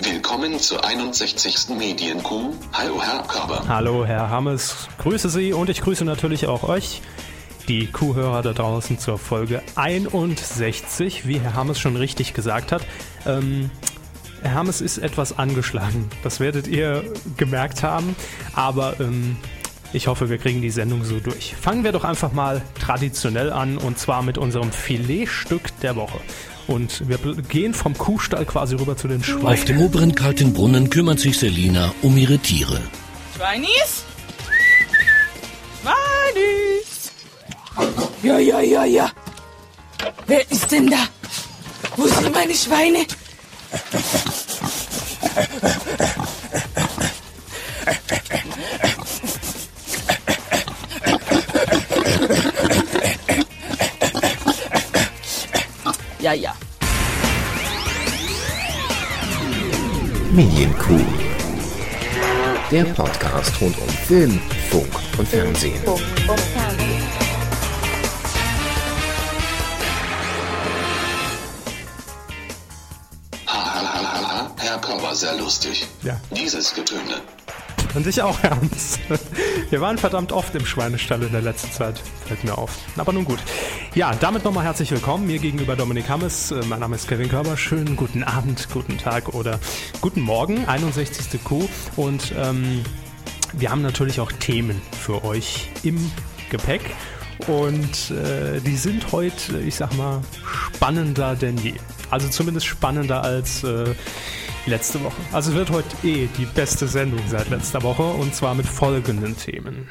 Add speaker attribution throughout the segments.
Speaker 1: willkommen zur 61. Medienkuh. Hallo Herr Körber.
Speaker 2: Hallo Herr Hammes, grüße Sie und ich grüße natürlich auch euch, die Kuhhörer da draußen zur Folge 61, wie Herr Hammes schon richtig gesagt hat. Ähm, Herr Hammes ist etwas angeschlagen, das werdet ihr gemerkt haben, aber ähm, ich hoffe, wir kriegen die Sendung so durch. Fangen wir doch einfach mal traditionell an und zwar mit unserem Filetstück der Woche. Und wir bl- gehen vom Kuhstall quasi rüber zu den
Speaker 3: Auf
Speaker 2: Schweinen.
Speaker 3: dem oberen Kaltenbrunnen kümmert sich Selina um ihre Tiere.
Speaker 4: Schweinis? Schweinis!
Speaker 5: Ja, ja, ja, ja. Wer ist denn da? Wo sind meine Schweine?
Speaker 4: Ja, ja.
Speaker 6: Medienkuh. Der Podcast rund um Film, Funk und Fernsehen.
Speaker 1: Ha, ha, ha, ha, ha. Herr Körber, sehr lustig.
Speaker 2: Ja.
Speaker 1: Dieses Getöne.
Speaker 2: Und ich auch, Herr Hans. Wir waren verdammt oft im Schweinestall in der letzten Zeit, fällt mir auf. Aber nun gut. Ja, damit nochmal herzlich willkommen. Mir gegenüber Dominik Hammes. Äh, Mein Name ist Kevin Körber. Schönen guten Abend, guten Tag oder guten Morgen. 61. Q. Und ähm, wir haben natürlich auch Themen für euch im Gepäck. Und äh, die sind heute, ich sag mal, spannender denn je. Also zumindest spannender als äh, letzte Woche. Also wird heute eh die beste Sendung seit letzter Woche und zwar mit folgenden Themen.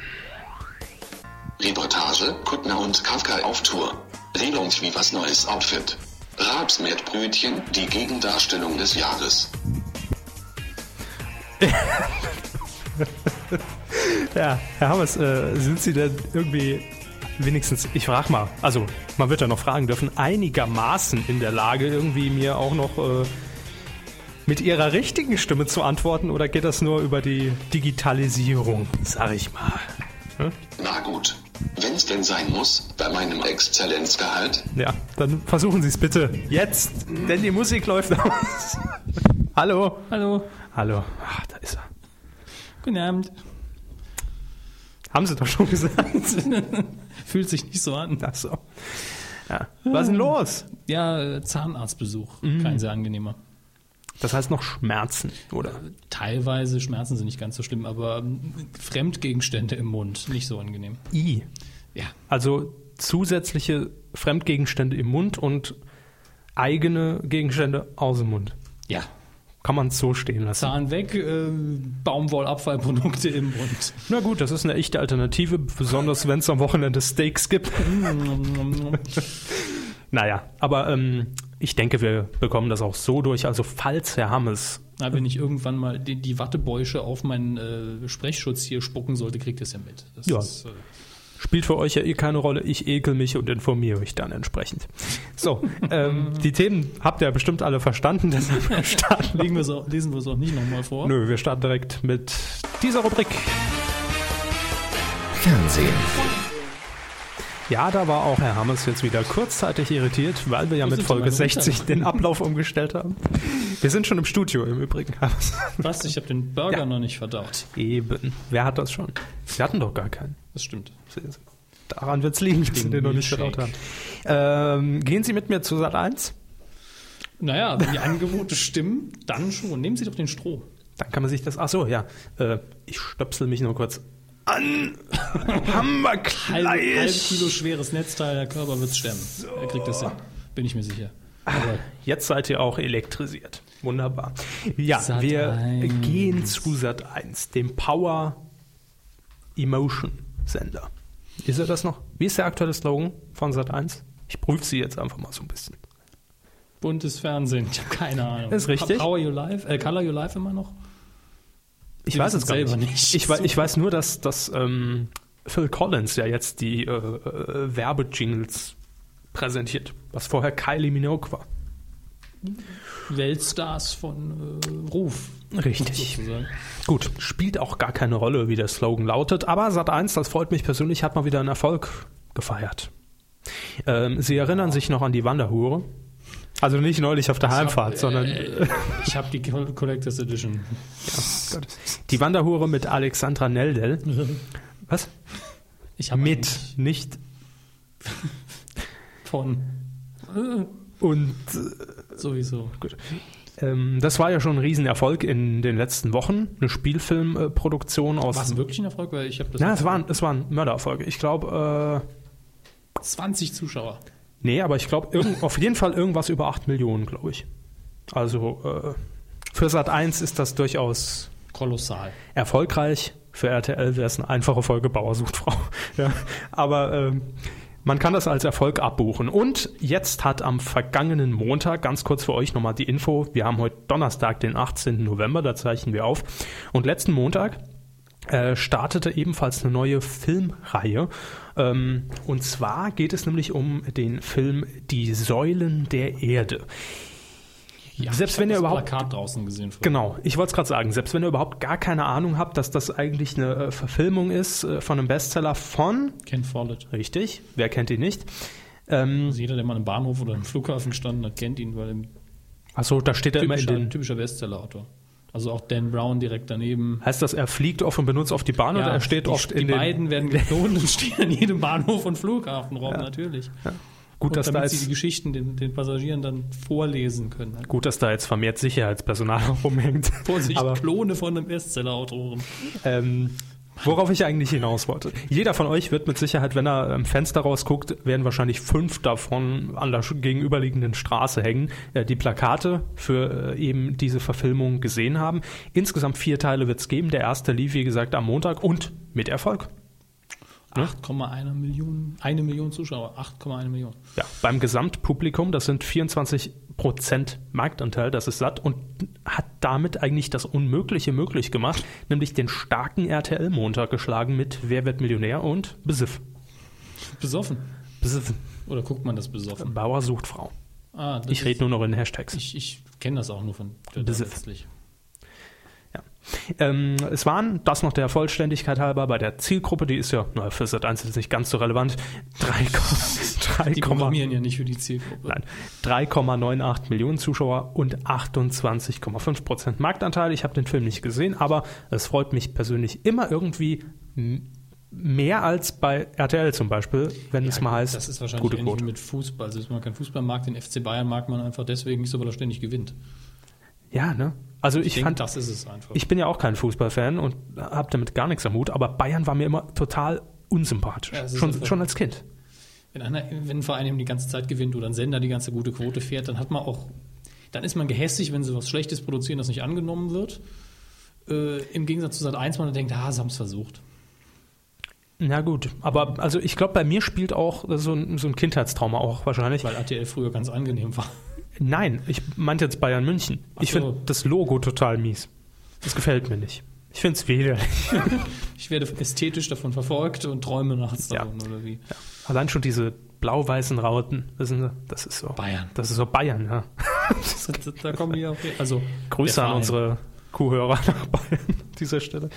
Speaker 1: Reportage, Kuttner und Kafka auf Tour. Relaunch wie was neues Outfit. Rapsmeerbrötchen, die Gegendarstellung des Jahres.
Speaker 2: Ja, Herr Hammers, äh, sind Sie denn irgendwie wenigstens, ich frage mal, also man wird ja noch fragen dürfen, einigermaßen in der Lage, irgendwie mir auch noch äh, mit Ihrer richtigen Stimme zu antworten oder geht das nur über die Digitalisierung, sag ich mal?
Speaker 1: Na gut. Wenn's denn sein muss, bei meinem Exzellenzgehalt.
Speaker 2: Ja, dann versuchen Sie es bitte jetzt, denn die Musik läuft aus. Hallo.
Speaker 7: Hallo,
Speaker 2: Hallo. Ach, da ist er.
Speaker 7: guten Abend.
Speaker 2: Haben Sie doch schon gesagt.
Speaker 7: Fühlt sich nicht so an.
Speaker 2: Ach so. Ja. Was ist denn los?
Speaker 7: Ja, äh, Zahnarztbesuch, kein sehr angenehmer.
Speaker 2: Das heißt noch Schmerzen, oder?
Speaker 7: Teilweise Schmerzen sind nicht ganz so schlimm, aber ähm, Fremdgegenstände im Mund, nicht so angenehm.
Speaker 2: I.
Speaker 7: Ja,
Speaker 2: Also zusätzliche Fremdgegenstände im Mund und eigene Gegenstände aus dem Mund.
Speaker 7: ja.
Speaker 2: Kann man so stehen lassen.
Speaker 7: Zahn weg, äh, Baumwollabfallprodukte im Mund.
Speaker 2: Na gut, das ist eine echte Alternative, besonders wenn es am Wochenende Steaks gibt. naja, aber ähm, ich denke, wir bekommen das auch so durch. Also falls Herr Hammes
Speaker 7: Na, wenn ich irgendwann mal die, die Wattebäusche auf meinen äh, Sprechschutz hier spucken sollte, kriegt ihr es ja mit. Das
Speaker 2: Ja.
Speaker 7: Ist, äh,
Speaker 2: Spielt für euch ja eh keine Rolle. Ich ekel mich und informiere euch dann entsprechend. So, ähm, die Themen habt ihr bestimmt alle verstanden. Deshalb starten wir.
Speaker 7: legen wir's auch, lesen wir es auch nicht nochmal vor.
Speaker 2: Nö, wir starten direkt mit dieser Rubrik.
Speaker 6: Fernsehen.
Speaker 2: Ja, da war auch Herr Hammers jetzt wieder kurzzeitig irritiert, weil wir ja mit
Speaker 7: sind
Speaker 2: Folge
Speaker 7: meine
Speaker 2: 60 den Ablauf umgestellt haben. Wir sind schon im Studio im Übrigen. Hammers.
Speaker 7: Was? Ich habe den Burger
Speaker 2: Ja.
Speaker 7: noch nicht verdaut.
Speaker 2: Eben. Wer hat das schon? Sie hatten doch gar keinen.
Speaker 7: Das stimmt.
Speaker 2: Sehen Sie. Daran wird es liegen, dass Sie den noch nicht verdaut haben. Ähm, gehen Sie mit mir zu Sat 1?
Speaker 7: Naja, wenn die Angebote stimmen, dann schon. Nehmen Sie doch den Stroh.
Speaker 2: Dann kann man sich das. Ach so, ja. Äh, ich stöpsel mich nur kurz an. Haben wir
Speaker 7: Halb, halb Kilo
Speaker 2: gleich.
Speaker 7: schweres Netzteil, der Körper wird sterben. Er kriegt das hin. Bin ich mir sicher.
Speaker 2: Ah.
Speaker 7: Aber
Speaker 2: Jetzt seid ihr auch elektrisiert. Wunderbar. Ja,
Speaker 7: Sat.
Speaker 2: wir
Speaker 7: 1.
Speaker 2: gehen zu Sat 1, dem Power Emotion Sender. Ist er das noch? Wie ist der aktuelle Slogan von Sat 1? Ich prüfe sie jetzt einfach mal so ein bisschen.
Speaker 7: buntes Fernsehen, ich habe keine Ahnung.
Speaker 2: Ist richtig.
Speaker 7: Power Your Life, äh, Color Your Life immer noch?
Speaker 2: Ich
Speaker 7: Wir
Speaker 2: weiß es
Speaker 7: wissen's
Speaker 2: gar
Speaker 7: selber
Speaker 2: nicht.
Speaker 7: nicht.
Speaker 2: Ich, wei- ich weiß nur, dass, dass ähm, Phil Collins ja jetzt die äh, äh, Werbejingles präsentiert, was vorher Kylie Minogue war.
Speaker 7: Weltstars von äh, Ruf.
Speaker 2: Richtig.
Speaker 7: sozusagen.
Speaker 2: Gut, spielt auch gar keine Rolle, wie der Slogan lautet, aber Sat1, das freut mich persönlich, hat mal wieder einen Erfolg gefeiert. Ähm, Sie erinnern sich noch an die Wanderhure? Also nicht neulich auf der Heimfahrt, sondern
Speaker 7: Äh, ich habe die Col- Collectors Edition.
Speaker 2: die Wanderhure mit Alexandra Neldel. Was?
Speaker 7: Ich hab
Speaker 2: Mit,
Speaker 7: eigentlich
Speaker 2: nicht
Speaker 7: Von.
Speaker 2: und
Speaker 7: Sowieso.
Speaker 2: Ähm, das war ja schon ein Riesenerfolg in den letzten Wochen. Eine Spielfilmproduktion aus.
Speaker 7: War es wirklich ein Erfolg? Weil ich habe das.
Speaker 2: Ja, es waren, es waren Mördererfolge. Ich glaube, äh,
Speaker 7: 20 Zuschauer.
Speaker 2: nee, aber ich glaube, irgend- auf jeden Fall irgendwas über 8 Millionen, glaube ich. Also äh, für Sat 1 ist das durchaus
Speaker 7: Kolossal.
Speaker 2: erfolgreich. Für RTL wäre es eine einfache Folge Bauer sucht Frau. ja. Aber ähm, man kann das als Erfolg abbuchen. Und jetzt hat am vergangenen Montag, ganz kurz für euch nochmal die Info, wir haben heute Donnerstag, den 18. November, da zeichnen wir auf. Und letzten Montag äh, startete ebenfalls eine neue Filmreihe. Ähm, und zwar geht es nämlich um den Film Die Säulen der Erde.
Speaker 7: Ja,
Speaker 2: Selbst
Speaker 7: ich hab
Speaker 2: wenn ihr
Speaker 7: das
Speaker 2: überhaupt-
Speaker 7: Plakat draußen gesehen. vorhin.
Speaker 2: Genau, ich wollte es gerade sagen, selbst wenn ihr überhaupt gar keine Ahnung habt, dass das eigentlich eine äh, Verfilmung ist äh, von einem Bestseller von,
Speaker 7: Ken Follett.
Speaker 2: richtig, wer kennt ihn nicht? Ähm,
Speaker 7: Also jeder, der mal im Bahnhof oder im Flughafen gestanden hat, kennt ihn, weil er ein
Speaker 2: achso, da steht er immer in
Speaker 7: typischer,
Speaker 2: den.
Speaker 7: typischer Bestseller-Autor. Also auch Dan Brown direkt daneben.
Speaker 2: Heißt das, er fliegt oft und benutzt oft die Bahn oder er steht
Speaker 7: die,
Speaker 2: oft
Speaker 7: die
Speaker 2: in den.
Speaker 7: beiden werden geklont und stehen an jedem Bahnhof und Flughafen rum, natürlich.
Speaker 2: Gut,
Speaker 7: Und
Speaker 2: dass
Speaker 7: damit
Speaker 2: da
Speaker 7: sie die
Speaker 2: jetzt,
Speaker 7: Geschichten den, den Passagieren dann vorlesen können. Halt.
Speaker 2: gut, dass da jetzt vermehrt Sicherheitspersonal rumhängt.
Speaker 7: Vorsicht,
Speaker 2: Aber
Speaker 7: Klone von einem Bestseller-Autoren.
Speaker 2: ähm, worauf ich eigentlich hinaus wollte. Jeder von euch wird mit Sicherheit, wenn er am Fenster rausguckt, werden wahrscheinlich fünf davon an der sch- gegenüberliegenden Straße hängen, äh, die Plakate für äh, eben diese Verfilmung gesehen haben. Insgesamt vier Teile wird es geben. Der erste lief, wie gesagt, am Montag und mit Erfolg. Ne?
Speaker 7: 8,1 Millionen, eine Million Zuschauer, 8,1 Millionen.
Speaker 2: Ja, beim Gesamtpublikum, das sind 24 Prozent Marktanteil, das ist satt und hat damit eigentlich das Unmögliche möglich gemacht, nämlich den starken RTL-Montag geschlagen mit Wer wird Millionär und Besiff.
Speaker 7: Besoffen.
Speaker 2: Besiff.
Speaker 7: Oder guckt man das besoffen?
Speaker 2: Bauer sucht Frau.
Speaker 7: Ah, das
Speaker 2: Ich
Speaker 7: ist-
Speaker 2: rede nur noch in Hashtags.
Speaker 7: Ich, ich kenne das auch nur von der
Speaker 2: Besitz.
Speaker 7: letztlich.
Speaker 2: ja. ähm, es waren, das noch der Vollständigkeit halber, bei der Zielgruppe, die ist ja, naja, für Sat 1 jetzt nicht ganz so relevant, 3,3
Speaker 7: Die programmieren ja nicht für die Zielgruppe.
Speaker 2: Nein, 3,98 Millionen Zuschauer und 28,5 Prozent Marktanteil. Ich habe den Film nicht gesehen, aber es freut mich persönlich immer irgendwie m- mehr als bei RTL zum Beispiel, wenn es mal heißt,
Speaker 7: das ist wahrscheinlich
Speaker 2: gute
Speaker 7: ähnlich wie
Speaker 2: Quote.
Speaker 7: mit Fußball. Selbst wenn man keinen Fußball mag, den FC Bayern mag man einfach deswegen nicht so, weil er ständig gewinnt.
Speaker 2: Ja, ne? Also ich,
Speaker 7: denk,
Speaker 2: fand,
Speaker 7: das ist es einfach.
Speaker 2: ich bin ja auch kein Fußballfan und habe damit gar nichts am Hut, aber Bayern war mir immer total unsympathisch.
Speaker 7: Ja, es ist
Speaker 2: schon,
Speaker 7: einfach-
Speaker 2: schon als Kind.
Speaker 7: Wenn, einer, wenn ein Verein eben die ganze Zeit gewinnt oder ein Sender die ganze gute Quote fährt, dann hat man auch, dann ist man gehässig, wenn sie was Schlechtes produzieren, das nicht angenommen wird. Äh, Im Gegensatz zu Sat 1, man denkt, ah, sie haben es versucht.
Speaker 2: Na gut, aber also ich glaube, bei mir spielt auch so ein, so ein Kindheitstrauma auch wahrscheinlich.
Speaker 7: Weil RTL früher ganz angenehm war.
Speaker 2: Nein, ich meinte jetzt Bayern München. Ich
Speaker 7: so.
Speaker 2: finde das Logo total mies. Das gefällt mir nicht. Ich finde es widerlich.
Speaker 7: Ich werde ästhetisch davon verfolgt und träume nachts
Speaker 2: Ja.
Speaker 7: davon, oder wie?
Speaker 2: Allein schon diese blau-weißen Rauten, wissen Sie, das ist so.
Speaker 7: Bayern.
Speaker 2: Das ist so Bayern, ja.
Speaker 7: Da, da- da kommen wir auf. Also,
Speaker 2: Grüße
Speaker 7: der
Speaker 2: an
Speaker 7: Verein.
Speaker 2: unsere Kuhhörer nach Bayern an dieser Stelle.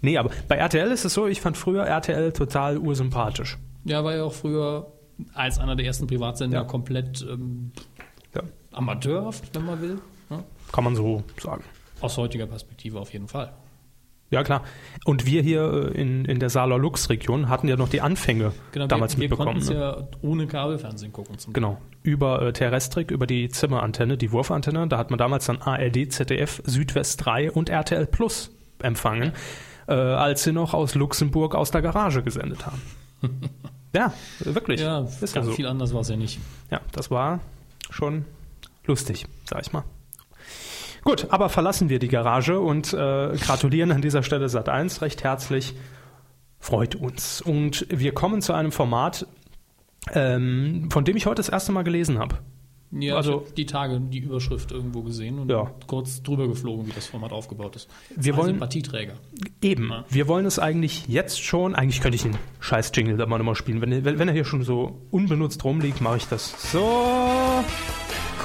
Speaker 2: Nee, aber bei RTL ist es so, ich fand früher RTL total ursympathisch.
Speaker 7: Ja, war ja auch früher als einer der ersten Privatsender
Speaker 2: Ja.
Speaker 7: komplett ähm,
Speaker 2: Ja.
Speaker 7: amateurhaft, wenn man will. ne?
Speaker 2: Kann man so sagen.
Speaker 7: Aus heutiger Perspektive auf jeden Fall.
Speaker 2: Ja, klar. Und wir hier äh, in, in der Saarler Lux-Region hatten ja noch die Anfänge
Speaker 7: Genau,
Speaker 2: damals
Speaker 7: wir, wir
Speaker 2: mitbekommen.
Speaker 7: konnten es
Speaker 2: ne?
Speaker 7: ja ohne Kabelfernsehen gucken. Zum
Speaker 2: Genau. Über äh, Terrestrik, über die Zimmerantenne, die Wurfantenne. Da hat man damals dann ARD, ZDF, Südwest 3 und RTL Plus empfangen, äh, als sie noch aus Luxemburg aus der Garage gesendet haben. ja, äh, wirklich.
Speaker 7: Ja,
Speaker 2: ist ja
Speaker 7: ganz
Speaker 2: so.
Speaker 7: viel anders war es ja nicht.
Speaker 2: Ja, das war schon lustig, sag ich mal. Gut, aber verlassen wir die Garage und äh, gratulieren an dieser Stelle Sat1 recht herzlich. Freut uns. Und wir kommen zu einem Format, ähm, von dem ich heute das erste Mal gelesen habe.
Speaker 7: Ja,
Speaker 2: Also-
Speaker 7: also die Tage, die Überschrift irgendwo gesehen und
Speaker 2: Ja.
Speaker 7: kurz drüber geflogen, wie das Format aufgebaut ist.
Speaker 2: Wir
Speaker 7: Zwei
Speaker 2: wollen-
Speaker 7: Sympathieträger.
Speaker 2: Eben.
Speaker 7: Ja.
Speaker 2: Wir wollen es eigentlich jetzt schon. Eigentlich könnte ich den scheiß Jingle da mal nochmal spielen. Wenn, wenn wenn er hier schon so unbenutzt rumliegt, mache ich das so.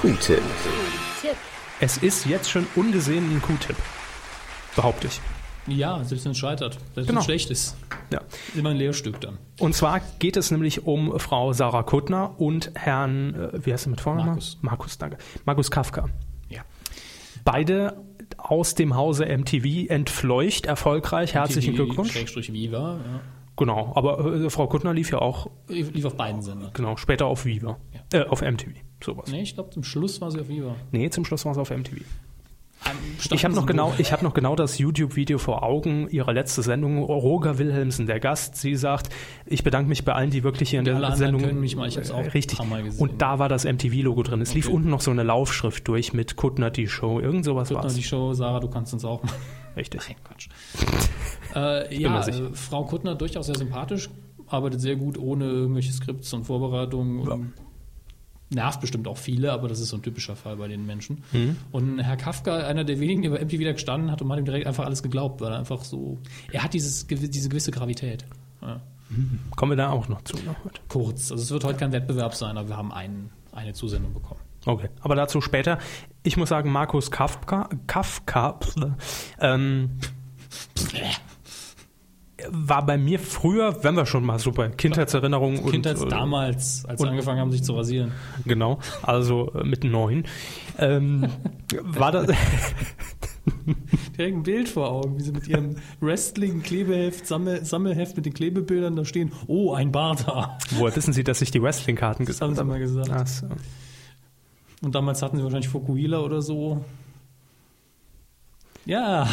Speaker 6: Q-Tipp.
Speaker 2: Es ist jetzt schon ungesehen ein Q-Tipp. Behaupte ich.
Speaker 7: Ja, selbst wenn es scheitert, selbst wenn
Speaker 2: Genau.
Speaker 7: es schlecht ist.
Speaker 2: Ja.
Speaker 7: Ist Immer ein Lehrstück dann.
Speaker 2: Und zwar geht es nämlich um Frau Sarah Kuttner und Herrn, äh, wie heißt er mit Vornamen?
Speaker 7: Markus.
Speaker 2: Markus, danke. Markus Kafka.
Speaker 7: Ja.
Speaker 2: Beide aus dem Hause MTV entfleucht, erfolgreich. Herzlichen Glückwunsch.
Speaker 7: Schrägstrich Viva.
Speaker 2: Genau, aber äh, Frau Kuttner lief ja auch,
Speaker 7: Ja. Lief auf beiden Sendern.
Speaker 2: genau, später auf Viva. Äh, auf MTV. Sowas. Nee.
Speaker 7: Nee, ich glaube, zum Schluss war sie auf Viva.
Speaker 2: zum Schluss war es auf MTV.
Speaker 7: Am
Speaker 2: Ich habe noch,
Speaker 7: Stammtisch-
Speaker 2: genau, ich hab noch genau das YouTube-Video vor Augen, ihre letzte Sendung. Roger Wilhelmsen, der Gast, sie sagt, ich bedanke mich bei allen, die wirklich hier in der
Speaker 7: Alle anderen
Speaker 2: Sendung.
Speaker 7: können mich mal, ich hab's auch
Speaker 2: Äh, Richtig.
Speaker 7: ein paar Mal gesehen.
Speaker 2: Und da war das MTV-Logo drin. Es lief
Speaker 7: Okay.
Speaker 2: unten noch so eine Laufschrift durch mit Kuttner die Show. Irgend sowas
Speaker 7: Guck
Speaker 2: war
Speaker 7: mal die
Speaker 2: es.
Speaker 7: Show, Sarah, du kannst uns auch machen.
Speaker 2: Richtig.
Speaker 7: Quatsch. äh, ja,
Speaker 2: mir sicher.
Speaker 7: äh, Frau Kuttner durchaus sehr sympathisch, arbeitet sehr gut ohne irgendwelche Skripts und Vorbereitungen. Und nervt bestimmt auch viele, aber das ist so ein typischer Fall bei den Menschen.
Speaker 2: Mhm.
Speaker 7: Und Herr Kafka, einer der wenigen, der bei MTV wieder gestanden hat und man hat ihm direkt einfach alles geglaubt, weil er einfach so. Er hat dieses, gewi- diese gewisse Gravität. Ja.
Speaker 2: Kommen wir da auch noch zu. ne, heute.
Speaker 7: Kurz. Also es wird heute kein Wettbewerb sein, aber wir haben einen, eine Zusendung bekommen.
Speaker 2: Okay, aber dazu später. Ich muss sagen, Markus Kafka, Kafka pfle, ähm, war bei mir früher, wenn wir schon mal so bei Kindheitserinnerungen und
Speaker 7: Kindheit
Speaker 2: äh,
Speaker 7: damals, als sie angefangen haben, sich zu rasieren.
Speaker 2: Genau, also äh, mit neun. Ähm, war das.
Speaker 7: Direkt ein Bild vor Augen, wie sie mit ihrem Wrestling-Klebeheft, Sammel, Sammelheft mit den Klebebildern da stehen. Oh, ein Bart da.
Speaker 2: Woher wissen Sie, dass ich die Wrestling-Karten
Speaker 7: Das haben
Speaker 2: gesammelt
Speaker 7: sie mal
Speaker 2: habe?
Speaker 7: gesagt.
Speaker 2: Ach so.
Speaker 7: Und damals hatten sie wahrscheinlich Fukuhila oder so. Ja.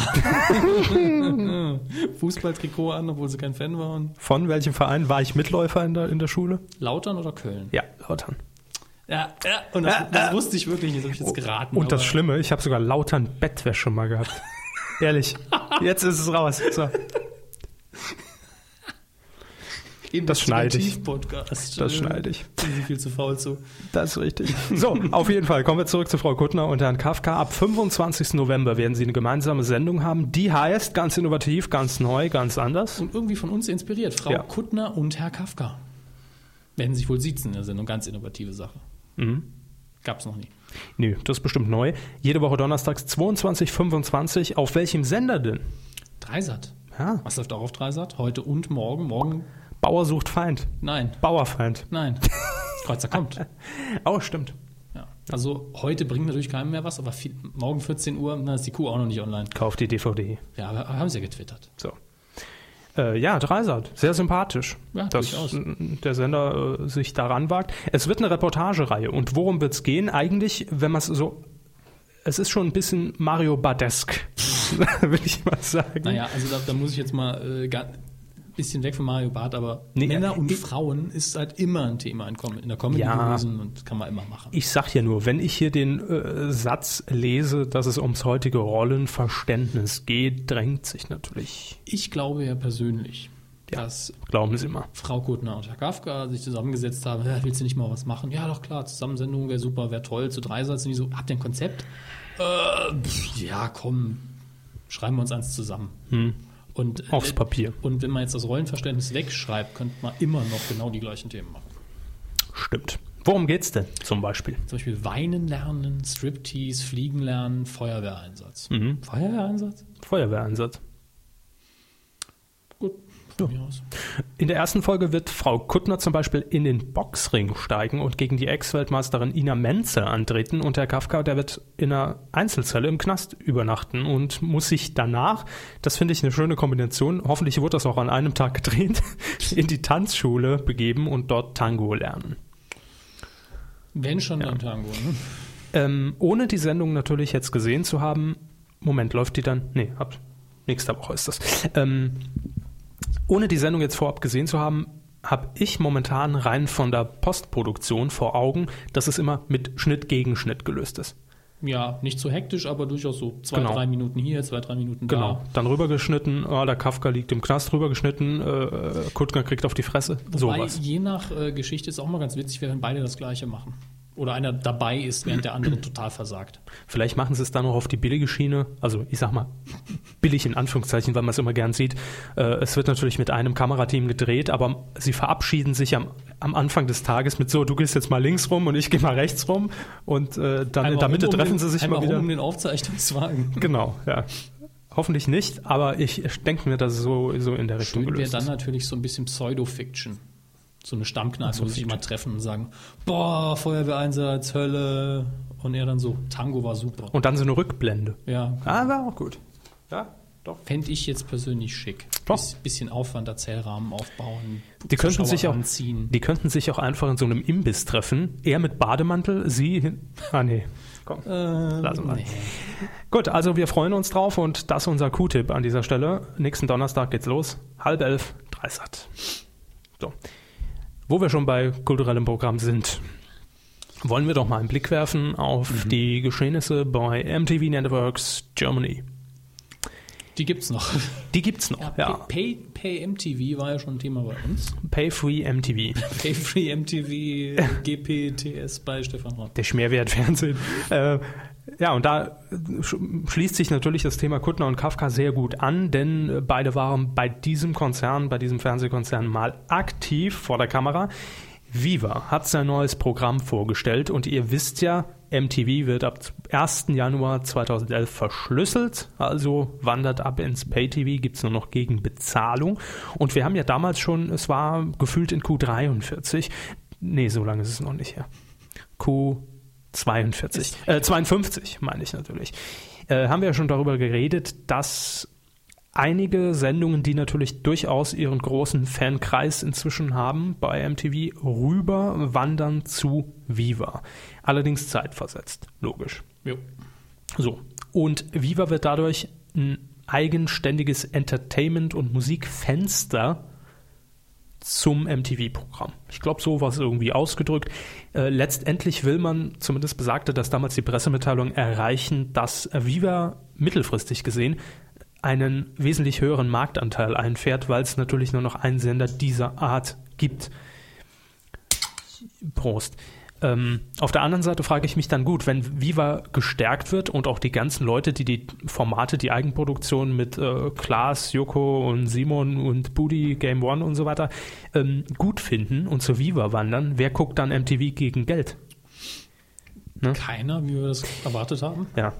Speaker 7: Fußballtrikot an, obwohl sie kein Fan waren.
Speaker 2: Von welchem Verein war ich Mitläufer in der, in der Schule?
Speaker 7: Lautern oder Köln?
Speaker 2: Ja, Lautern.
Speaker 7: Ja, ja. Und das, das wusste ich wirklich nicht, das habe ich jetzt geraten.
Speaker 2: Oh, Und das
Speaker 7: aber-
Speaker 2: Schlimme, ich habe sogar Lautern Bettwäsche mal gehabt. Ehrlich, jetzt ist es raus. So. das schneide ich.
Speaker 7: Investigativ-Podcast.
Speaker 2: Das schneide ich.
Speaker 7: Sind sie viel zu faul zu.
Speaker 2: Das ist richtig. So, auf jeden Fall kommen wir zurück zu Frau Kuttner und Herrn Kafka. Ab 25. November werden sie eine gemeinsame Sendung haben. Die heißt ganz innovativ, ganz neu, ganz anders.
Speaker 7: Und irgendwie von uns inspiriert. Frau
Speaker 2: Ja.
Speaker 7: Kuttner und Herr Kafka. Werden sich wohl siezen in der Sendung. Ganz innovative Sache.
Speaker 2: Mhm.
Speaker 7: Gab's noch nie.
Speaker 2: Nö, das ist bestimmt neu. Jede Woche donnerstags 22, 25. Auf welchem Sender denn?
Speaker 7: Dreisat.
Speaker 2: Ja.
Speaker 7: Was läuft auch auf Dreisat? Heute und morgen. Morgen?
Speaker 2: Bauer sucht Feind.
Speaker 7: Nein.
Speaker 2: Bauerfeind.
Speaker 7: Nein. Kreuzer kommt.
Speaker 2: Oh, stimmt.
Speaker 7: Ja. Also heute bringt natürlich keinem mehr was, aber viel, morgen 14 Uhr, na, ist die Kuh auch noch nicht online.
Speaker 2: Kauf die DVD.
Speaker 7: Ja, aber haben sie ja getwittert.
Speaker 2: So. Äh, ja, Dreisat. Sehr sympathisch,
Speaker 7: Ja,
Speaker 2: dass
Speaker 7: durchaus.
Speaker 2: n- der Sender äh, sich daran wagt. Es wird eine Reportagereihe. Und worum wird es gehen? Eigentlich, wenn man es so. Es ist schon ein bisschen Mario Badesk, will ich mal sagen.
Speaker 7: Naja, also da, da muss ich jetzt mal äh, gar, bisschen weg von Mario Barth, aber
Speaker 2: Nee,
Speaker 7: Männer
Speaker 2: äh,
Speaker 7: und
Speaker 2: ich-
Speaker 7: Frauen ist halt immer ein Thema in, Com in der Comedy
Speaker 2: Ja.
Speaker 7: gewesen und kann man immer machen.
Speaker 2: Ich sag ja nur, wenn ich hier den äh, Satz lese, dass es ums heutige Rollenverständnis geht, drängt sich natürlich.
Speaker 7: Ich glaube ja persönlich,
Speaker 2: Ja.
Speaker 7: dass
Speaker 2: Glauben Sie mal.
Speaker 7: Frau Kuttner und Herr Kafka sich zusammengesetzt haben, "Hä, willst du nicht mal was machen? Ja, doch klar, Zusammensendung wäre super, wäre toll, zu drei Sätzen, die so, habt ihr ein Konzept? Äh, pff, ja, komm, schreiben wir uns eins zusammen. Und, äh,
Speaker 2: Hm. Aufs Papier.
Speaker 7: Und wenn man jetzt das Rollenverständnis wegschreibt, könnte man immer noch genau die gleichen Themen machen.
Speaker 2: Stimmt. Worum geht's denn zum Beispiel?
Speaker 7: Zum Beispiel weinen lernen, Striptease, fliegen lernen, Feuerwehreinsatz.
Speaker 2: Mhm.
Speaker 7: Feuerwehreinsatz?
Speaker 2: Feuerwehreinsatz.
Speaker 7: Gut, von mir aus.
Speaker 2: In der ersten Folge wird Frau Kuttner zum Beispiel in den Boxring steigen und gegen die Ex-Weltmeisterin Ina Menzel antreten und Herr Kafka, der wird in einer Einzelzelle im Knast übernachten und muss sich danach, das finde ich eine schöne Kombination, hoffentlich wurde das auch an einem Tag gedreht, in die Tanzschule begeben und dort Tango lernen.
Speaker 7: Wenn schon dann Tango, ne?
Speaker 2: Ähm, ohne die Sendung natürlich jetzt gesehen zu haben, Moment, läuft die dann? Nee, ab nächster Woche ist das. Ähm, ohne die Sendung jetzt vorab gesehen zu haben, habe ich momentan rein von der Postproduktion vor Augen, dass es immer mit Schnitt gegen Schnitt gelöst ist.
Speaker 7: Ja, nicht so hektisch, aber durchaus so zwei,
Speaker 2: Genau.
Speaker 7: drei Minuten hier, zwei, drei Minuten da.
Speaker 2: Genau. Dann rübergeschnitten, ah, der Kafka liegt im Knast rübergeschnitten, äh, Kuttner kriegt auf die Fresse.
Speaker 7: Wobei,
Speaker 2: Sowas.
Speaker 7: je nach äh, Geschichte ist auch mal ganz witzig, wenn beide das Gleiche machen. Oder einer dabei ist, während der andere total versagt.
Speaker 2: Vielleicht machen sie es dann noch auf die billige Schiene. Also ich sag mal, billig in Anführungszeichen, weil man es immer gern sieht. Äh, es wird natürlich mit einem Kamerateam gedreht, aber sie verabschieden sich am, am Anfang des Tages mit so, du gehst jetzt mal links rum und ich gehe mal rechts rum. Und äh, dann in der Mitte
Speaker 7: rum um
Speaker 2: treffen
Speaker 7: den,
Speaker 2: sie sich
Speaker 7: einmal
Speaker 2: mal
Speaker 7: rum
Speaker 2: wieder.
Speaker 7: um den Aufzeichnungswagen.
Speaker 2: Genau, ja. Hoffentlich nicht, aber ich denke mir, dass es so, so in der Richtung
Speaker 7: Schön wäre
Speaker 2: gelöst
Speaker 7: dann
Speaker 2: ist.
Speaker 7: natürlich so ein bisschen Pseudo-Fiction. So eine Stammkneipe, wo sie sich immer treffen und sagen, boah, Feuerwehreinsatz, Hölle. Und er dann so, Tango war super.
Speaker 2: Und dann so eine Rückblende.
Speaker 7: Ja,
Speaker 2: Ah, war auch gut. Ja, doch.
Speaker 7: fände ich jetzt persönlich schick.
Speaker 2: Doch.
Speaker 7: Bis, bisschen Aufwand, Erzählrahmen aufbauen,
Speaker 2: Die könnten,
Speaker 7: Zuschauer
Speaker 2: sich auch,
Speaker 7: anziehen.
Speaker 2: die könnten sich auch einfach in so einem Imbiss treffen. Er mit Bademantel, sie. hin- Ah, nee. Komm. Lassen wir.
Speaker 7: Ähm, nee.
Speaker 2: Gut, also wir freuen uns drauf und das ist unser Q-Tipp an dieser Stelle. Nächsten Donnerstag geht's los. Halb elf, Dreisat. So. Wo wir schon bei kulturellem Programm sind, wollen wir doch mal einen Blick werfen auf
Speaker 7: Mhm.
Speaker 2: die Geschehnisse bei MTV Networks Germany.
Speaker 7: Die gibt's noch.
Speaker 2: Die gibt's noch,
Speaker 7: Ja,
Speaker 2: ja.
Speaker 7: Pay, Pay MTV war ja schon ein Thema bei uns.
Speaker 2: Pay-Free MTV.
Speaker 7: Pay Free MTV, GPTS bei Stefan Horn.
Speaker 2: der Schmerwertfernsehen. äh, ja, und da äh, sch- schließt sich natürlich das Thema Kuttner und Kafka sehr gut an, denn äh, beide waren bei diesem Konzern, bei diesem Fernsehkonzern mal aktiv vor der Kamera. Viva hat sein neues Programm vorgestellt und ihr wisst ja, MTV wird ab 1. Januar 2011 verschlüsselt, also wandert ab ins Pay-TV, gibt es nur noch gegen Bezahlung. Und wir haben ja damals schon, es war gefühlt in Q43, nee, so lange ist es noch nicht her. Q42, äh, 52 meine ich natürlich, äh, haben wir ja schon darüber geredet, dass einige Sendungen, die natürlich durchaus ihren großen Fankreis inzwischen haben, bei MTV rüberwandern zu Viva. Allerdings zeitversetzt, logisch.
Speaker 7: Jo.
Speaker 2: So. Und Viva wird dadurch ein eigenständiges Entertainment- und Musikfenster zum MTV-Programm. Ich glaube, so war es irgendwie ausgedrückt. Äh, letztendlich will man, zumindest besagte das damals die Pressemitteilung, erreichen, dass Viva mittelfristig gesehen einen wesentlich höheren Marktanteil einfährt, weil es natürlich nur noch einen Sender dieser Art gibt. Prost. Ähm, auf der anderen Seite frage ich mich dann gut, wenn Viva gestärkt wird und auch die ganzen Leute, die die Formate, die Eigenproduktion mit äh, Klaas, Joko und Simon und Budi, Game One und so weiter ähm, gut finden und zu Viva wandern, wer guckt dann MTV gegen Geld? Ne?
Speaker 7: Keiner, wie wir das erwartet haben.
Speaker 2: Ja.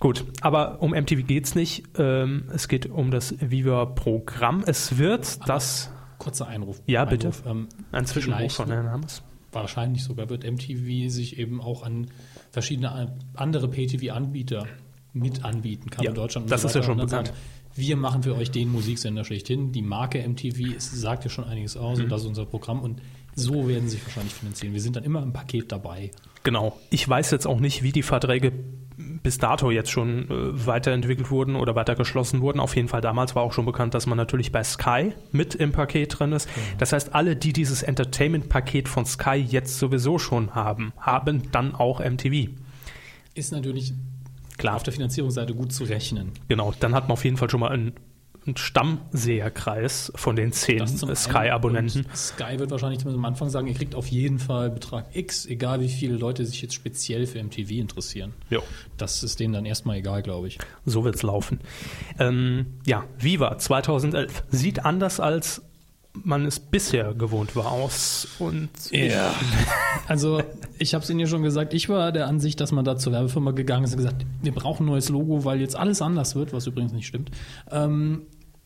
Speaker 2: Gut, aber um MTV geht's nicht. Ähm, es geht um das Viva-Programm. Es wird das.
Speaker 7: Kurzer Einruf.
Speaker 2: Ja,
Speaker 7: Einruf.
Speaker 2: bitte.
Speaker 7: Ähm,
Speaker 2: Ein Zwischenruf
Speaker 7: vielleicht-
Speaker 2: von Herrn Hammes.
Speaker 7: wahrscheinlich sogar wird MTV sich eben auch an verschiedene an- andere Pay-TV-Anbieter mit anbieten. Kann
Speaker 2: Ja,
Speaker 7: in Deutschland und
Speaker 2: das ist ja schon
Speaker 7: Und dann
Speaker 2: bekannt.
Speaker 7: Sagen, wir machen für euch den Musiksender schlechthin. Die Marke MTV ist, sagt ja schon einiges
Speaker 2: Mhm.
Speaker 7: aus und das ist unser Programm und so werden sie sich wahrscheinlich finanzieren. Wir sind dann immer im Paket dabei.
Speaker 2: Genau. Ich weiß jetzt auch nicht, wie die Verträge bis dato jetzt schon äh, weiterentwickelt wurden oder weiter geschlossen wurden. Auf jeden Fall damals war auch schon bekannt, dass man natürlich bei Sky mit im Paket drin ist.
Speaker 7: Mhm.
Speaker 2: Das heißt, alle, die dieses Entertainment-Paket von Sky jetzt sowieso schon haben, haben dann auch MTV.
Speaker 7: Ist natürlich
Speaker 2: Klar.
Speaker 7: auf der Finanzierungsseite gut zu rechnen.
Speaker 2: Genau, dann hat man auf jeden Fall schon mal einen, einen Stammseherkreis von den zehn
Speaker 7: Das zum einen.
Speaker 2: Sky-Abonnenten.
Speaker 7: Und Sky wird wahrscheinlich zumindest am Anfang sagen, ihr kriegt auf jeden Fall Betrag X, egal wie viele Leute sich jetzt speziell für MTV interessieren.
Speaker 2: Jo.
Speaker 7: Das ist denen dann erstmal egal, glaube ich.
Speaker 2: So wird's laufen. Ähm, ja, Viva 2011 sieht anders als man es bisher gewohnt war aus und
Speaker 7: Ja. Also, ich habe es Ihnen ja schon gesagt, ich war der Ansicht, dass man da zur Werbefirma gegangen ist und gesagt, wir brauchen ein neues Logo, weil jetzt alles anders wird, was übrigens nicht stimmt. Ähm,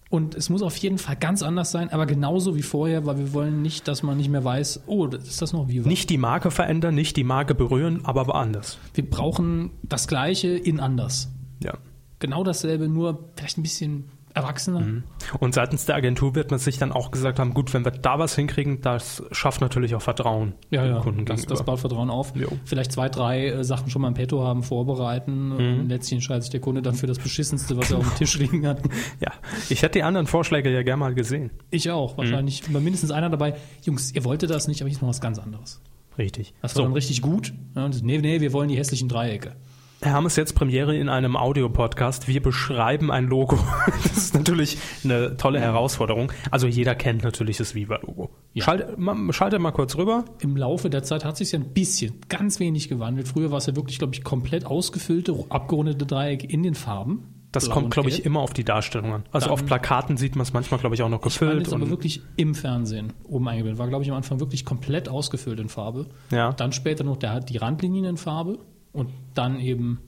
Speaker 7: und es muss auf jeden Fall ganz anders sein, aber genauso wie vorher, weil wir wollen nicht, dass man nicht mehr weiß, oh, ist das noch Viva?
Speaker 2: nicht die Marke verändern, nicht die Marke berühren, aber woanders.
Speaker 7: Wir brauchen das Gleiche in anders.
Speaker 2: Ja.
Speaker 7: genau dasselbe, nur vielleicht ein bisschen erwachsener.
Speaker 2: Mhm. Und seitens der Agentur wird man sich dann auch gesagt haben, gut, wenn wir da was hinkriegen, das schafft natürlich auch Vertrauen
Speaker 7: Ja,
Speaker 2: dem
Speaker 7: ja,
Speaker 2: Kunden
Speaker 7: das, das
Speaker 2: gegenüber.
Speaker 7: baut Vertrauen auf.
Speaker 2: Jo.
Speaker 7: Vielleicht zwei, drei äh, Sachen schon mal im Petto haben, vorbereiten.
Speaker 2: Mhm.
Speaker 7: Und letztlich entscheidet sich der Kunde dann für das Beschissenste, was er auf dem Tisch liegen hat.
Speaker 2: ja, ich hätte die anderen Vorschläge ja gerne mal gesehen.
Speaker 7: Ich
Speaker 2: Mhm.
Speaker 7: auch, wahrscheinlich. War mindestens einer dabei. Jungs, ihr wolltet das nicht, aber hier ist noch was ganz anderes.
Speaker 2: Richtig.
Speaker 7: Das war dann richtig gut. Ja, und nee, nee, wir wollen die hässlichen Dreiecke.
Speaker 2: Wir haben es jetzt Premiere in einem Audiopodcast. Wir beschreiben ein Logo. Das ist natürlich eine tolle Herausforderung. Also jeder kennt natürlich das Viva-Logo.
Speaker 7: Ja.
Speaker 2: Schalte, ma- schalte mal kurz rüber.
Speaker 7: Im Laufe der Zeit hat sich ja ein bisschen, ganz wenig gewandelt. Früher war es ja wirklich, glaube ich, komplett ausgefüllte, abgerundete Dreiecke in den Farben.
Speaker 2: Das
Speaker 7: Blau
Speaker 2: kommt,
Speaker 7: und
Speaker 2: glaube
Speaker 7: Gelb.
Speaker 2: ich, immer auf die Darstellung an. Also
Speaker 7: Dann-
Speaker 2: auf Plakaten sieht man es manchmal, glaube ich, auch noch
Speaker 7: Fand
Speaker 2: gefüllt.
Speaker 7: jetzt aber
Speaker 2: Und
Speaker 7: wirklich im Fernsehen oben eingeblendet. War, glaube ich, am Anfang wirklich komplett ausgefüllt in Farbe.
Speaker 2: Ja.
Speaker 7: Dann später noch der, die Randlinien in Farbe und dann eben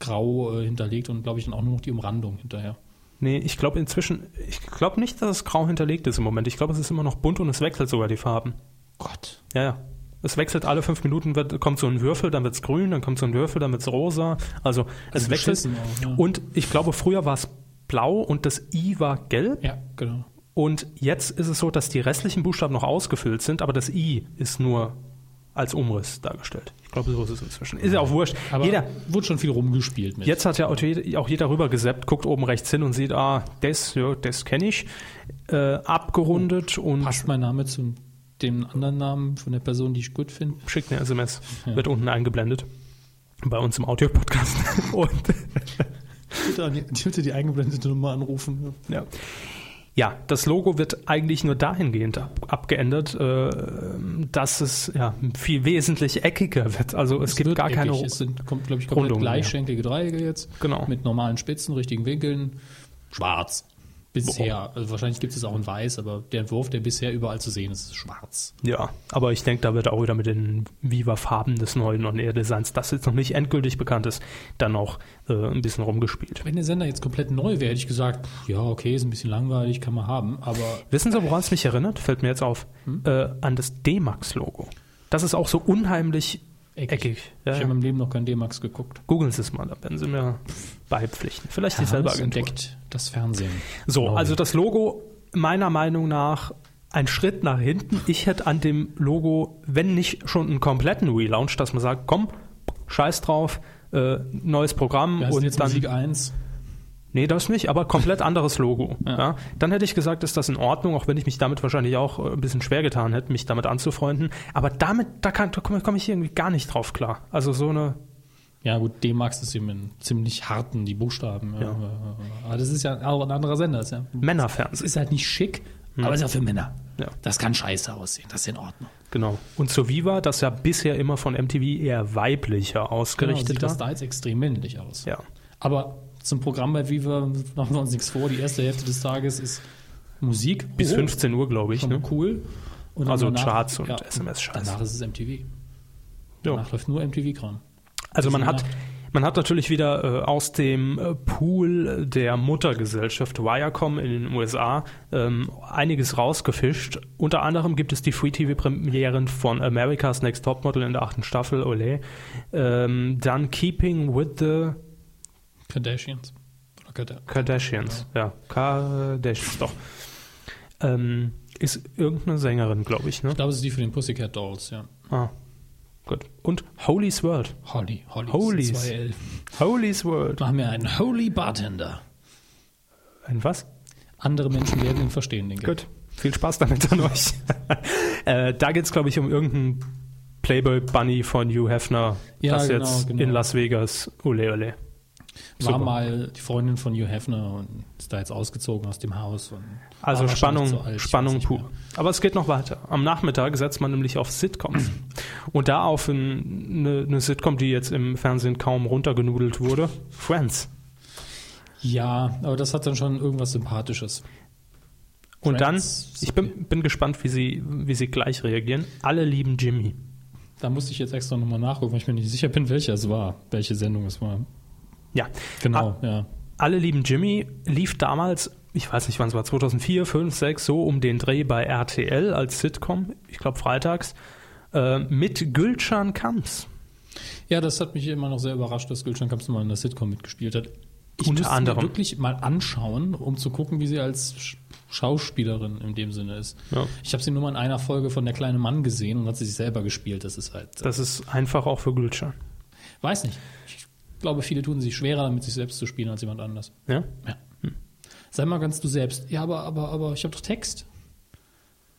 Speaker 7: grau äh, hinterlegt und glaube ich dann auch nur noch die Umrandung hinterher.
Speaker 2: Nee, ich glaube inzwischen, ich glaube nicht, dass es grau hinterlegt ist im Moment. Ich glaube, es ist immer noch bunt und es wechselt sogar die Farben.
Speaker 7: Gott.
Speaker 2: Ja, ja. Es wechselt alle fünf Minuten, wird, kommt so ein Würfel, dann wird's grün, dann kommt so ein Würfel, dann wird's rosa. Also es wechselt.
Speaker 7: beschissen auch, ja.
Speaker 2: Und ich glaube, früher war's blau und das I war gelb.
Speaker 7: Ja, genau.
Speaker 2: Und jetzt ist es so, dass die restlichen Buchstaben noch ausgefüllt sind, aber das I ist nur als Umriss dargestellt. Ich glaube, so ist es inzwischen. Ist ja auch wurscht.
Speaker 7: Aber
Speaker 2: Jeder,
Speaker 7: wurde schon viel rumgespielt mit.
Speaker 2: Jetzt hat ja auch jeder, auch jeder rüber gesappt, guckt oben rechts hin und sieht, ah, das, ja, das kenne ich. Äh, abgerundet und
Speaker 7: Oh, Passt mein Name zu dem anderen Namen von der Person, die ich gut finde?
Speaker 2: schickt eine SMS. Wird unten eingeblendet. Bei uns im Audio-Podcast. und
Speaker 7: Bitte, an die- bitte die eingeblendete Nummer anrufen.
Speaker 2: ja. ja, das Logo wird eigentlich nur dahingehend ab, abgeändert, äh, dass es ja, viel wesentlich eckiger wird. Also es, gibt
Speaker 7: Wird
Speaker 2: gar
Speaker 7: eckig.
Speaker 2: keine.
Speaker 7: Es sind, kommt, glaube ich, komplett
Speaker 2: Rundungen,
Speaker 7: gleichschenklige Dreiecke jetzt.
Speaker 2: Genau.
Speaker 7: Mit normalen Spitzen, richtigen Winkeln. Schwarz. Bisher. Also wahrscheinlich gibt es auch in weiß, aber der Entwurf, der bisher überall zu sehen ist, ist schwarz.
Speaker 2: Ja, aber ich denke, da wird auch wieder mit den Viva-Farben des neuen On Air-Designs, das jetzt noch nicht endgültig bekannt ist, dann auch äh, ein bisschen rumgespielt.
Speaker 7: Wenn der Sender jetzt komplett neu wäre, hätte ich gesagt, ja, okay, ist ein bisschen langweilig, kann man haben, aber
Speaker 2: Wissen Sie, woran es mich erinnert? Fällt mir jetzt auf.
Speaker 7: Hm?
Speaker 2: Äh, an das D-Max-Logo. Das ist auch so unheimlich eckig. Ja,
Speaker 7: ich
Speaker 2: ja.
Speaker 7: habe im Leben noch kein D-Max geguckt.
Speaker 2: Googeln Sie es mal, da werden Sie mir beipflichten. Vielleicht dieselbe
Speaker 7: Hans
Speaker 2: Agentur.
Speaker 7: entdeckt das Fernsehen.
Speaker 2: So,
Speaker 7: Genau.
Speaker 2: also das Logo meiner Meinung nach ein Schritt nach hinten. Ich hätte an dem Logo, wenn nicht schon einen kompletten Relaunch, dass man sagt, komm, scheiß drauf, äh, neues Programm
Speaker 7: Wir heißen
Speaker 2: und
Speaker 7: jetzt
Speaker 2: dann
Speaker 7: Musik 1.
Speaker 2: Nee, das nicht, aber komplett anderes Logo. ja. Dann hätte ich gesagt, ist das in Ordnung, auch wenn ich mich damit wahrscheinlich auch äh, ein bisschen schwer getan hätte, mich damit anzufreunden. Aber damit, da, kann- da komme komm ich irgendwie gar nicht drauf klar. Also so eine,
Speaker 7: Ja, gut, D-Max ist eben in ziemlich harten, die Buchstaben. Ja. Aber das ist ja auch ein anderer Sender. Das ist, ja, das
Speaker 2: Männerfernsehen. Hm.
Speaker 7: ist halt nicht schick, aber ist ja für Männer.
Speaker 2: Ja.
Speaker 7: Das kann scheiße aussehen, das ist in Ordnung.
Speaker 2: Genau. Und so Viva, das ja bisher immer von MTV eher weiblicher ausgerichtet
Speaker 7: Genau, sieht das
Speaker 2: war.
Speaker 7: da jetzt extrem männlich aus.
Speaker 2: Ja.
Speaker 7: Aber zum Programm bei Viva machen wir uns nichts vor. Die erste Hälfte des Tages ist Musik.
Speaker 2: Bis
Speaker 7: Oh,
Speaker 2: 15 Uhr, glaube ich.
Speaker 7: Schon
Speaker 2: Ne?
Speaker 7: cool. Und dann
Speaker 2: Also Charts und SMS-Scheiß.
Speaker 7: Danach ist es MTV.
Speaker 2: Ja.
Speaker 7: Danach läuft nur MTV-Kram.
Speaker 2: Also man
Speaker 7: Diese
Speaker 2: hat,
Speaker 7: Nacht.
Speaker 2: man hat natürlich wieder äh, aus dem äh, Pool der Muttergesellschaft Viacom in den USA ähm, einiges rausgefischt. Unter anderem gibt es die Free-TV-Premieren von America's Next Topmodel in der achten Staffel, ole. Ähm, dann Keeping with the
Speaker 7: Kardashians. Oder Kardashian.
Speaker 2: Kardashians. Ja, Kardashians, doch. Ähm, ist irgendeine Sängerin, glaube ich, ne?
Speaker 7: Ich glaube, es ist die für den Pussycat Dolls, ja.
Speaker 2: Ah, gut. Und Holy's World.
Speaker 7: Holly, Holly.
Speaker 2: Hollies.
Speaker 7: Zwei L.
Speaker 2: Holy's World.
Speaker 7: Machen wir einen Holy Bartender.
Speaker 2: Ein was?
Speaker 7: Andere Menschen werden ihn verstehen, denke ich.
Speaker 2: Gut. Viel Spaß damit an euch. äh, da geht es, glaube ich, um irgendeinen Playboy Bunny von Hugh Hefner.
Speaker 7: Ja,
Speaker 2: das
Speaker 7: genau,
Speaker 2: jetzt
Speaker 7: genau.
Speaker 2: in Las Vegas. Ole, ole.
Speaker 7: War
Speaker 2: Super.
Speaker 7: mal die Freundin von Hugh Hefner und ist da jetzt ausgezogen aus dem Haus. Und
Speaker 2: Also
Speaker 7: war wahrscheinlich
Speaker 2: Spannung,
Speaker 7: zu alt, ich weiß
Speaker 2: Spannung
Speaker 7: nicht
Speaker 2: pur.
Speaker 7: mehr.
Speaker 2: Aber es geht noch weiter. Am Nachmittag setzt man nämlich auf Sitcoms. Und da auf ein, eine, eine Sitcom, die jetzt im Fernsehen kaum runtergenudelt wurde. Friends.
Speaker 7: Ja, aber das hat dann schon irgendwas Sympathisches.
Speaker 2: Und
Speaker 7: Friends.
Speaker 2: dann, ich bin, bin gespannt, wie sie, wie sie gleich reagieren. Alle lieben Jimmy.
Speaker 7: Da musste ich jetzt extra nochmal nachgucken, weil ich mir nicht sicher bin, welcher es war, welche Sendung es war.
Speaker 2: Ja. Ah,
Speaker 7: Genau, ja.
Speaker 2: Alle lieben Jimmy lief damals, ich weiß nicht wann es war, 2004, 5, 6, so um den Dreh bei RTL als Sitcom, ich glaube freitags, äh, mit Gülcan Kamps.
Speaker 7: Ja, das hat mich immer noch sehr überrascht, dass Gülcan Kamps mal in der Sitcom mitgespielt hat. Ich
Speaker 2: Unter
Speaker 7: müsste
Speaker 2: anderem.
Speaker 7: mir wirklich mal anschauen, um zu gucken, wie sie als Sch- Schauspielerin in dem Sinne ist.
Speaker 2: Ja.
Speaker 7: Ich habe sie nur mal in einer Folge von Der kleine Mann gesehen und hat sie sich selber gespielt. Das ist halt, äh,
Speaker 2: Das ist einfach auch für Gülcan.
Speaker 7: weiß nicht. Ich glaube, viele tun sich schwerer damit, sich selbst zu spielen als jemand anders.
Speaker 2: Ja? Hm.
Speaker 7: Ja. Sei mal ganz du selbst. Ja, aber, aber, aber ich habe doch Text.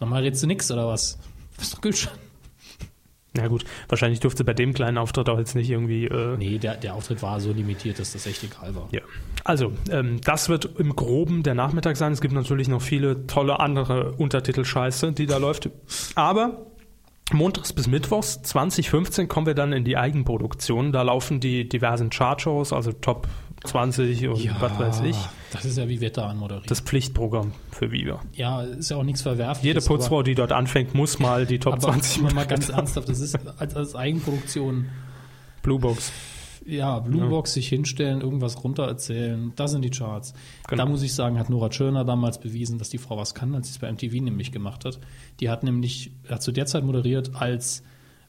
Speaker 7: Nochmal redst du nix oder was? Das ist doch Gülcan.
Speaker 2: Na gut, wahrscheinlich durfte bei dem kleinen Auftritt auch jetzt nicht irgendwie. Äh,
Speaker 7: Nee, der, der Auftritt war so limitiert, dass das echt egal war.
Speaker 2: Ja. Also, ähm, das wird im Groben der Nachmittag sein. Es gibt natürlich noch viele tolle andere Untertitel-Scheiße, die da läuft. Aber montags bis mittwochs 2015 kommen wir dann in die Eigenproduktion. Da laufen die diversen Chartshows, also Top 20 und was weiß ich.
Speaker 7: Das ist ja wie Wetter anmoderieren.
Speaker 2: Das Pflichtprogramm für Viva.
Speaker 7: ja, ist ja auch nichts verwerfliches.
Speaker 2: Jede
Speaker 7: aber-
Speaker 2: Putzfrau, die dort anfängt, muss mal die Top
Speaker 7: Aber
Speaker 2: 20
Speaker 7: 20 mal
Speaker 2: machen.
Speaker 7: ganz ernsthaft, das ist als, als Eigenproduktion
Speaker 2: Blue Box.
Speaker 7: ja, Bluebox sich hinstellen, irgendwas runtererzählen, das sind die Charts.
Speaker 2: Genau.
Speaker 7: Da muss ich sagen, hat Nora Tschirner damals bewiesen, dass die Frau was kann, als sie es bei MTV nämlich gemacht hat. Die hat nämlich, hat zu der Zeit moderiert als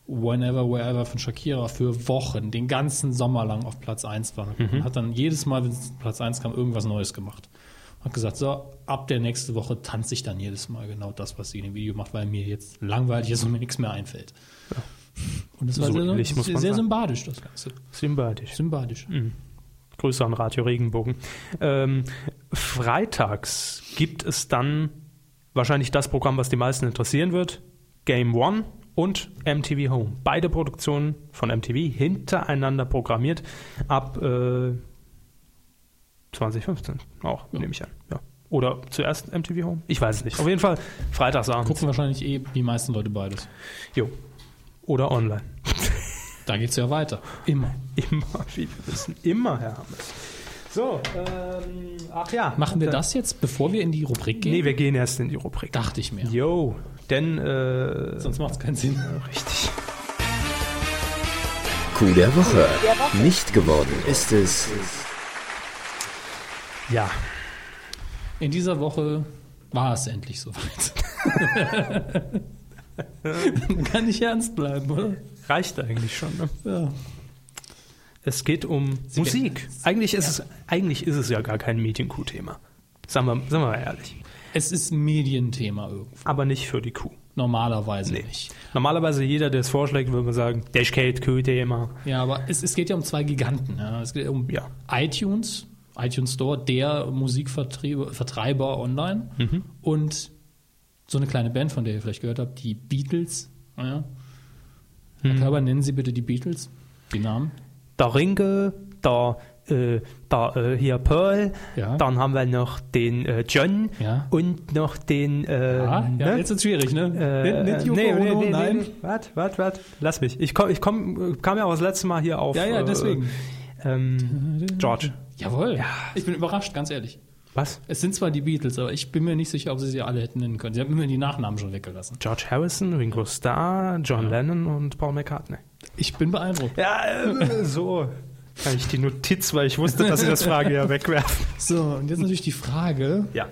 Speaker 7: Whenever, Wherever von Shakira für Wochen, den ganzen Sommer lang auf Platz 1 war.
Speaker 2: Mhm.
Speaker 7: Und hat dann jedes Mal, wenn es Platz 1 kam, irgendwas Neues gemacht. Hat gesagt, so, ab der nächsten Woche tanze ich dann jedes Mal genau das, was sie in dem Video macht, weil mir jetzt langweilig ist und mir nichts mehr einfällt. Und das war
Speaker 2: So
Speaker 7: sehr,
Speaker 2: ähnlich muss man
Speaker 7: sehr
Speaker 2: sagen.
Speaker 7: sympathisch, das Ganze.
Speaker 2: Sympathisch.
Speaker 7: Sympathisch.
Speaker 2: Mhm. Grüße an Radio Regenbogen. Ähm, freitags gibt es dann wahrscheinlich das Programm, was die meisten interessieren wird: Game One und MTV Home. Beide Produktionen von MTV hintereinander programmiert ab äh, 2015. Auch, nehme ich an. Ja. Oder zuerst MTV Home? Ich weiß es nicht. Auf jeden Fall Freitagsabend.
Speaker 7: Gucken wahrscheinlich eh die meisten Leute beides.
Speaker 2: Jo. Oder online.
Speaker 7: Da geht's ja weiter. Immer.
Speaker 2: Immer, wie wir wissen, immer, Herr Hammes. So, ähm, ach ja.
Speaker 7: Machen wir
Speaker 2: Dann-
Speaker 7: das jetzt, bevor wir in die Rubrik gehen?
Speaker 2: Nee, wir gehen erst in die Rubrik.
Speaker 7: Dachte ich mir.
Speaker 2: Jo, denn äh,
Speaker 7: Sonst macht's keinen Sinn.
Speaker 2: richtig.
Speaker 6: Coup der Woche. Nicht geworden ist es
Speaker 2: Ja,
Speaker 7: In dieser Woche war es endlich soweit. Dann Kann ich ernst bleiben, oder?
Speaker 2: reicht eigentlich schon. Ne?
Speaker 7: Ja.
Speaker 2: Es geht um Musik. Eigentlich ist es eigentlich ist es ja gar kein Medienkuh-Thema. Sagen wir, sagen wir mal ehrlich.
Speaker 7: Es ist Medienthema irgendwo.
Speaker 2: Aber nicht für die Kuh.
Speaker 7: Normalerweise nicht.
Speaker 2: Normalerweise jeder, der es vorschlägt, würde man sagen, das geht Kuh-Thema.
Speaker 7: Ja, aber es, es geht ja um zwei Giganten. Ja. Es geht um
Speaker 2: Ja.
Speaker 7: iTunes, iTunes Store, der Musikvertreiber Vertreiber online und so eine kleine Band, von der ihr vielleicht gehört habt, die Beatles. Ja. Herr Körber, nennen Sie bitte die Beatles, die Namen.
Speaker 2: Da Ringe, da, äh, da äh, hier Pearl,
Speaker 7: Ja.
Speaker 2: dann haben wir noch den äh, John
Speaker 7: Ja.
Speaker 2: und noch den äh,
Speaker 7: Ah, ja,
Speaker 2: ne?
Speaker 7: jetzt wird's schwierig, ne?
Speaker 2: Äh,
Speaker 7: Nicht- nicht Yoko
Speaker 2: nee, nee,
Speaker 7: Ono,
Speaker 2: nee,
Speaker 7: nein.
Speaker 2: nein. Nee, Warte, warte, warte. Lass mich. Ich, komm, ich komm, äh, kam ja auch das letzte Mal hier auf.
Speaker 7: Ja, ja,
Speaker 2: äh,
Speaker 7: deswegen.
Speaker 2: Ähm, George.
Speaker 7: Jawohl. Ich bin überrascht, ganz ehrlich.
Speaker 2: Was?
Speaker 7: Es sind zwar die Beatles, aber ich bin mir nicht sicher, ob sie sie alle hätten nennen können. Sie haben mir die Nachnamen schon weggelassen.
Speaker 2: George Harrison, Ringo Starr, John Lennon und Paul McCartney.
Speaker 7: Ich bin beeindruckt.
Speaker 2: Ja, äh, so. Kann ich die Notiz, weil ich wusste, dass ich das Frage ja wegwerfen.
Speaker 7: So, und jetzt natürlich die Frage.
Speaker 2: Ja,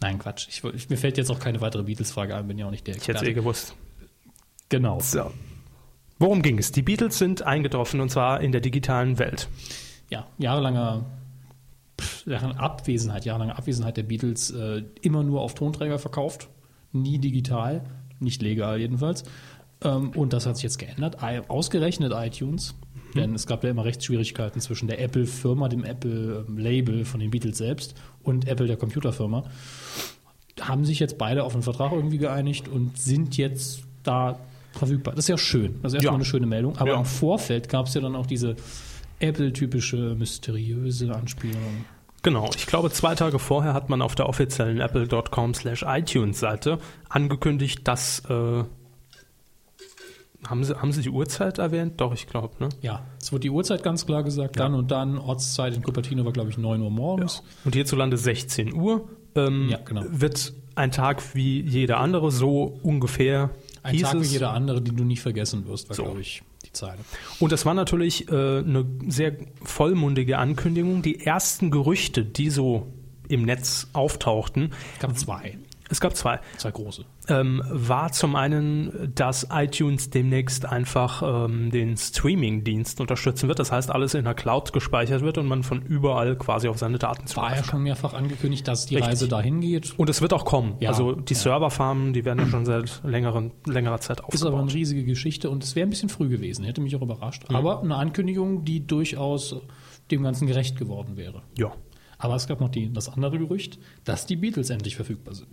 Speaker 7: Nein, Quatsch. Ich, woll- ich, mir fällt jetzt auch keine weitere Beatles-Frage ein, bin ja auch nicht der
Speaker 2: ich hätte es eh gewusst.
Speaker 7: Genau.
Speaker 2: So. Worum ging es? Die Beatles sind eingetroffen und zwar in der digitalen Welt.
Speaker 7: Ja, jahrelanger pff, jahrelange Abwesenheit, jahrelange Abwesenheit der Beatles, äh, immer nur auf Tonträger verkauft, nie digital, nicht legal jedenfalls. Ähm, und das hat sich jetzt geändert. I, ausgerechnet iTunes, denn es gab ja immer Rechtsschwierigkeiten zwischen der Apple-Firma, dem Apple-Label von den Beatles selbst und Apple, der Computerfirma. haben sich jetzt beide auf einen Vertrag irgendwie geeinigt und sind jetzt da verfügbar. Das ist ja schön. Das ist erstmal
Speaker 2: Ja.
Speaker 7: eine schöne Meldung. Aber
Speaker 2: Ja.
Speaker 7: im Vorfeld gab es ja dann auch diese Apple-typische mysteriöse Anspielung.
Speaker 2: Genau, ich glaube, zwei Tage vorher hat man auf der offiziellen apple.com slash iTunes Seite angekündigt, dass. Äh, haben, sie, haben sie die Uhrzeit erwähnt? Doch, ich glaube, ne?
Speaker 7: Ja, es wurde die Uhrzeit ganz klar gesagt, dann und dann, Ortszeit in Cupertino war, glaube ich, 9 Uhr morgens.
Speaker 2: Und hierzulande 16 Uhr. Ähm,
Speaker 7: Ja, genau.
Speaker 2: Wird ein Tag wie jeder andere, so ungefähr.
Speaker 7: Ein
Speaker 2: hieß
Speaker 7: Tag wie
Speaker 2: es.
Speaker 7: jeder andere, den du nie vergessen wirst, war,
Speaker 2: So.
Speaker 7: glaube ich, die Zeile.
Speaker 2: Und das war natürlich äh, eine sehr vollmundige Ankündigung. Die ersten Gerüchte, die so im Netz auftauchten,
Speaker 7: Es gab zwei,
Speaker 2: es gab zwei.
Speaker 7: zwei große.
Speaker 2: ähm, war zum einen, dass iTunes demnächst einfach ähm, den Streaming-Dienst unterstützen wird. Das heißt, alles in der Cloud gespeichert wird und man von überall quasi auf seine Daten
Speaker 7: War ja
Speaker 2: zugreifen kann.
Speaker 7: schon mehrfach angekündigt, dass die
Speaker 2: Richtig.
Speaker 7: Reise dahin geht.
Speaker 2: Und es wird auch kommen.
Speaker 7: Ja,
Speaker 2: also die
Speaker 7: ja.
Speaker 2: Serverfarmen, die werden ja schon seit längeren, längerer Zeit
Speaker 7: Ist aber eine
Speaker 2: aufgebaut.
Speaker 7: riesige Geschichte und es wäre ein bisschen früh gewesen, hätte mich auch überrascht. Aber eine Ankündigung, die durchaus dem Ganzen gerecht geworden wäre.
Speaker 2: Ja.
Speaker 7: Aber es gab noch die, das andere Gerücht, dass die Beatles endlich verfügbar sind.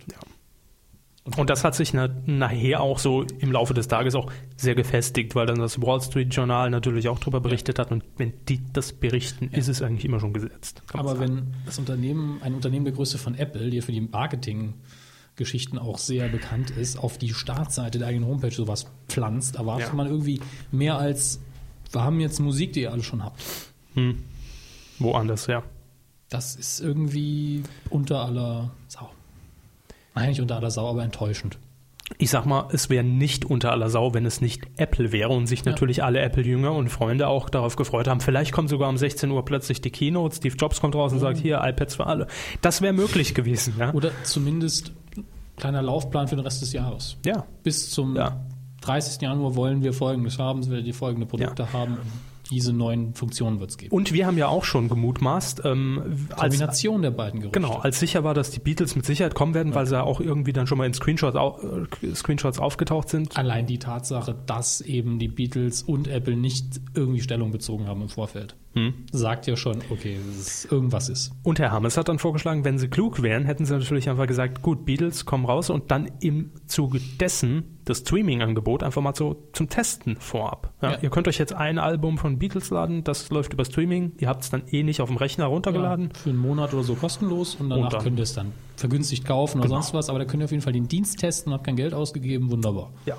Speaker 2: Und das hat sich na, nachher auch so im Laufe des Tages auch sehr gefestigt, weil dann das Wall Street Journal natürlich auch darüber berichtet hat. Und wenn die das berichten, ist es eigentlich immer schon gesetzt. kann man
Speaker 7: Aber
Speaker 2: sagen.
Speaker 7: wenn das Unternehmen, ein Unternehmen der Größe von Apple, die ja für die Marketinggeschichten auch sehr bekannt ist, auf die Startseite der eigenen Homepage sowas pflanzt, erwartet
Speaker 2: Ja.
Speaker 7: man irgendwie mehr als, wir haben jetzt Musik, die ihr alle schon habt.
Speaker 2: Woanders, ja.
Speaker 7: Das ist irgendwie unter aller Sau. Nein, nicht unter aller Sau, aber enttäuschend.
Speaker 2: ich sag mal, es wäre nicht unter aller Sau, wenn es nicht Apple wäre und sich natürlich alle Apple-Jünger und Freunde auch darauf gefreut haben. Vielleicht kommt sogar um 16 Uhr plötzlich die Keynote, Steve Jobs kommt raus und sagt, hier, iPads für alle. Das wäre möglich gewesen, ja.
Speaker 7: Oder zumindest kleiner Laufplan für den Rest des Jahres.
Speaker 2: Ja.
Speaker 7: Bis zum
Speaker 2: Ja.
Speaker 7: 30. Januar wollen wir Folgendes haben, wir die folgenden Produkte haben. Diese neuen Funktionen wird es geben.
Speaker 2: Und wir haben ja auch schon gemutmaßt, ähm, als,
Speaker 7: Kombination der beiden Gerüchte.
Speaker 2: Genau, als sicher war, dass die Beatles mit Sicherheit kommen werden, weil sie ja auch irgendwie dann schon mal in Screenshots, au äh, Screenshots aufgetaucht sind.
Speaker 7: Allein die Tatsache, dass eben die Beatles und Apple nicht irgendwie Stellung bezogen haben im Vorfeld,
Speaker 2: Hm.
Speaker 7: sagt ja schon, okay, es ist, irgendwas ist.
Speaker 2: Und Herr Hammes hat dann vorgeschlagen, wenn sie klug wären, hätten sie natürlich einfach gesagt, gut, Beatles kommen raus und dann im Zuge dessen das Streaming-Angebot einfach mal so zum Testen vorab. Ja,
Speaker 7: Ja.
Speaker 2: Ihr könnt euch jetzt ein Album von Beatles laden, das läuft über Streaming, ihr habt es dann eh nicht auf dem Rechner runtergeladen.
Speaker 7: Ja, für einen Monat oder so kostenlos und danach
Speaker 2: Und dann- Genau.
Speaker 7: könnt ihr es dann vergünstigt kaufen oder sonst was, aber da könnt ihr auf jeden Fall den Dienst testen und habt kein Geld ausgegeben, wunderbar.
Speaker 2: Ja.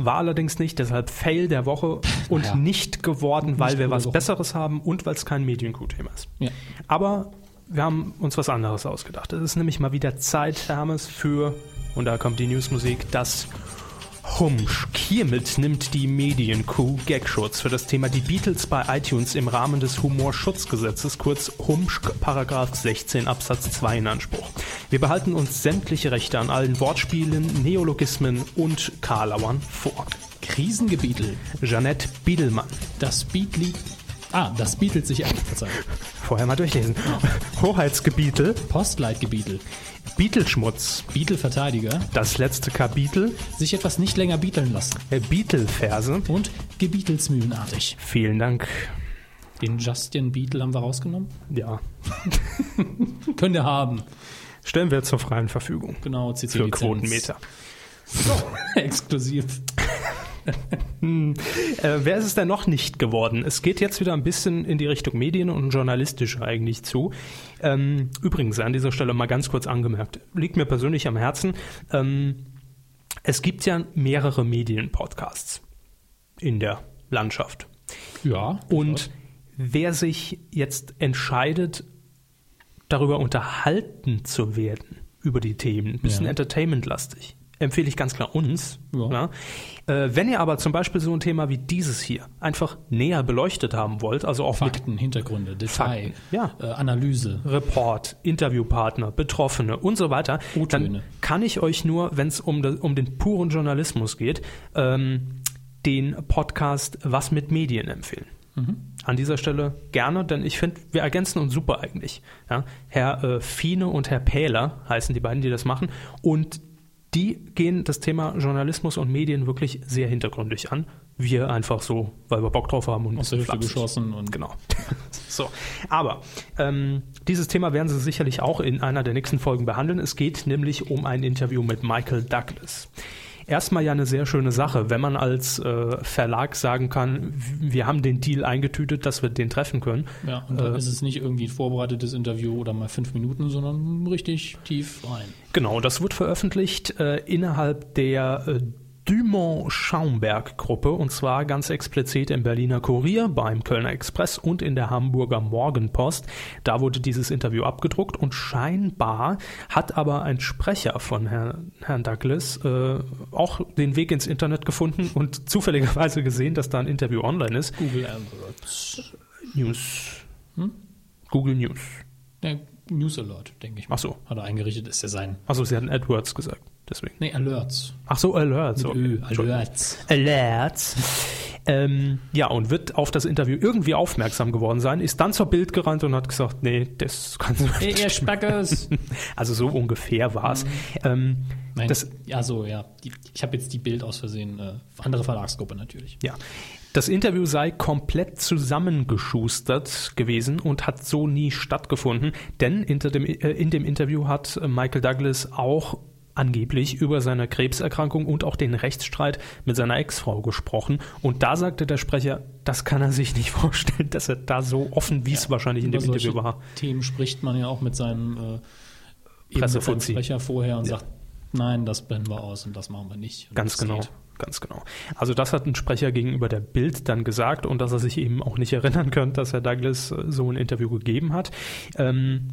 Speaker 2: War allerdings nicht, deshalb Fail der Woche und
Speaker 7: Naja.
Speaker 2: nicht geworden, weil
Speaker 7: Nicht
Speaker 2: wir
Speaker 7: gute
Speaker 2: was
Speaker 7: Woche.
Speaker 2: Besseres haben und weil es kein Medien-Q-Thema ist.
Speaker 7: Ja.
Speaker 2: Aber wir haben uns was anderes ausgedacht. Es ist nämlich mal wieder Zeit, Hermes, für, und da kommt die Newsmusik, das Humsch. Hiermit nimmt die Medien-Crew Gagschutz für das Thema die Beatles bei iTunes im Rahmen des Humorschutzgesetzes, kurz Humsch, Paragraph 16 Absatz 2 in Anspruch. Wir behalten uns sämtliche Rechte an allen Wortspielen, Neologismen und Karlauern vor.
Speaker 7: Krisengebietel.
Speaker 2: Jeanette Biedelmann.
Speaker 7: Das Beatli. Ah, das Beatelt sich an. Verzeihung.
Speaker 2: Vorher mal durchlesen. Hoheitsgebietel,
Speaker 7: Postleitgebietel.
Speaker 2: Beatelschmutz,
Speaker 7: Beatle-Verteidiger.
Speaker 2: das letzte Kapitel,
Speaker 7: Sich etwas nicht länger beateln lassen.
Speaker 2: äh, Beatle-Verse.
Speaker 7: Und gebietelsmühlenartig.
Speaker 2: Vielen Dank.
Speaker 7: Den Justin Beatle haben wir rausgenommen.
Speaker 2: Ja,
Speaker 7: Könnt ihr haben.
Speaker 2: stellen wir zur freien Verfügung.
Speaker 7: Genau, CC
Speaker 2: Für
Speaker 7: Lizenz.
Speaker 2: Quotenmeter.
Speaker 7: Exklusiv.
Speaker 2: Äh, wer ist es denn noch nicht geworden? Es geht jetzt wieder ein bisschen in die Richtung Medien und journalistisch eigentlich zu. Ähm, übrigens, an dieser Stelle mal ganz kurz angemerkt, liegt mir persönlich am Herzen. Ähm, es gibt ja mehrere Medienpodcasts in der Landschaft.
Speaker 7: Ja.
Speaker 2: Und wer sich jetzt entscheidet, darüber unterhalten zu werden, über die Themen, ein bisschen
Speaker 7: Ja.
Speaker 2: entertainmentlastig, empfehle ich ganz klar uns.
Speaker 7: Ja.
Speaker 2: ne? Äh, wenn ihr aber zum Beispiel so ein Thema wie dieses hier einfach näher beleuchtet haben wollt, also auch mit
Speaker 7: Fakten, Hintergründe,
Speaker 2: Fakten,
Speaker 7: Detail,
Speaker 2: ja.
Speaker 7: äh, Analyse.
Speaker 2: Report, Interviewpartner, Betroffene und so weiter,
Speaker 7: O-Töne.
Speaker 2: dann kann ich euch nur, wenn es um, das- um den puren Journalismus geht, ähm, den Podcast Was mit Medien empfehlen.
Speaker 7: Mhm.
Speaker 2: An dieser Stelle gerne, denn ich finde, wir ergänzen uns super eigentlich. Ja? Herr äh, Fiene und Herr Pähler heißen die beiden, die das machen. Und die gehen das Thema Journalismus und Medien wirklich sehr hintergründig an. Wir einfach so, weil wir Bock drauf haben und
Speaker 7: Aus der Hüfte
Speaker 2: flapsig.
Speaker 7: geschossen und
Speaker 2: Genau. So, aber ähm, dieses Thema werden Sie sicherlich auch in einer der nächsten Folgen behandeln. Es geht nämlich um ein Interview mit Michael Douglas. Erstmal ja eine sehr schöne Sache, wenn man als äh, Verlag sagen kann, w- wir haben den Deal eingetütet, dass wir den treffen können.
Speaker 7: Ja, und
Speaker 2: Äh,
Speaker 7: dann ist es nicht irgendwie ein vorbereitetes Interview oder mal fünf Minuten, sondern richtig tief rein.
Speaker 2: Genau, das wird veröffentlicht äh, innerhalb der äh, Dumont-Schaumberg-Gruppe und zwar ganz explizit im Berliner Kurier, beim Kölner Express und in der Hamburger Morgenpost. Da wurde dieses Interview abgedruckt und scheinbar hat aber ein Sprecher von Herrn, Herrn Douglas äh, auch den Weg ins Internet gefunden und zufälligerweise gesehen, dass da ein Interview online ist.
Speaker 7: Google Alerts.
Speaker 2: News.
Speaker 7: Hm?
Speaker 2: Google News.
Speaker 7: Ja, News Alert, denke ich mal.
Speaker 2: Ach so.
Speaker 7: Hat er eingerichtet, ist ja sein.
Speaker 2: Achso, Also, sie hatten AdWords gesagt, deswegen.
Speaker 7: Nee, Alerts.
Speaker 2: Ach so, Alerts. okay.
Speaker 7: Ö, Also,
Speaker 2: Entschuldigung.
Speaker 7: Alerts.
Speaker 2: Alerts. Ähm, ja, und wird auf das Interview irgendwie aufmerksam geworden sein, ist dann zur Bild gerannt und hat gesagt, nee, das kann so
Speaker 7: Ey, ihr Spackes!
Speaker 2: Also so ungefähr war es. Ähm,
Speaker 7: Nein,
Speaker 2: das,
Speaker 7: ja, so, ja. Die, ich habe jetzt die Bild aus Versehen. Äh, andere Verlagsgruppe natürlich.
Speaker 2: ja. Das Interview sei komplett zusammengeschustert gewesen und hat so nie stattgefunden, denn hinter dem, äh, in dem Interview hat äh, Michael Douglas auch angeblich über seine Krebserkrankung und auch den Rechtsstreit mit seiner Ex-Frau gesprochen. Und da sagte der Sprecher, das kann er sich nicht vorstellen, dass er da so offen, wie es wahrscheinlich in dem
Speaker 7: Über solche
Speaker 2: Interview war.
Speaker 7: Themen spricht man ja auch mit seinem äh, eben mit seinem
Speaker 2: Pressefuzzi.
Speaker 7: Sprecher vorher und sagt, nein, das blenden wir aus und das machen wir nicht. Und
Speaker 2: Ganz
Speaker 7: das
Speaker 2: genau.
Speaker 7: geht.
Speaker 2: Ganz genau. Also das hat ein Sprecher gegenüber der Bild dann gesagt und dass er sich eben auch nicht erinnern könnte, dass Herr Douglas äh, so ein Interview gegeben hat. Ähm,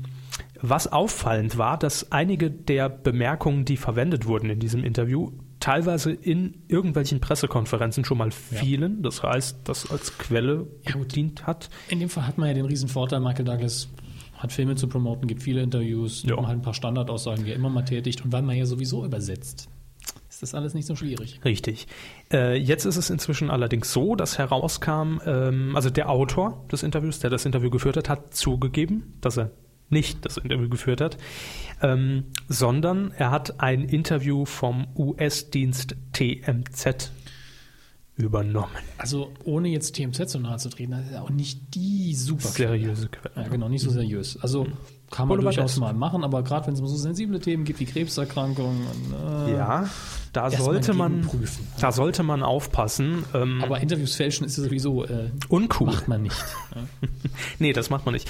Speaker 2: Was auffallend war, dass einige der Bemerkungen, die verwendet wurden in diesem Interview, teilweise in irgendwelchen Pressekonferenzen schon mal fielen. Das heißt, das als Quelle gedient hat.
Speaker 7: In dem Fall hat man ja den riesen Vorteil, Michael Douglas hat Filme zu promoten, gibt viele Interviews,
Speaker 2: Ja.
Speaker 7: man hat ein paar Standardaussagen, die er immer mal tätigt. Und weil man ja sowieso übersetzt, ist das alles nicht so schwierig.
Speaker 2: Richtig. Äh, jetzt ist es inzwischen allerdings so, dass herauskam, ähm, also der Autor des Interviews, der das Interview geführt hat, hat zugegeben, dass er nicht das Interview geführt hat, ähm, sondern er hat ein Interview vom US-Dienst TMZ übernommen.
Speaker 7: Also ohne jetzt TMZ so nahe zu treten, das ist ja auch nicht die super
Speaker 2: Seriöse Mhm. Quelle.
Speaker 7: Ja, genau, nicht so seriös. Also kann man
Speaker 2: Wurde
Speaker 7: durchaus
Speaker 2: übersetzt.
Speaker 7: mal machen, aber gerade wenn es um so sensible Themen gibt wie Krebserkrankungen, und, äh,
Speaker 2: Ja, da
Speaker 7: Erstmal
Speaker 2: sollte man,
Speaker 7: gegenprüfen.
Speaker 2: da sollte man aufpassen. Ähm,
Speaker 7: aber Interviews fälschen ist sowieso äh,
Speaker 2: uncool.
Speaker 7: macht man nicht. Ja.
Speaker 2: nee, das macht man nicht.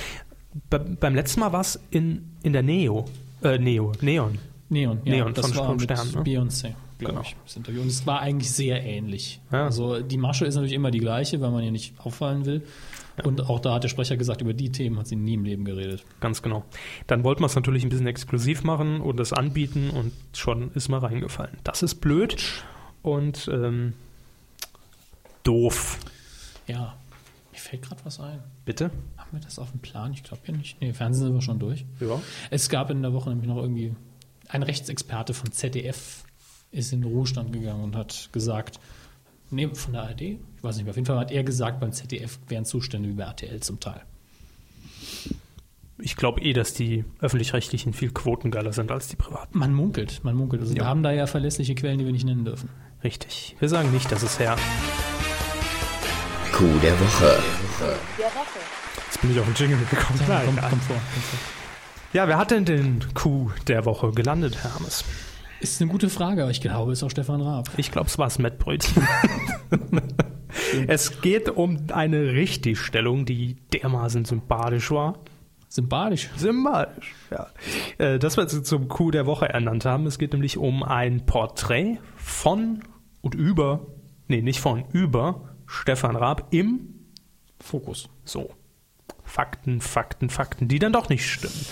Speaker 2: Be beim letzten Mal war es in, in der Neo. Äh, Neo, Neon.
Speaker 7: Neon, ja,
Speaker 2: Neon
Speaker 7: das
Speaker 2: von
Speaker 7: war
Speaker 2: Strom
Speaker 7: mit
Speaker 2: Stern, ne?
Speaker 7: Beyoncé, glaube
Speaker 2: Genau.
Speaker 7: ich, das Interview. Und es war eigentlich sehr ähnlich.
Speaker 2: Ja.
Speaker 7: Also die Masche ist natürlich immer die gleiche, weil man ja nicht auffallen will. Und auch da hat der Sprecher gesagt, über die Themen hat sie nie im Leben geredet.
Speaker 2: Ganz genau. Dann wollte man es natürlich ein bisschen exklusiv machen und das anbieten und schon ist man reingefallen. Das ist blöd und ähm, doof.
Speaker 7: Ja, mir fällt gerade was ein.
Speaker 2: Bitte?
Speaker 7: Haben wir das auf dem Plan? Ich glaube ja nicht. Nee, Fernsehen sind wir schon durch.
Speaker 2: Ja.
Speaker 7: Es gab in der Woche nämlich noch irgendwie ein Rechtsexperte von ZDF ist in den Ruhestand gegangen und hat gesagt, nee, von der ARD, ich weiß nicht mehr, auf jeden Fall hat er gesagt, beim ZDF wären Zustände wie bei RTL zum Teil.
Speaker 2: Ich glaube eh, dass die öffentlich-rechtlichen viel quotengeiler sind als die privaten.
Speaker 7: Man munkelt, man munkelt. Also wir haben da ja verlässliche Quellen, die wir nicht nennen dürfen.
Speaker 2: Richtig. Wir sagen nicht, dass es her.
Speaker 6: Coup der Woche.
Speaker 2: Jetzt bin ich auf den Jingle gekommen. Nein,
Speaker 7: kommt,
Speaker 2: nein.
Speaker 7: kommt vor. Kommt vor.
Speaker 2: Ja, wer hat denn den Coup der Woche gelandet, Hermes?
Speaker 7: Ist eine gute Frage, aber ich glaube, es ist auch Stefan Raab.
Speaker 2: Ich glaube, es war es Mettbröt. es geht um eine Richtigstellung, die dermaßen sympathisch war.
Speaker 7: Sympathisch.
Speaker 2: Symbolisch, ja. Äh, Das wir jetzt zum Coup der Woche ernannt haben. Es geht nämlich um ein Porträt von und über, nee, nicht von, über Stefan Raab im
Speaker 7: Fokus.
Speaker 2: So. Fakten, Fakten, Fakten, die dann doch nicht stimmen.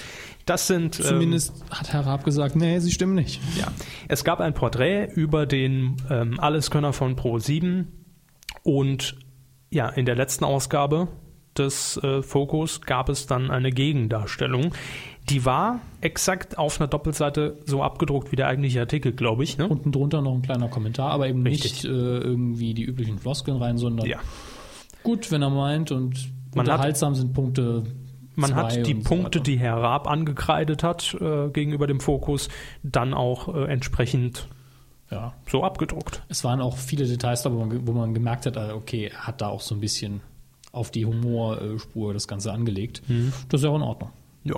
Speaker 2: Das sind. ähm,
Speaker 7: Zumindest hat Herr Raab gesagt, nee, sie stimmen nicht.
Speaker 2: ja. Es gab ein Porträt über den ähm, Alleskönner von Pro7 und ja, in der letzten Ausgabe des äh, Fokus gab es dann eine Gegendarstellung. Die war exakt auf einer Doppelseite so abgedruckt wie der eigentliche Artikel, glaube ich. Ne?
Speaker 7: Unten drunter noch ein kleiner Kommentar, aber eben nicht
Speaker 2: Richtig.
Speaker 7: äh, irgendwie die üblichen Floskeln rein, sondern
Speaker 2: ja.
Speaker 7: gut, wenn er meint und
Speaker 2: Man hat-
Speaker 7: unterhaltsam sind Punkte.
Speaker 2: Man
Speaker 7: zwei
Speaker 2: hat die
Speaker 7: und so
Speaker 2: Punkte,
Speaker 7: weiter.
Speaker 2: die Herr Raab angekreidet hat äh, gegenüber dem Fokus, dann auch äh, entsprechend
Speaker 7: Ja.
Speaker 2: so abgedruckt.
Speaker 7: Es waren auch viele Details da, wo man, ge- wo man gemerkt hat, ah, okay, er hat da auch so ein bisschen auf die Humorspur äh, das Ganze angelegt.
Speaker 2: Mhm.
Speaker 7: Das ist ja auch in Ordnung.
Speaker 2: Ja.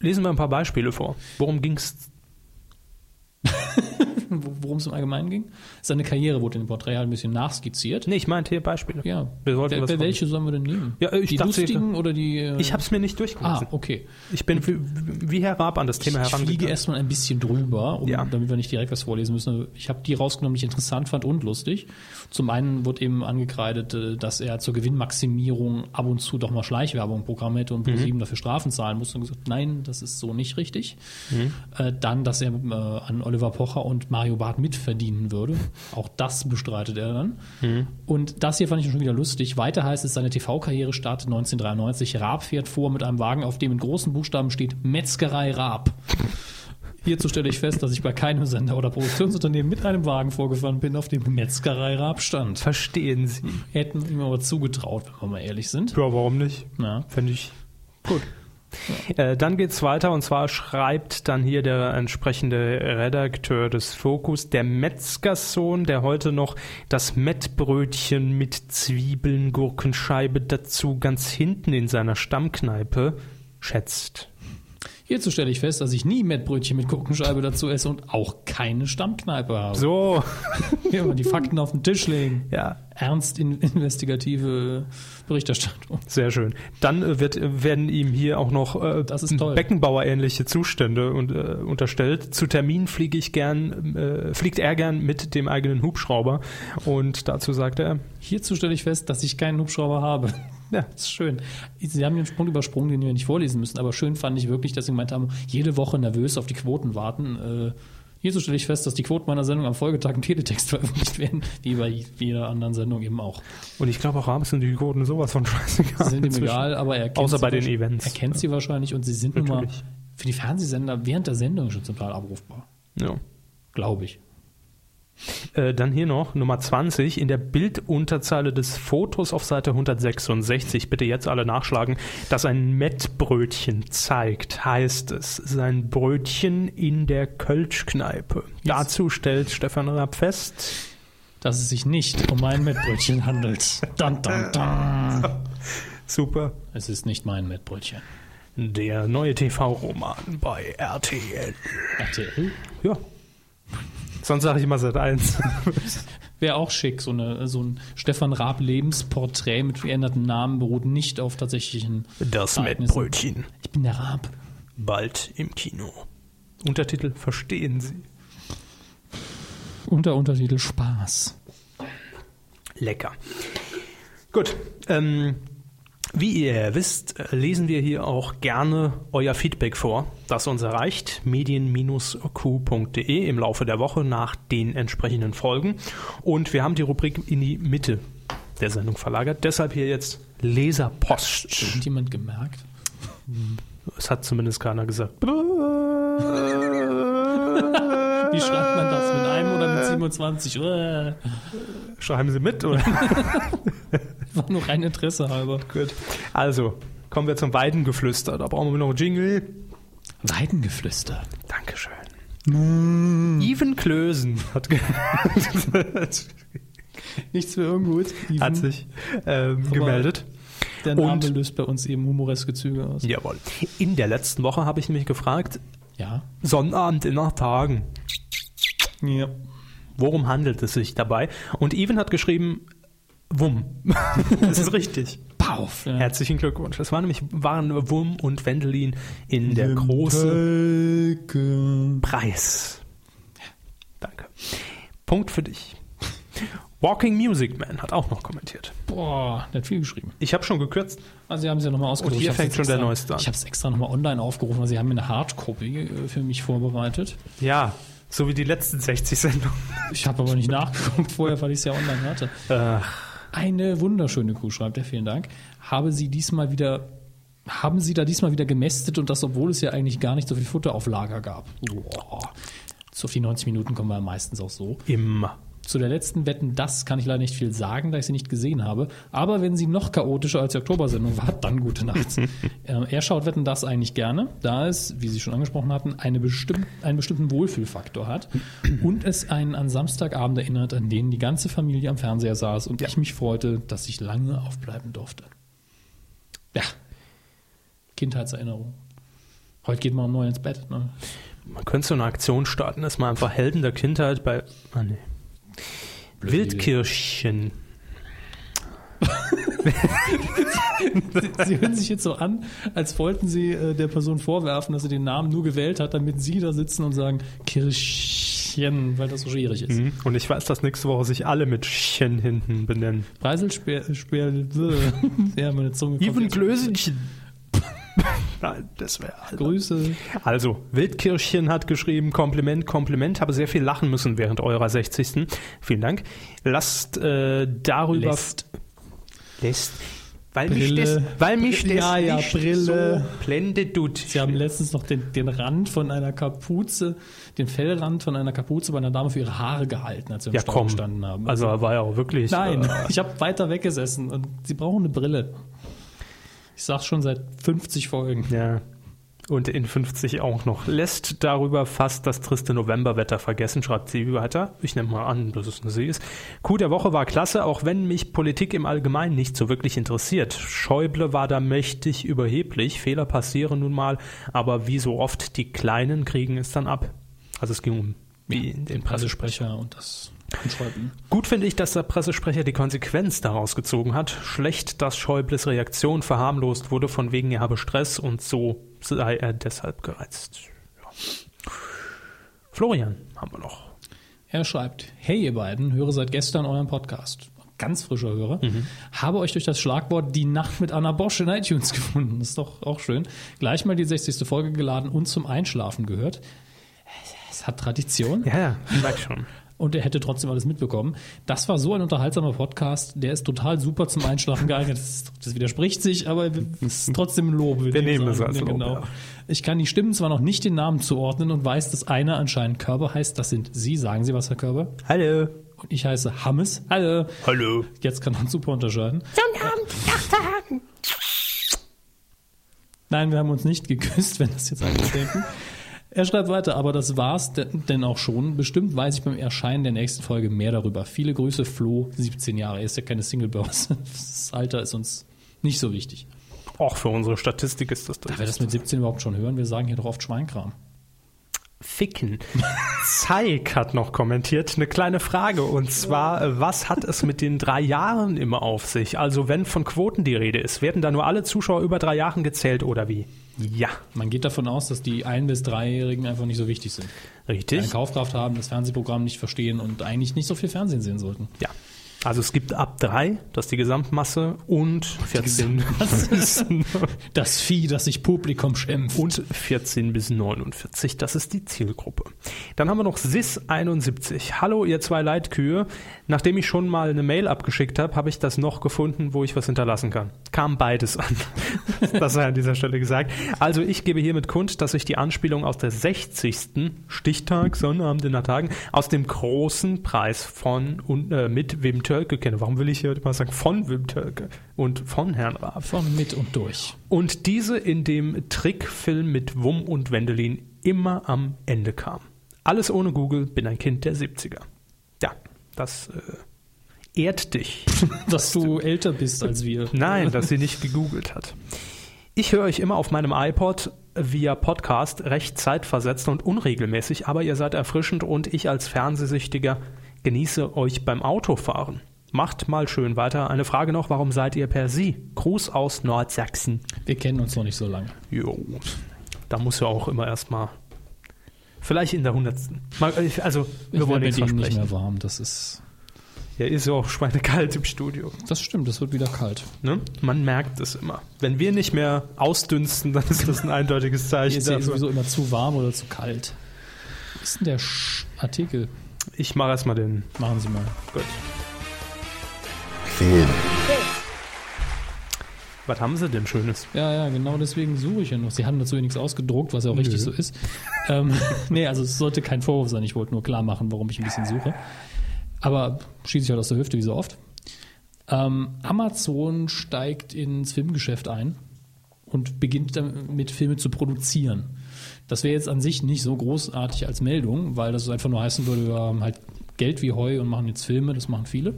Speaker 2: Lesen wir ein paar Beispiele vor. Worum ging es?
Speaker 7: Wo- Worum es im Allgemeinen ging? Seine Karriere wurde in dem Porträt halt ein bisschen nachskizziert.
Speaker 2: Nee, ich meinte hier Beispiele.
Speaker 7: Ja.
Speaker 2: Wir sollten
Speaker 7: Wel-
Speaker 2: was
Speaker 7: wel-
Speaker 2: von-
Speaker 7: welche sollen wir denn nehmen?
Speaker 2: Ja, äh, ich
Speaker 7: die
Speaker 2: dachte,
Speaker 7: lustigen oder die. äh,
Speaker 2: Ich habe es mir nicht
Speaker 7: Ah,
Speaker 2: durchgelesen.
Speaker 7: okay.
Speaker 2: Ich bin wie, wie Herr Raab an das Thema
Speaker 7: Ich fliege
Speaker 2: herangegangen.
Speaker 7: erstmal ein bisschen drüber, um,
Speaker 2: Ja.
Speaker 7: damit wir nicht direkt was vorlesen müssen. Ich habe die rausgenommen, die ich interessant fand und lustig. Zum einen wurde eben angekreidet, äh, dass er zur Gewinnmaximierung ab und zu doch mal Schleichwerbung im Programm hätte
Speaker 2: Mhm.
Speaker 7: und ProSieben dafür Strafen zahlen musste und gesagt, nein, das ist so nicht richtig.
Speaker 2: Mhm.
Speaker 7: Äh, Dann, dass er äh, an Oliver Pocher und Mario Barth mitverdienen würde. Auch das bestreitet er dann.
Speaker 2: Mhm.
Speaker 7: Und das hier fand ich schon wieder lustig. Weiter heißt es, seine TV-Karriere startet 1993. Raab fährt vor mit einem Wagen, auf dem in großen Buchstaben steht Metzgerei Raab. Hierzu stelle ich fest, dass ich bei keinem Sender oder Produktionsunternehmen mit einem Wagen vorgefahren bin, auf dem Metzgerei Raab stand.
Speaker 2: Verstehen Sie?
Speaker 7: Hätten ihm aber zugetraut, wenn wir mal ehrlich sind.
Speaker 2: Ja, warum nicht?
Speaker 7: Ja.
Speaker 2: Finde ich gut. Äh, dann geht's weiter und zwar schreibt dann hier der entsprechende Redakteur des Fokus, der Metzgersohn, der heute noch das Mettbrötchen mit Zwiebeln, Gurkenscheibe dazu ganz hinten in seiner Stammkneipe schätzt.
Speaker 7: Hierzu stelle ich fest, dass ich nie Mettbrötchen mit Gurkenscheibe dazu esse und auch keine Stammkneipe habe.
Speaker 2: So,
Speaker 7: Hier mal die Fakten auf den Tisch legen.
Speaker 2: ja,
Speaker 7: Ernst in investigative Berichterstattung.
Speaker 2: sehr schön. Dann äh, wird, äh, werden ihm hier auch noch äh,
Speaker 7: Das ist toll.
Speaker 2: Beckenbauer-ähnliche Zustände und, äh, unterstellt. Zu Termin fliege ich gern, äh, fliegt er gern mit dem eigenen Hubschrauber und dazu sagt er,
Speaker 7: Hierzu stelle ich fest, dass ich keinen Hubschrauber habe. Ja, ist schön. Sie haben den Sprung übersprungen, den wir nicht vorlesen müssen, aber schön fand ich wirklich, dass sie gemeint haben, jede Woche nervös auf die Quoten warten. Äh, hierzu stelle ich fest, dass die Quoten meiner Sendung am Folgetag im Teletext veröffentlicht werden, wie bei jeder anderen Sendung eben auch.
Speaker 2: Und ich glaube auch abends sind die Quoten sowas von scheißegal.
Speaker 7: Sie sind ihm
Speaker 2: inzwischen.
Speaker 7: egal, aber er kennt
Speaker 2: Außer
Speaker 7: sie
Speaker 2: bei den
Speaker 7: wahrscheinlich-
Speaker 2: Events.
Speaker 7: Er kennt sie wahrscheinlich und sie sind nun mal
Speaker 2: Natürlich.
Speaker 7: für die Fernsehsender während der Sendung schon zum Teil abrufbar.
Speaker 2: Ja.
Speaker 7: Glaube ich.
Speaker 2: Äh, dann hier noch Nummer 20 in der Bildunterzeile des Fotos auf Seite 166. Bitte jetzt alle nachschlagen, dass ein Mettbrötchen zeigt, heißt es. Es ist ein Brötchen in der Kölschkneipe. Dazu stellt Stefan Raab fest.
Speaker 7: Dass es sich nicht um mein Mettbrötchen handelt. Dun, dun, dun.
Speaker 2: Super.
Speaker 7: Es ist nicht mein Mettbrötchen.
Speaker 2: Der neue TV-Roman bei RTL.
Speaker 7: RTL?
Speaker 2: Ja. Sonst sage ich immer seit 1.
Speaker 7: Wäre auch schick, so, eine, so ein Stefan Raab Lebensporträt mit geänderten Namen beruht nicht auf tatsächlichen.
Speaker 2: Das
Speaker 7: Ereignissen.
Speaker 2: Mettbrötchen.
Speaker 7: Ich bin der Raab.
Speaker 2: Bald im Kino. Untertitel Verstehen Sie.
Speaker 7: Unter Untertitel Spaß.
Speaker 2: Lecker. Gut. Ähm, wie ihr wisst, äh, lesen wir hier auch gerne euer Feedback vor, das uns erreicht, medien-q.de im Laufe der Woche nach den entsprechenden Folgen. Und wir haben die Rubrik in die Mitte der Sendung verlagert. Deshalb hier jetzt Leserpost.
Speaker 7: Hat jemand gemerkt?
Speaker 2: Es hat zumindest keiner gesagt.
Speaker 7: Wie schreibt man das? Mit einem oder mit 27? Äh, War
Speaker 2: Schreiben Sie mit, oder?
Speaker 7: nur rein Interesse halber.
Speaker 2: Gut. Also, kommen wir zum Weidengeflüster. Da brauchen wir noch einen Jingle.
Speaker 7: Weidengeflüster.
Speaker 2: Dankeschön. Even Klösen Mm. hat, ge
Speaker 7: Nichts für ungut.
Speaker 2: hat sich ähm, gemeldet.
Speaker 7: Der Name
Speaker 2: und-
Speaker 7: löst bei uns eben humoreske Züge aus.
Speaker 2: Jawohl. In der letzten Woche habe ich mich gefragt,
Speaker 7: Ja.
Speaker 2: Sonnabend in acht Tagen,
Speaker 7: Ja.
Speaker 2: worum handelt es sich dabei? Und Even hat geschrieben, Wumm. das ist richtig.
Speaker 7: Pauf. Ja.
Speaker 2: Herzlichen Glückwunsch. Das waren nämlich waren Wumm und Wendelin in der großen Preis. Danke. Punkt für dich. Walking Music Man hat auch noch kommentiert.
Speaker 7: Boah, der hat viel geschrieben.
Speaker 2: Ich habe schon gekürzt.
Speaker 7: Also sie haben sie ja nochmal ausgerufen.
Speaker 2: Und hier
Speaker 7: Ich hab's
Speaker 2: fängt
Speaker 7: jetzt
Speaker 2: schon der
Speaker 7: extra-
Speaker 2: Neueste an.
Speaker 7: Ich habe es extra nochmal online aufgerufen, weil sie haben mir eine Hardcopy äh, für mich vorbereitet.
Speaker 2: Ja, so wie die letzten 60 Sendungen.
Speaker 7: Ich habe aber nicht nachgeguckt vorher, weil ich es ja online hatte. Eine wunderschöne Kuh, schreibt er, vielen Dank. Habe sie diesmal wieder, haben sie da diesmal wieder gemästet und das, obwohl es ja eigentlich gar nicht so viel Futter auf Lager gab. Boah. So auf die 90 Minuten kommen wir meistens auch so.
Speaker 2: Immer.
Speaker 7: Zu der letzten Wetten, das kann ich leider nicht viel sagen, da ich sie nicht gesehen habe. Aber wenn sie noch chaotischer als die Oktobersendung war, dann gute Nacht. ähm, er schaut Wetten, das eigentlich gerne, da es, wie Sie schon angesprochen hatten, eine bestimm einen bestimmten Wohlfühlfaktor hat und es einen an Samstagabend erinnert, an denen die ganze Familie am Fernseher saß und ich mich freute, dass ich lange aufbleiben durfte. Ja, Kindheitserinnerung. Heute geht man um neun ins Bett. Ne?
Speaker 2: Man könnte so eine Aktion starten, dass man einfach Helden der Kindheit bei. Ah, nee. Wildkirschchen.
Speaker 7: Sie hören sich jetzt so an, als wollten Sie äh, der Person vorwerfen, dass sie den Namen nur gewählt hat, damit Sie da sitzen und sagen Kirschchen, weil das so schwierig ist. Mhm.
Speaker 2: Und ich weiß, dass nächste Woche sich alle mit Chen hinten benennen.
Speaker 7: Breiselsperr, ja, meine Zunge kommt jetzt.
Speaker 2: Klösenchen. Nein, das wäre
Speaker 7: Grüße.
Speaker 2: Also, Wildkirschchen hat geschrieben, Kompliment, Kompliment, habe sehr viel lachen müssen während eurer 60. Vielen Dank. Lasst äh, darüber...
Speaker 7: Lässt.
Speaker 2: Lässt. Weil mich
Speaker 7: Brille.
Speaker 2: das, weil mich das
Speaker 7: Brille. Ja, ja,
Speaker 2: nicht
Speaker 7: Brille.
Speaker 2: so blendet tut.
Speaker 7: Sie haben letztens noch den, den Rand von einer Kapuze, den Fellrand von einer Kapuze bei einer Dame für ihre Haare gehalten, als wir im
Speaker 2: ja,
Speaker 7: Stau
Speaker 2: komm.
Speaker 7: gestanden haben.
Speaker 2: Also, er war ja auch wirklich...
Speaker 7: Nein,
Speaker 2: Äh,
Speaker 7: ich habe weiter weggesessen und Sie brauchen eine Brille. Ich sag's schon seit 50 Folgen.
Speaker 2: Ja. Und in 50 auch noch. Lässt darüber fast das triste Novemberwetter vergessen, schreibt sie weiter. Ich nehme mal an, dass es eine See ist. Coup der Woche war klasse, auch wenn mich Politik im Allgemeinen nicht so wirklich interessiert. Schäuble war da mächtig überheblich. Fehler passieren nun mal, aber wie so oft, die Kleinen kriegen es dann ab. Also es ging um wie in den Pressesprecher.
Speaker 7: Pressesprecher und das und Schäuble.
Speaker 2: Gut finde ich, dass der Pressesprecher die Konsequenz daraus gezogen hat. Schlecht, dass Schäubles Reaktion verharmlost wurde, von wegen er habe Stress und so sei er deshalb gereizt. Ja. Florian haben wir noch.
Speaker 7: Er schreibt, hey ihr beiden, höre seit gestern euren Podcast. ganz frischer Hörer,
Speaker 2: Mhm.
Speaker 7: habe euch durch das Schlagwort Die Nacht mit Anna Bosch in iTunes gefunden. Das ist doch auch schön. Gleich mal die 60. Folge geladen und zum Einschlafen gehört. Es hat Tradition
Speaker 2: Ja, ja, ich weiß schon.
Speaker 7: und er hätte trotzdem alles mitbekommen. Das war so ein unterhaltsamer Podcast, der ist total super zum Einschlafen geeignet. Das, das widerspricht sich, aber es ist trotzdem ein Lob.
Speaker 2: Wir nehmen es
Speaker 7: an.
Speaker 2: als
Speaker 7: Ja,
Speaker 2: Lob,
Speaker 7: Genau.
Speaker 2: ja.
Speaker 7: Ich kann die Stimmen zwar noch nicht den Namen zuordnen und weiß, dass einer anscheinend Körper heißt. Das sind Sie. Sagen Sie was, Herr Körper?
Speaker 2: Hallo.
Speaker 7: Und ich heiße Hammes. Hallo.
Speaker 2: Hallo.
Speaker 7: Jetzt kann man super unterscheiden. Nein, wir haben uns nicht geküsst, wenn das jetzt alle denken. Er schreibt weiter, aber das war's de- denn auch schon. Bestimmt weiß ich beim Erscheinen der nächsten Folge mehr darüber. Viele Grüße, Flo, 17 Jahre. Er ist ja keine Singlebörse. Das Alter ist uns nicht so wichtig.
Speaker 2: Auch für unsere Statistik ist das
Speaker 7: Wer das mit 17 überhaupt schon hören, wir sagen hier doch oft Schweinkram.
Speaker 2: Ficken. Zeig hat noch kommentiert eine kleine Frage und zwar, äh, was hat es mit den drei Jahren immer auf sich? Also wenn von Quoten die Rede ist, werden da nur alle Zuschauer über drei Jahren gezählt oder wie? Ja,
Speaker 7: Man geht davon aus, dass die ein- bis dreijährigen einfach nicht so wichtig sind. Keine
Speaker 2: richtig.
Speaker 7: Kaufkraft haben, das Fernsehprogramm nicht verstehen und eigentlich nicht so viel Fernsehen sehen sollten.
Speaker 2: Ja. Also es gibt ab drei, das ist die Gesamtmasse und 14 bis,
Speaker 7: Das Vieh, das sich Publikum schimpft.
Speaker 2: und 14 bis 49, das ist die Zielgruppe. Dann haben wir noch SIS71. Hallo ihr zwei Leitkühe. Nachdem ich schon mal eine Mail abgeschickt habe, habe ich das noch gefunden, wo ich was hinterlassen kann. Kam beides an. Das sei an dieser Stelle gesagt. Also ich gebe hiermit kund, dass ich die Anspielung aus der 60. Stichtag, Sonnabend in der Tagen, aus dem großen Preis von und äh, mit Wim Tölke kenne. Warum will ich hier immer sagen von Wim Tölke und von Herrn Raab?
Speaker 7: Von mit und durch.
Speaker 2: und diese in dem Trickfilm mit Wum und Wendelin immer am Ende kam. Alles ohne Google, bin ein Kind der 70er. Ja, das äh, ehrt dich.
Speaker 7: Dass du älter bist als wir.
Speaker 2: Nein, dass sie nicht gegoogelt hat. Ich höre euch immer auf meinem iPod via Podcast recht zeitversetzt und unregelmäßig, aber ihr seid erfrischend und ich als Fernsehsüchtiger genieße euch beim Autofahren. Macht mal schön weiter. Eine Frage noch, warum seid ihr per Sie? Gruß aus Nordsachsen.
Speaker 7: Wir kennen uns noch nicht so lange.
Speaker 2: Jo. Da muss ja auch immer erstmal. Vielleicht in der hundertsten. Mal, äh, Also, wir
Speaker 7: ich
Speaker 2: wollen
Speaker 7: werd
Speaker 2: nichts
Speaker 7: mit ihnen nicht
Speaker 2: versprechen.
Speaker 7: mehr warm. Das ist.
Speaker 2: Ja, ist ja auch schweinekalt im Studio.
Speaker 7: Das stimmt, das wird wieder kalt.
Speaker 2: Ne? Man merkt es immer. Wenn wir nicht mehr ausdünsten, dann ist das ein eindeutiges
Speaker 7: Hier
Speaker 2: Zeichen.
Speaker 7: ist ja
Speaker 2: dafür.
Speaker 7: sowieso immer zu warm oder zu kalt. Was ist denn der Sch Artikel?
Speaker 2: Ich mache erstmal den.
Speaker 7: Machen Sie mal.
Speaker 2: Gut.
Speaker 6: Film.
Speaker 2: Was haben sie denn Schönes?
Speaker 7: Ja, ja, genau deswegen suche ich ja noch. Sie haben dazu ja nichts ausgedruckt, was ja auch richtig so ist. Ähm, nee, also es sollte kein Vorwurf sein. Ich wollte nur klar machen, warum ich ein bisschen suche. Aber schieße ich halt aus der Hüfte, wie so oft. Ähm, Amazon steigt ins Filmgeschäft ein und beginnt damit, Filme zu produzieren. Das wäre jetzt an sich nicht so großartig als Meldung, weil das einfach nur heißen würde, wir haben halt Geld wie Heu und machen jetzt Filme, das machen viele.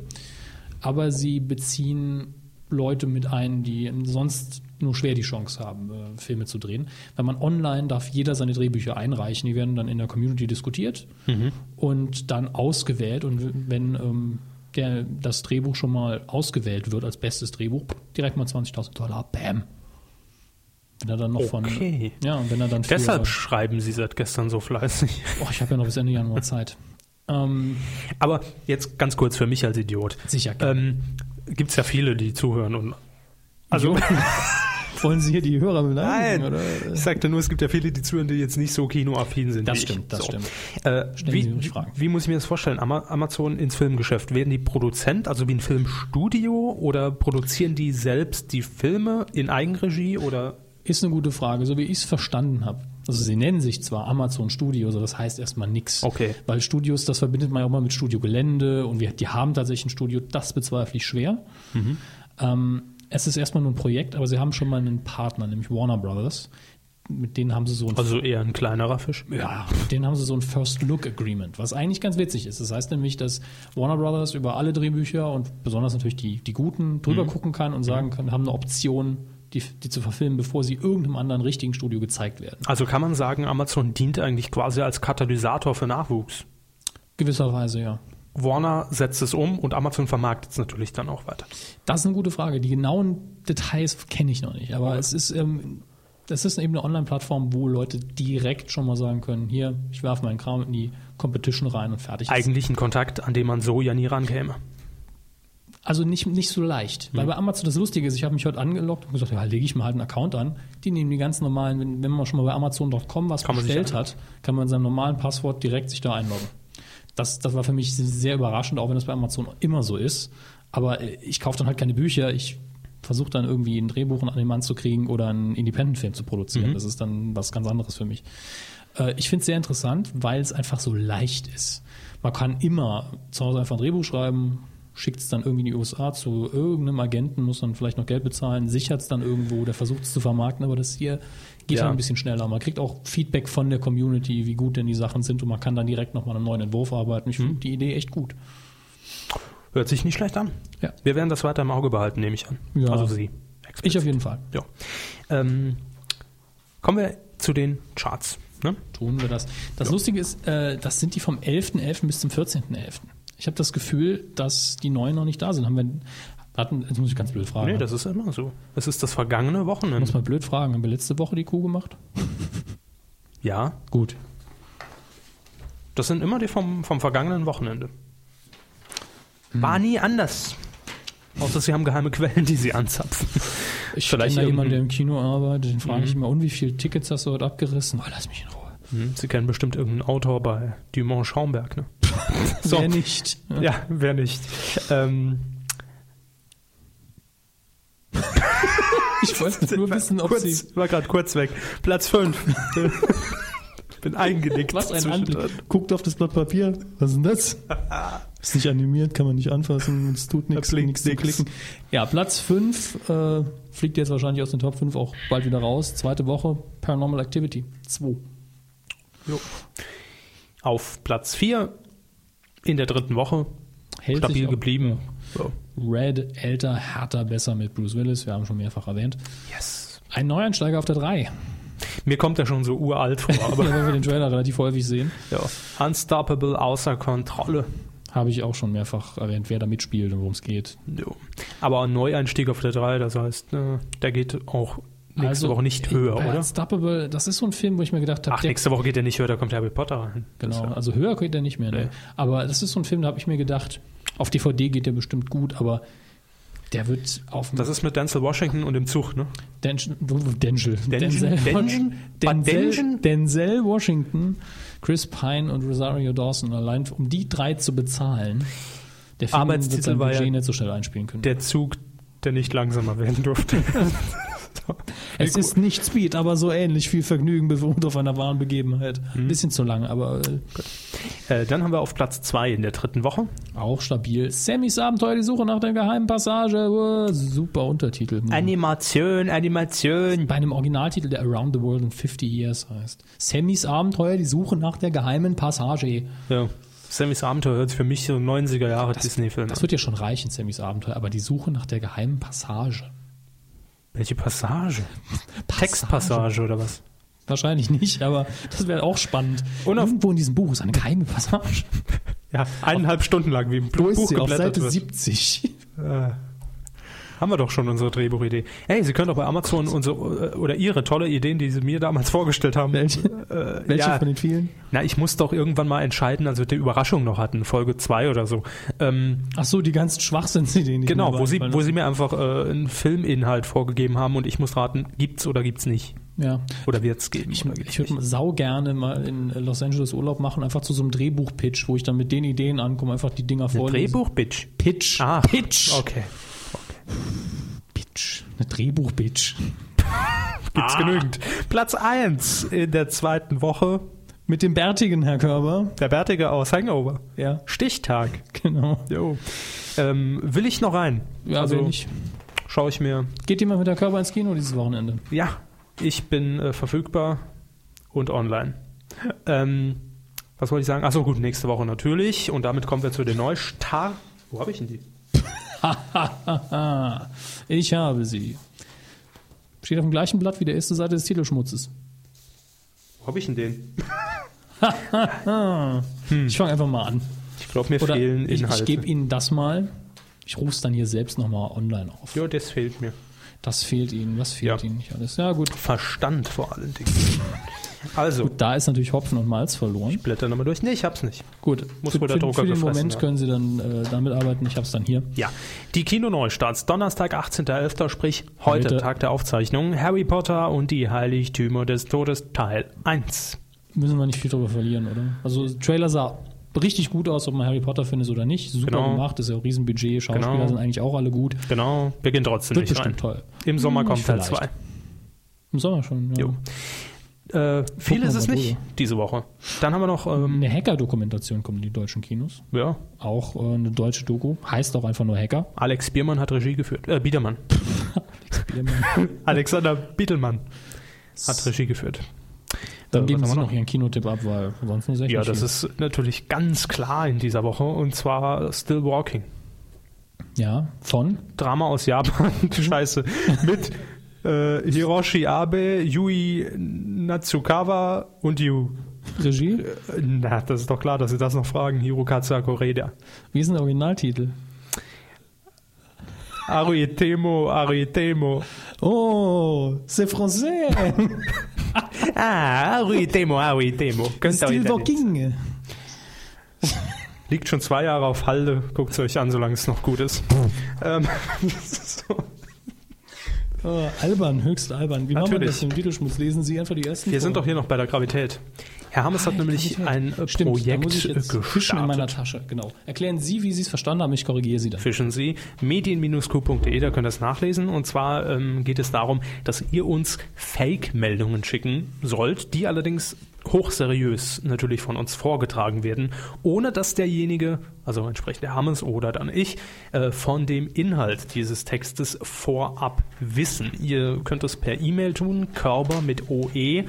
Speaker 7: Aber sie beziehen Leute mit ein, die sonst nur schwer die Chance haben, äh, Filme zu drehen. Wenn man online darf jeder seine Drehbücher einreichen, die werden dann in der Community diskutiert und dann ausgewählt. Und wenn ähm, der, das Drehbuch schon mal ausgewählt wird als bestes Drehbuch, direkt mal 20.000 Dollar, bam. Wenn er dann noch
Speaker 2: Okay.
Speaker 7: von. Ja, und wenn er dann früher-
Speaker 2: Deshalb schreiben sie seit gestern so fleißig.
Speaker 7: Oh, ich habe ja noch bis Ende Januar Zeit. Ähm,
Speaker 2: Aber jetzt ganz kurz für mich als Idiot.
Speaker 7: Sicher.
Speaker 2: Ähm, Gibt es ja viele, die zuhören und. Also.
Speaker 7: Wollen Sie hier die Hörer
Speaker 2: Nein,
Speaker 7: beleidigen? Oder?
Speaker 2: ich sagte nur, es gibt ja viele, die zuhören, die jetzt nicht so kinoaffin sind.
Speaker 7: Das
Speaker 2: wie ich.
Speaker 7: stimmt, das
Speaker 2: so.
Speaker 7: stimmt.
Speaker 2: Äh,
Speaker 7: Stellen Sie ruhig
Speaker 2: wie,
Speaker 7: Fragen.
Speaker 2: wie muss ich mir das vorstellen? Ama Amazon ins Filmgeschäft. Werden die Produzent, also wie ein Filmstudio, oder produzieren die selbst die Filme in Eigenregie oder
Speaker 7: Ist eine gute Frage, so wie ich es verstanden habe. Also sie nennen sich zwar Amazon Studios, aber das heißt erstmal nichts.
Speaker 2: Okay.
Speaker 7: Weil Studios, das verbindet man ja auch mal mit Studiogelände und wir, die haben tatsächlich ein Studio, das bezweifle ich schwer.
Speaker 2: Mhm.
Speaker 7: Ähm, es ist erstmal nur ein Projekt, aber sie haben schon mal einen Partner, nämlich Warner Brothers. Mit denen haben sie so ein
Speaker 2: also eher ein kleinerer Fisch?
Speaker 7: ja, mit denen haben sie so ein First Look Agreement, was eigentlich ganz witzig ist. Das heißt nämlich, dass Warner Brothers über alle Drehbücher und besonders natürlich die, die guten drüber gucken kann und sagen kann, haben eine Option, die, die zu verfilmen, bevor sie irgendeinem anderen richtigen Studio gezeigt werden.
Speaker 2: Also kann man sagen, Amazon dient eigentlich quasi als Katalysator für Nachwuchs.
Speaker 7: Gewisserweise, ja.
Speaker 2: Warner setzt es um und Amazon vermarktet es natürlich dann auch weiter.
Speaker 7: Das ist eine gute Frage. Die genauen Details kenne ich noch nicht, aber es ist, ähm, das ist eben eine Online-Plattform, wo Leute direkt schon mal sagen können, hier, ich werfe meinen Kram in die Competition rein und fertig. ist.
Speaker 2: Eigentlich ein Kontakt, an den man so ja nie rankäme.
Speaker 7: Also nicht, nicht so leicht.
Speaker 2: Hm.
Speaker 7: Weil bei Amazon das Lustige ist, ich habe mich heute angelockt und gesagt, ja, lege ich mal halt einen Account an. Die nehmen die ganz normalen, wenn, wenn man schon mal bei Amazon.com was
Speaker 2: Kann man sich
Speaker 7: bestellt
Speaker 2: an-
Speaker 7: hat, kann man mit seinem normalen Passwort direkt sich da einloggen. Das, das war für mich sehr überraschend, auch wenn das bei Amazon immer so ist. Aber äh, ich kaufe dann halt keine Bücher. Ich versuche dann irgendwie ein Drehbuch an den Mann zu kriegen oder einen Independent-Film zu
Speaker 2: Mhm.
Speaker 7: produzieren. Das ist dann was ganz anderes für mich. Äh, Ich finde es sehr interessant, weil es einfach so leicht ist. Man kann immer zu Hause einfach ein Drehbuch schreiben, schickt es dann irgendwie in die USA zu irgendeinem Agenten, muss dann vielleicht noch Geld bezahlen, sichert es dann irgendwo, der versucht es zu vermarkten, aber das hier geht
Speaker 2: Ja.
Speaker 7: dann ein bisschen schneller. Man kriegt auch Feedback von der Community, wie gut denn die Sachen sind und man kann dann direkt nochmal einen neuen Entwurf arbeiten. Ich
Speaker 2: Mhm.
Speaker 7: finde die Idee echt gut.
Speaker 2: Hört sich nicht schlecht an.
Speaker 7: Ja.
Speaker 2: Wir werden das weiter im Auge behalten, nehme ich an.
Speaker 7: Ja.
Speaker 2: Also Sie.
Speaker 7: Ich auf jeden Fall.
Speaker 2: Ja. Ähm, kommen wir zu den Charts. Ne?
Speaker 7: tun wir das. Das Lustige ist, äh, das sind die vom 11.11. bis zum 14.11. Ich habe das Gefühl, dass die neuen noch nicht da sind. Haben wir, hatten, jetzt muss ich ganz blöd fragen. ne?
Speaker 2: Nee, das ist immer so. Es ist das vergangene Wochenende.
Speaker 7: muss man blöd fragen. Haben wir letzte Woche die Kuh gemacht?
Speaker 2: Ja,
Speaker 7: Gut.
Speaker 2: das sind immer die vom, vom vergangenen Wochenende.
Speaker 7: Hm.
Speaker 2: War nie anders. Außer sie haben geheime Quellen, die sie anzapfen.
Speaker 7: Ich
Speaker 2: Vielleicht
Speaker 7: kenne da jemanden, der
Speaker 2: irgendein- Mhm.
Speaker 7: im Kino arbeitet, den frage ich immer, und wie viele Tickets hast du heute abgerissen? Oh, lass mich in Ruhe.
Speaker 2: Hm, Sie kennen bestimmt irgendeinen Autor bei Dumont Schaumberg, ne? So.
Speaker 7: Wer nicht?
Speaker 2: Ja, wer nicht. Ähm,
Speaker 7: Ich wollte nur wissen, ob
Speaker 2: kurz,
Speaker 7: sie...
Speaker 2: war gerade kurz weg. Platz 5. Bin eingenickt.
Speaker 7: Was ein
Speaker 2: zwischendrin.
Speaker 7: Anblick. Guckt auf das Blatt Papier. Was ist denn das? Ist nicht animiert, kann man nicht anfassen. Es tut nichts,
Speaker 2: Da blinkt
Speaker 7: nichts zu
Speaker 2: nix.
Speaker 7: klicken. Ja, Platz 5 äh, fliegt jetzt wahrscheinlich aus den Top 5 auch bald wieder raus. Zweite Woche Paranormal Activity 2.
Speaker 2: Auf Platz 4 in der dritten Woche.
Speaker 7: Hält
Speaker 2: stabil
Speaker 7: auch
Speaker 2: geblieben. So.
Speaker 7: Red, älter, härter, besser mit Bruce Willis. Wir haben schon mehrfach erwähnt.
Speaker 2: Yes.
Speaker 7: Ein Neuansteiger auf der 3.
Speaker 2: Mir kommt er schon so uralt vor, aber
Speaker 7: Aber wenn wir den Trailer relativ häufig sehen,
Speaker 2: ja. Unstoppable, außer Kontrolle.
Speaker 7: habe ich auch schon mehrfach erwähnt, wer da mitspielt und worum es geht.
Speaker 2: Jo. Aber ein Neueinstieg auf der 3, das heißt, äh, der geht auch nächste Woche nicht
Speaker 7: äh,
Speaker 2: höher,
Speaker 7: bei
Speaker 2: oder?
Speaker 7: Unstoppable, das ist so ein Film, wo ich mir gedacht habe,
Speaker 2: Ach, nächste Woche geht er nicht höher, da kommt Harry Potter rein.
Speaker 7: Genau, also höher geht er nicht mehr. Ne?
Speaker 2: Nee.
Speaker 7: Aber das ist so ein Film, da habe ich mir gedacht, auf DVD geht der bestimmt gut, aber der wird auf
Speaker 2: Das ist mit Denzel Washington und dem Zug, ne?
Speaker 7: Denzel, Denzel, Denzel,
Speaker 2: Dengen?
Speaker 7: Denzel,
Speaker 2: Dengen?
Speaker 7: Denzel Washington, Chris Pine und Rosario Dawson allein, um die drei zu bezahlen. Der Film
Speaker 2: Arbeitstitel
Speaker 7: wird sein
Speaker 2: war ja
Speaker 7: Budget nicht so schnell einspielen können.
Speaker 2: Der Zug, der nicht langsamer werden durfte.
Speaker 7: es ist nicht Speed, aber so ähnlich viel Vergnügen bewohnt auf einer wahren Begebenheit. Ein bisschen zu lang, aber äh,
Speaker 2: äh, dann haben wir auf Platz 2 in der dritten Woche.
Speaker 7: auch stabil. Sammys Abenteuer, die Suche nach der geheimen Passage. Uh, super Untertitel. Mhm.
Speaker 2: Animation, Animation.
Speaker 7: bei einem Originaltitel, der Around the World in 50 Years heißt. Sammys Abenteuer, die Suche nach der geheimen Passage.
Speaker 2: Ja. Sammys Abenteuer hört sich für mich so 90er Jahre Disney-Film.
Speaker 7: Das
Speaker 2: an.
Speaker 7: wird ja schon reichen, Sammys Abenteuer, aber die Suche nach der geheimen Passage.
Speaker 2: Welche Passage? Textpassage oder was?
Speaker 7: Wahrscheinlich nicht, aber das wäre auch spannend.
Speaker 2: Und auf-
Speaker 7: Irgendwo in diesem Buch ist eine geheime Passage.
Speaker 2: Ja, eineinhalb Stunden lang, wie im
Speaker 7: Wo
Speaker 2: Buch
Speaker 7: ist sie? Auf
Speaker 2: geblättert
Speaker 7: Seite
Speaker 2: wird.
Speaker 7: 70.
Speaker 2: Haben wir doch schon unsere Drehbuchidee. Hey, Sie können doch bei
Speaker 7: Oh
Speaker 2: Amazon unsere äh, oder Ihre tolle Ideen, die Sie mir damals vorgestellt haben.
Speaker 7: Welche?
Speaker 2: Äh,
Speaker 7: Welche
Speaker 2: ja,
Speaker 7: von den vielen?
Speaker 2: Na, ich muss doch irgendwann mal entscheiden, als wir die Überraschung noch hatten, Folge 2 oder so. Ähm,
Speaker 7: Ach so, die ganzen Schwachsinnsideen. die
Speaker 2: genau,
Speaker 7: mir
Speaker 2: wo sie,
Speaker 7: einfallen.
Speaker 2: wo sie mir einfach äh, einen Filminhalt vorgegeben haben und ich muss raten, gibt's oder gibt's nicht.
Speaker 7: Ja.
Speaker 2: Oder wird's geben.
Speaker 7: Ich,
Speaker 2: oder gibt's
Speaker 7: ich würde sau gerne mal in Los Angeles Urlaub machen, einfach zu so einem Drehbuch-Pitch, wo ich dann mit den Ideen ankomme, einfach die Dinger vorlese.
Speaker 2: Drehbuch, Bitch.
Speaker 7: Pitch.
Speaker 2: Ah,
Speaker 7: Pitch.
Speaker 2: Okay.
Speaker 7: Bitch. Eine Drehbuch-Bitch.
Speaker 2: Gibt's genügend. Platz 1 in der zweiten Woche.
Speaker 7: Mit dem bärtigen Herr Körber.
Speaker 2: Der Bärtige aus Hangover.
Speaker 7: Ja,
Speaker 2: Stichtag.
Speaker 7: genau.
Speaker 2: Jo. Ähm, will ich noch rein?
Speaker 7: Ja, also nicht.
Speaker 2: schaue ich mir.
Speaker 7: Geht jemand mit der Körper ins Kino dieses Wochenende?
Speaker 2: Ja, ich bin äh, verfügbar und online. Ähm, was wollte ich sagen? Achso, gut, nächste Woche natürlich. Und damit kommen wir zu den Neustar. Wo habe ich denn die?
Speaker 7: Hahaha. ich habe sie. Steht auf dem gleichen Blatt wie der erste Seite des Titelschmutzes.
Speaker 2: Wo habe ich denn den? Ah.
Speaker 7: Ich fange einfach mal an.
Speaker 2: Ich glaube, mir
Speaker 7: Oder
Speaker 2: fehlen
Speaker 7: ich,
Speaker 2: Inhalte.
Speaker 7: ich gebe Ihnen das mal. Ich rufe es dann hier selbst nochmal online auf.
Speaker 2: ja, das fehlt mir.
Speaker 7: Das fehlt Ihnen. Was fehlt
Speaker 2: Ja.
Speaker 7: Ihnen nicht alles? Ja, gut.
Speaker 2: Verstand vor allen Dingen. Also,
Speaker 7: Gut, da ist natürlich Hopfen und Malz verloren.
Speaker 2: blätter nochmal durch. Nee, ich hab's nicht.
Speaker 7: Gut,
Speaker 2: Muss
Speaker 7: für,
Speaker 2: wohl der
Speaker 7: für,
Speaker 2: Drucker
Speaker 7: für den
Speaker 2: gefressen
Speaker 7: Moment
Speaker 2: haben.
Speaker 7: können Sie dann äh, damit arbeiten. Ich habe es dann hier.
Speaker 2: Ja, die Kinoneustarts Donnerstag, 18.11., sprich heute,
Speaker 7: Heute.
Speaker 2: Tag der Aufzeichnung, Harry Potter und die Heiligtümer des Todes, Teil 1.
Speaker 7: Müssen wir nicht viel drüber verlieren, oder? Also Trailer sah richtig gut aus, ob man Harry Potter findet oder nicht. Super
Speaker 2: Genau.
Speaker 7: gemacht, ist ja auch Riesenbudget. Schauspieler
Speaker 2: Genau.
Speaker 7: sind eigentlich auch alle gut.
Speaker 2: Genau, wir gehen trotzdem
Speaker 7: Wird
Speaker 2: nicht rein.
Speaker 7: bestimmt toll.
Speaker 2: Im Sommer
Speaker 7: Hm,
Speaker 2: kommt Teil
Speaker 7: vielleicht.
Speaker 2: 2.
Speaker 7: Im Sommer schon. Ja.
Speaker 2: Jo. Äh, viel
Speaker 7: wir
Speaker 2: ist es
Speaker 7: mal
Speaker 2: nicht diese Woche. Dann haben wir noch, ähm,
Speaker 7: Eine Hacker-Dokumentation kommen in die deutschen Kinos.
Speaker 2: ja,
Speaker 7: Auch äh, eine deutsche Doku. Heißt auch einfach nur Hacker.
Speaker 2: Alex Biermann hat Regie geführt. Äh, Biedermann. Alexander Bietelmann hat Regie geführt.
Speaker 7: Dann
Speaker 2: Äh,
Speaker 7: geben
Speaker 2: was
Speaker 7: Sie
Speaker 2: haben wir
Speaker 7: noch Ihren Kinotipp ab, weil sonst muss ich
Speaker 2: Ja,
Speaker 7: nicht
Speaker 2: das
Speaker 7: viel.
Speaker 2: ist natürlich ganz klar in dieser Woche und zwar Still Walking.
Speaker 7: Ja, von?
Speaker 2: Drama aus Japan,
Speaker 7: Mhm.
Speaker 2: scheiße, mit äh, Hiroshi Abe, Yui Natsukawa und Yu.
Speaker 7: Regie?
Speaker 2: Äh, Na, das ist doch klar, dass sie das noch fragen. Hirokazu Akoreda.
Speaker 7: Wie ist denn der Originaltitel?
Speaker 2: Arietemo, Arietemo.
Speaker 7: Oh, c'est français.
Speaker 2: Ah, Arietemo, Arietemo. Könnt ihr
Speaker 7: Still
Speaker 2: wieder nicht.
Speaker 7: Walking.
Speaker 2: Liegt schon zwei Jahre auf Halde. Guckt es euch an, solange es noch gut ist. ähm, so.
Speaker 7: Oh, albern, höchst albern. Wie machen wir
Speaker 2: Natürlich.
Speaker 7: das im Titelschmutz? Lesen Sie einfach die ersten.
Speaker 2: Wir sind
Speaker 7: vor.
Speaker 2: doch hier noch bei der Gravität. Herr Hammes hat nämlich ein äh,
Speaker 7: Ah, Stimmt, da
Speaker 2: Projekt
Speaker 7: muss ich jetzt
Speaker 2: äh,
Speaker 7: fischen in
Speaker 2: gestartet.
Speaker 7: meiner Tasche, genau. Erklären Sie, wie Sie es verstanden haben, ich korrigiere Sie dann.
Speaker 2: fischen Sie. Medien-Q.de, da könnt ihr das nachlesen. Und zwar ähm, geht es darum, dass ihr uns Fake-Meldungen schicken sollt, die allerdings hochseriös natürlich von uns vorgetragen werden, ohne dass derjenige, also entsprechend der Hammes oder dann ich, äh, von dem Inhalt dieses Textes vorab wissen. Ihr könnt es per E-Mail tun, körper mit OE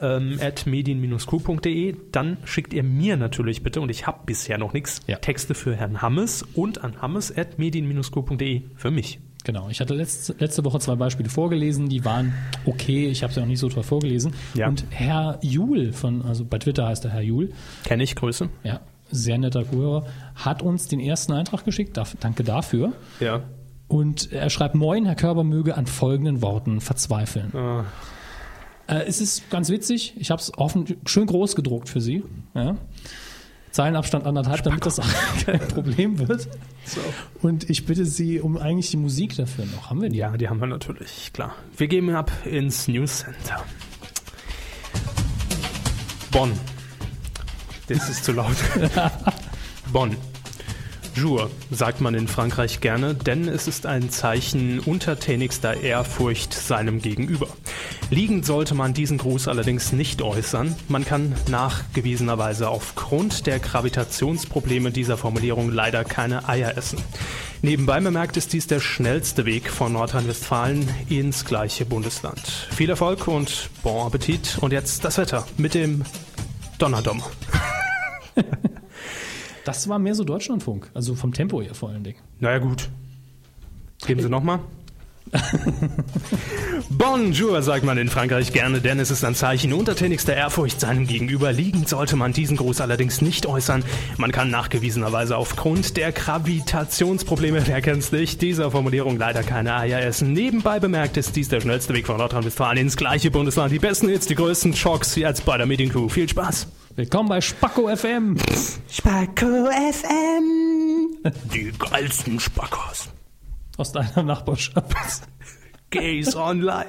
Speaker 2: ähm, at medien-q.de. Dann schickt ihr mir natürlich bitte, und ich habe bisher noch nichts,
Speaker 7: Ja.
Speaker 2: Texte für Herrn Hammes und an hammes.medien-q.de für mich.
Speaker 7: Genau, ich hatte letzte, letzte Woche zwei Beispiele vorgelesen, die waren okay, ich habe sie noch nicht so toll vorgelesen.
Speaker 2: Ja.
Speaker 7: Und Herr Juhl von, also bei Twitter heißt er Herr Juhl,
Speaker 2: Kenne ich, Grüße.
Speaker 7: ja, sehr netter Zuhörer, hat uns den ersten Eintrag geschickt, daf- danke dafür.
Speaker 2: Ja.
Speaker 7: Und er schreibt, moin, Herr Körber möge an folgenden Worten verzweifeln.
Speaker 2: Ah.
Speaker 7: Äh, es ist ganz witzig, ich habe es offen, schön groß gedruckt für Sie. Ja. Zeilenabstand anderthalb, damit das auch kein Problem wird. Und ich bitte Sie um eigentlich die Musik dafür noch. Haben wir die?
Speaker 2: Ja, die haben wir natürlich, klar. Wir geben ab ins News Center. Bonn. Das ist zu laut. Bonn. Jour, sagt man in Frankreich gerne, denn es ist ein Zeichen untertänigster Ehrfurcht seinem Gegenüber. Liegend sollte man diesen Gruß allerdings nicht äußern. Man kann nachgewiesenerweise aufgrund der Gravitationsprobleme dieser Formulierung leider keine Eier essen. Nebenbei bemerkt ist dies der schnellste Weg von Nordrhein-Westfalen ins gleiche Bundesland. Viel Erfolg und bon Appetit. Und jetzt das Wetter mit dem Donnerdom.
Speaker 7: Das war mehr so Deutschlandfunk, also vom Tempo her vor allen Dingen.
Speaker 2: Naja, gut. Geben Sie nochmal. Bonjour, sagt man in Frankreich gerne, denn es ist ein Zeichen untertänigster Ehrfurcht seinem Gegenüber. Liegend sollte man diesen Gruß allerdings nicht äußern. Man kann nachgewiesenerweise aufgrund der Gravitationsprobleme, wer kennt's nicht, dieser Formulierung leider keine Eier essen. Nebenbei bemerkt ist dies der schnellste Weg von Nordrhein-Westfalen ins gleiche Bundesland. Die besten Hits, die größten Schocks jetzt bei der Mediencrew. Viel Spaß!
Speaker 7: Willkommen bei Spacko FM.
Speaker 2: Die geilsten Spackers.
Speaker 7: Aus deiner Nachbarschaft.
Speaker 2: Gays online.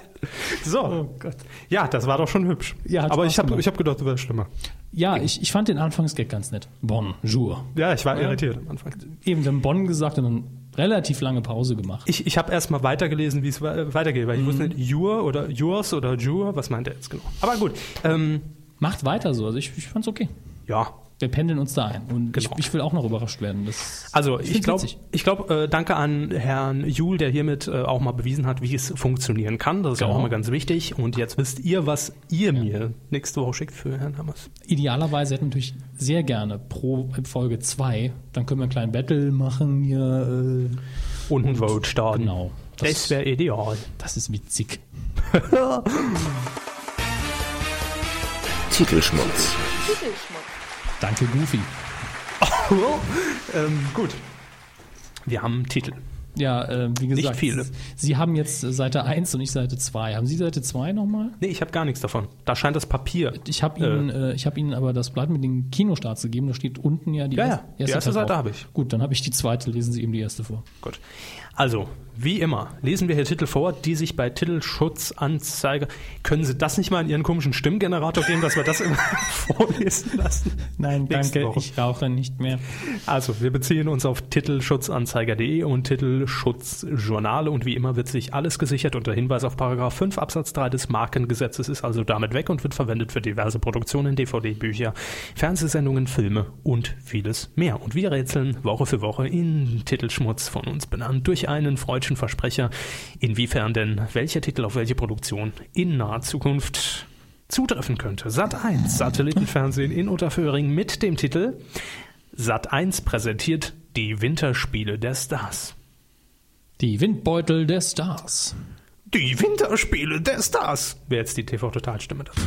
Speaker 2: So.
Speaker 7: Gott.
Speaker 2: Ja, das war doch schon hübsch.
Speaker 7: Ja, hat
Speaker 2: aber
Speaker 7: Spaß
Speaker 2: ich habe
Speaker 7: gemacht.
Speaker 2: ich hab gedacht, das wäre schlimmer.
Speaker 7: Ja, ich, ich fand den Anfangsgag ganz nett. Bonjour.
Speaker 2: Ja, ich war irritiert am Anfang.
Speaker 7: Eben dann Bonn gesagt und dann relativ lange Pause gemacht.
Speaker 2: Ich, ich habe erstmal weitergelesen, wie es we- äh, weitergeht, weil ich
Speaker 7: Mhm.
Speaker 2: wusste nicht, Jur oder Jurs oder Jur, was meint er jetzt genau? Aber gut, ähm,
Speaker 7: Macht weiter so. Also ich, ich fand's okay.
Speaker 2: ja.
Speaker 7: Wir pendeln uns da ein. Und
Speaker 2: Genau.
Speaker 7: ich, ich will auch noch überrascht werden. Das,
Speaker 2: Also
Speaker 7: ich
Speaker 2: ich
Speaker 7: find's
Speaker 2: glaube,
Speaker 7: witzig.
Speaker 2: ich glaub, äh, danke an Herrn Juhl, der hiermit äh, auch mal bewiesen hat, wie es funktionieren kann. Das ist ja auch
Speaker 7: Genau.
Speaker 2: mal ganz wichtig. Und jetzt wisst ihr, was ihr mir nächste Woche schickt für Herrn Hammers.
Speaker 7: idealerweise hätten wir natürlich sehr gerne pro Folge 2, dann können wir einen kleinen Battle machen hier. Äh,
Speaker 2: Und ein Vote starten.
Speaker 7: genau.
Speaker 2: Das, wäre ideal.
Speaker 7: das ist witzig.
Speaker 6: Titelschmutz.
Speaker 7: Danke, Goofy.
Speaker 2: Ähm, gut. Wir haben einen Titel.
Speaker 7: Ja, äh, wie gesagt,
Speaker 2: viele.
Speaker 7: Sie haben jetzt äh, Seite 1 und ich Seite 2. Haben Sie Seite 2 nochmal?
Speaker 2: Nee, ich habe gar nichts davon. Da scheint das Papier.
Speaker 7: Ich habe Ihnen, äh, ich hab Ihnen aber das Blatt mit den Kinostarts gegeben. Da steht unten ja die
Speaker 2: Ja,
Speaker 7: erst-
Speaker 2: ja. Die erste
Speaker 7: drauf.
Speaker 2: Seite habe ich.
Speaker 7: Gut, dann habe ich die zweite. Lesen Sie eben die erste vor.
Speaker 2: Gut. Also, wie immer, lesen wir hier Titel vor, die sich bei Titelschutzanzeige. Können Sie das nicht mal in Ihren komischen Stimmgenerator geben, dass wir das immer vorlesen lassen?
Speaker 7: Nein,
Speaker 2: Nächste
Speaker 7: danke.
Speaker 2: Woche.
Speaker 7: Ich rauche nicht mehr.
Speaker 2: Also, wir beziehen uns auf titelschutzanzeiger.de und Titelschutzjournale und wie immer wird sich alles gesichert unter Hinweis auf Paragraph 5 Absatz 3 des Markengesetzes ist also damit weg und wird verwendet für diverse Produktionen, DVD, Bücher, Fernsehsendungen, Filme und vieles mehr. Und wir rätseln Woche für Woche in Titelschmutz von uns benannt durch einen freudschen Versprecher, inwiefern denn welcher Titel auf welche Produktion in naher Zukunft zutreffen könnte. Sat 1 Satellitenfernsehen in Unterföhring mit dem Titel Sat1 präsentiert die Winterspiele der Stars.
Speaker 7: Die Windbeutel der Stars.
Speaker 2: Die Winterspiele der Stars, wäre jetzt die TV-Totalstimme dazu.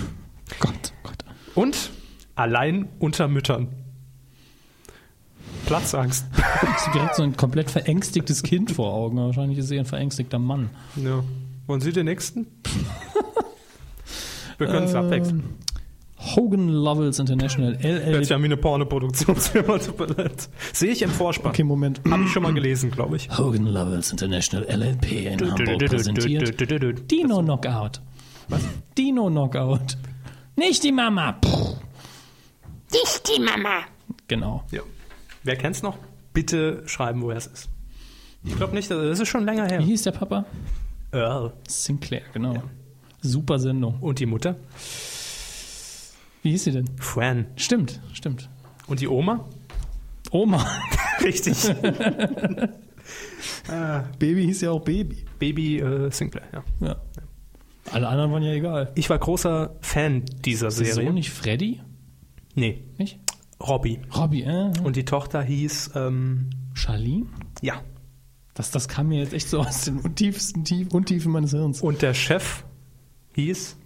Speaker 7: Gott, oh Gott.
Speaker 2: Und allein unter Müttern. Platzangst.
Speaker 7: Ich habe direkt so ein komplett verängstigtes Kind vor Augen. aber Wahrscheinlich ist er ein verängstigter Mann.
Speaker 2: Ja. Wollen Sie den nächsten? Äh, Wir können es abwechseln.
Speaker 7: Hogan Lovells International
Speaker 2: Hört sich
Speaker 7: LL.
Speaker 2: an wie eine Pornoproduktionsfirma, tut mir leid. Sehe ich im Vorspann.
Speaker 7: Okay, Moment.
Speaker 2: Habe ich schon mal gelesen, glaube ich.
Speaker 7: Hogan Lovells International LLP in Hamburg präsentiert. Dino Knockout. Was? Dino Knockout. Nicht die Mama. Puh.
Speaker 5: Nicht die Mama.
Speaker 7: Genau.
Speaker 2: Ja. Wer kennt's noch? Bitte schreiben, woher es ist. Ich glaube nicht, das ist schon länger her.
Speaker 7: Wie hieß der Papa?
Speaker 2: Earl.
Speaker 7: Sinclair, genau. Super Sendung.
Speaker 2: Und die Mutter?
Speaker 7: Wie hieß sie denn?
Speaker 2: Fran.
Speaker 7: Stimmt, stimmt.
Speaker 2: Und die Oma?
Speaker 7: Oma.
Speaker 2: Richtig.
Speaker 7: Baby hieß ja auch Baby.
Speaker 2: Ah. Baby äh, Sinclair, ja.
Speaker 7: Ja. Alle anderen waren ja egal.
Speaker 2: Ich war großer Fan dieser
Speaker 7: Ist der
Speaker 2: Serie.
Speaker 7: Sohn nicht Freddy?
Speaker 2: Nee,
Speaker 7: Nicht?
Speaker 2: Robbie.
Speaker 7: Robbie, äh?
Speaker 2: Und die Tochter hieß, ähm,
Speaker 7: Charlene?
Speaker 2: ja.
Speaker 7: Das, das kam mir jetzt echt so aus den tiefsten Tief, Untiefen meines Hirns.
Speaker 2: Und der Chef hieß,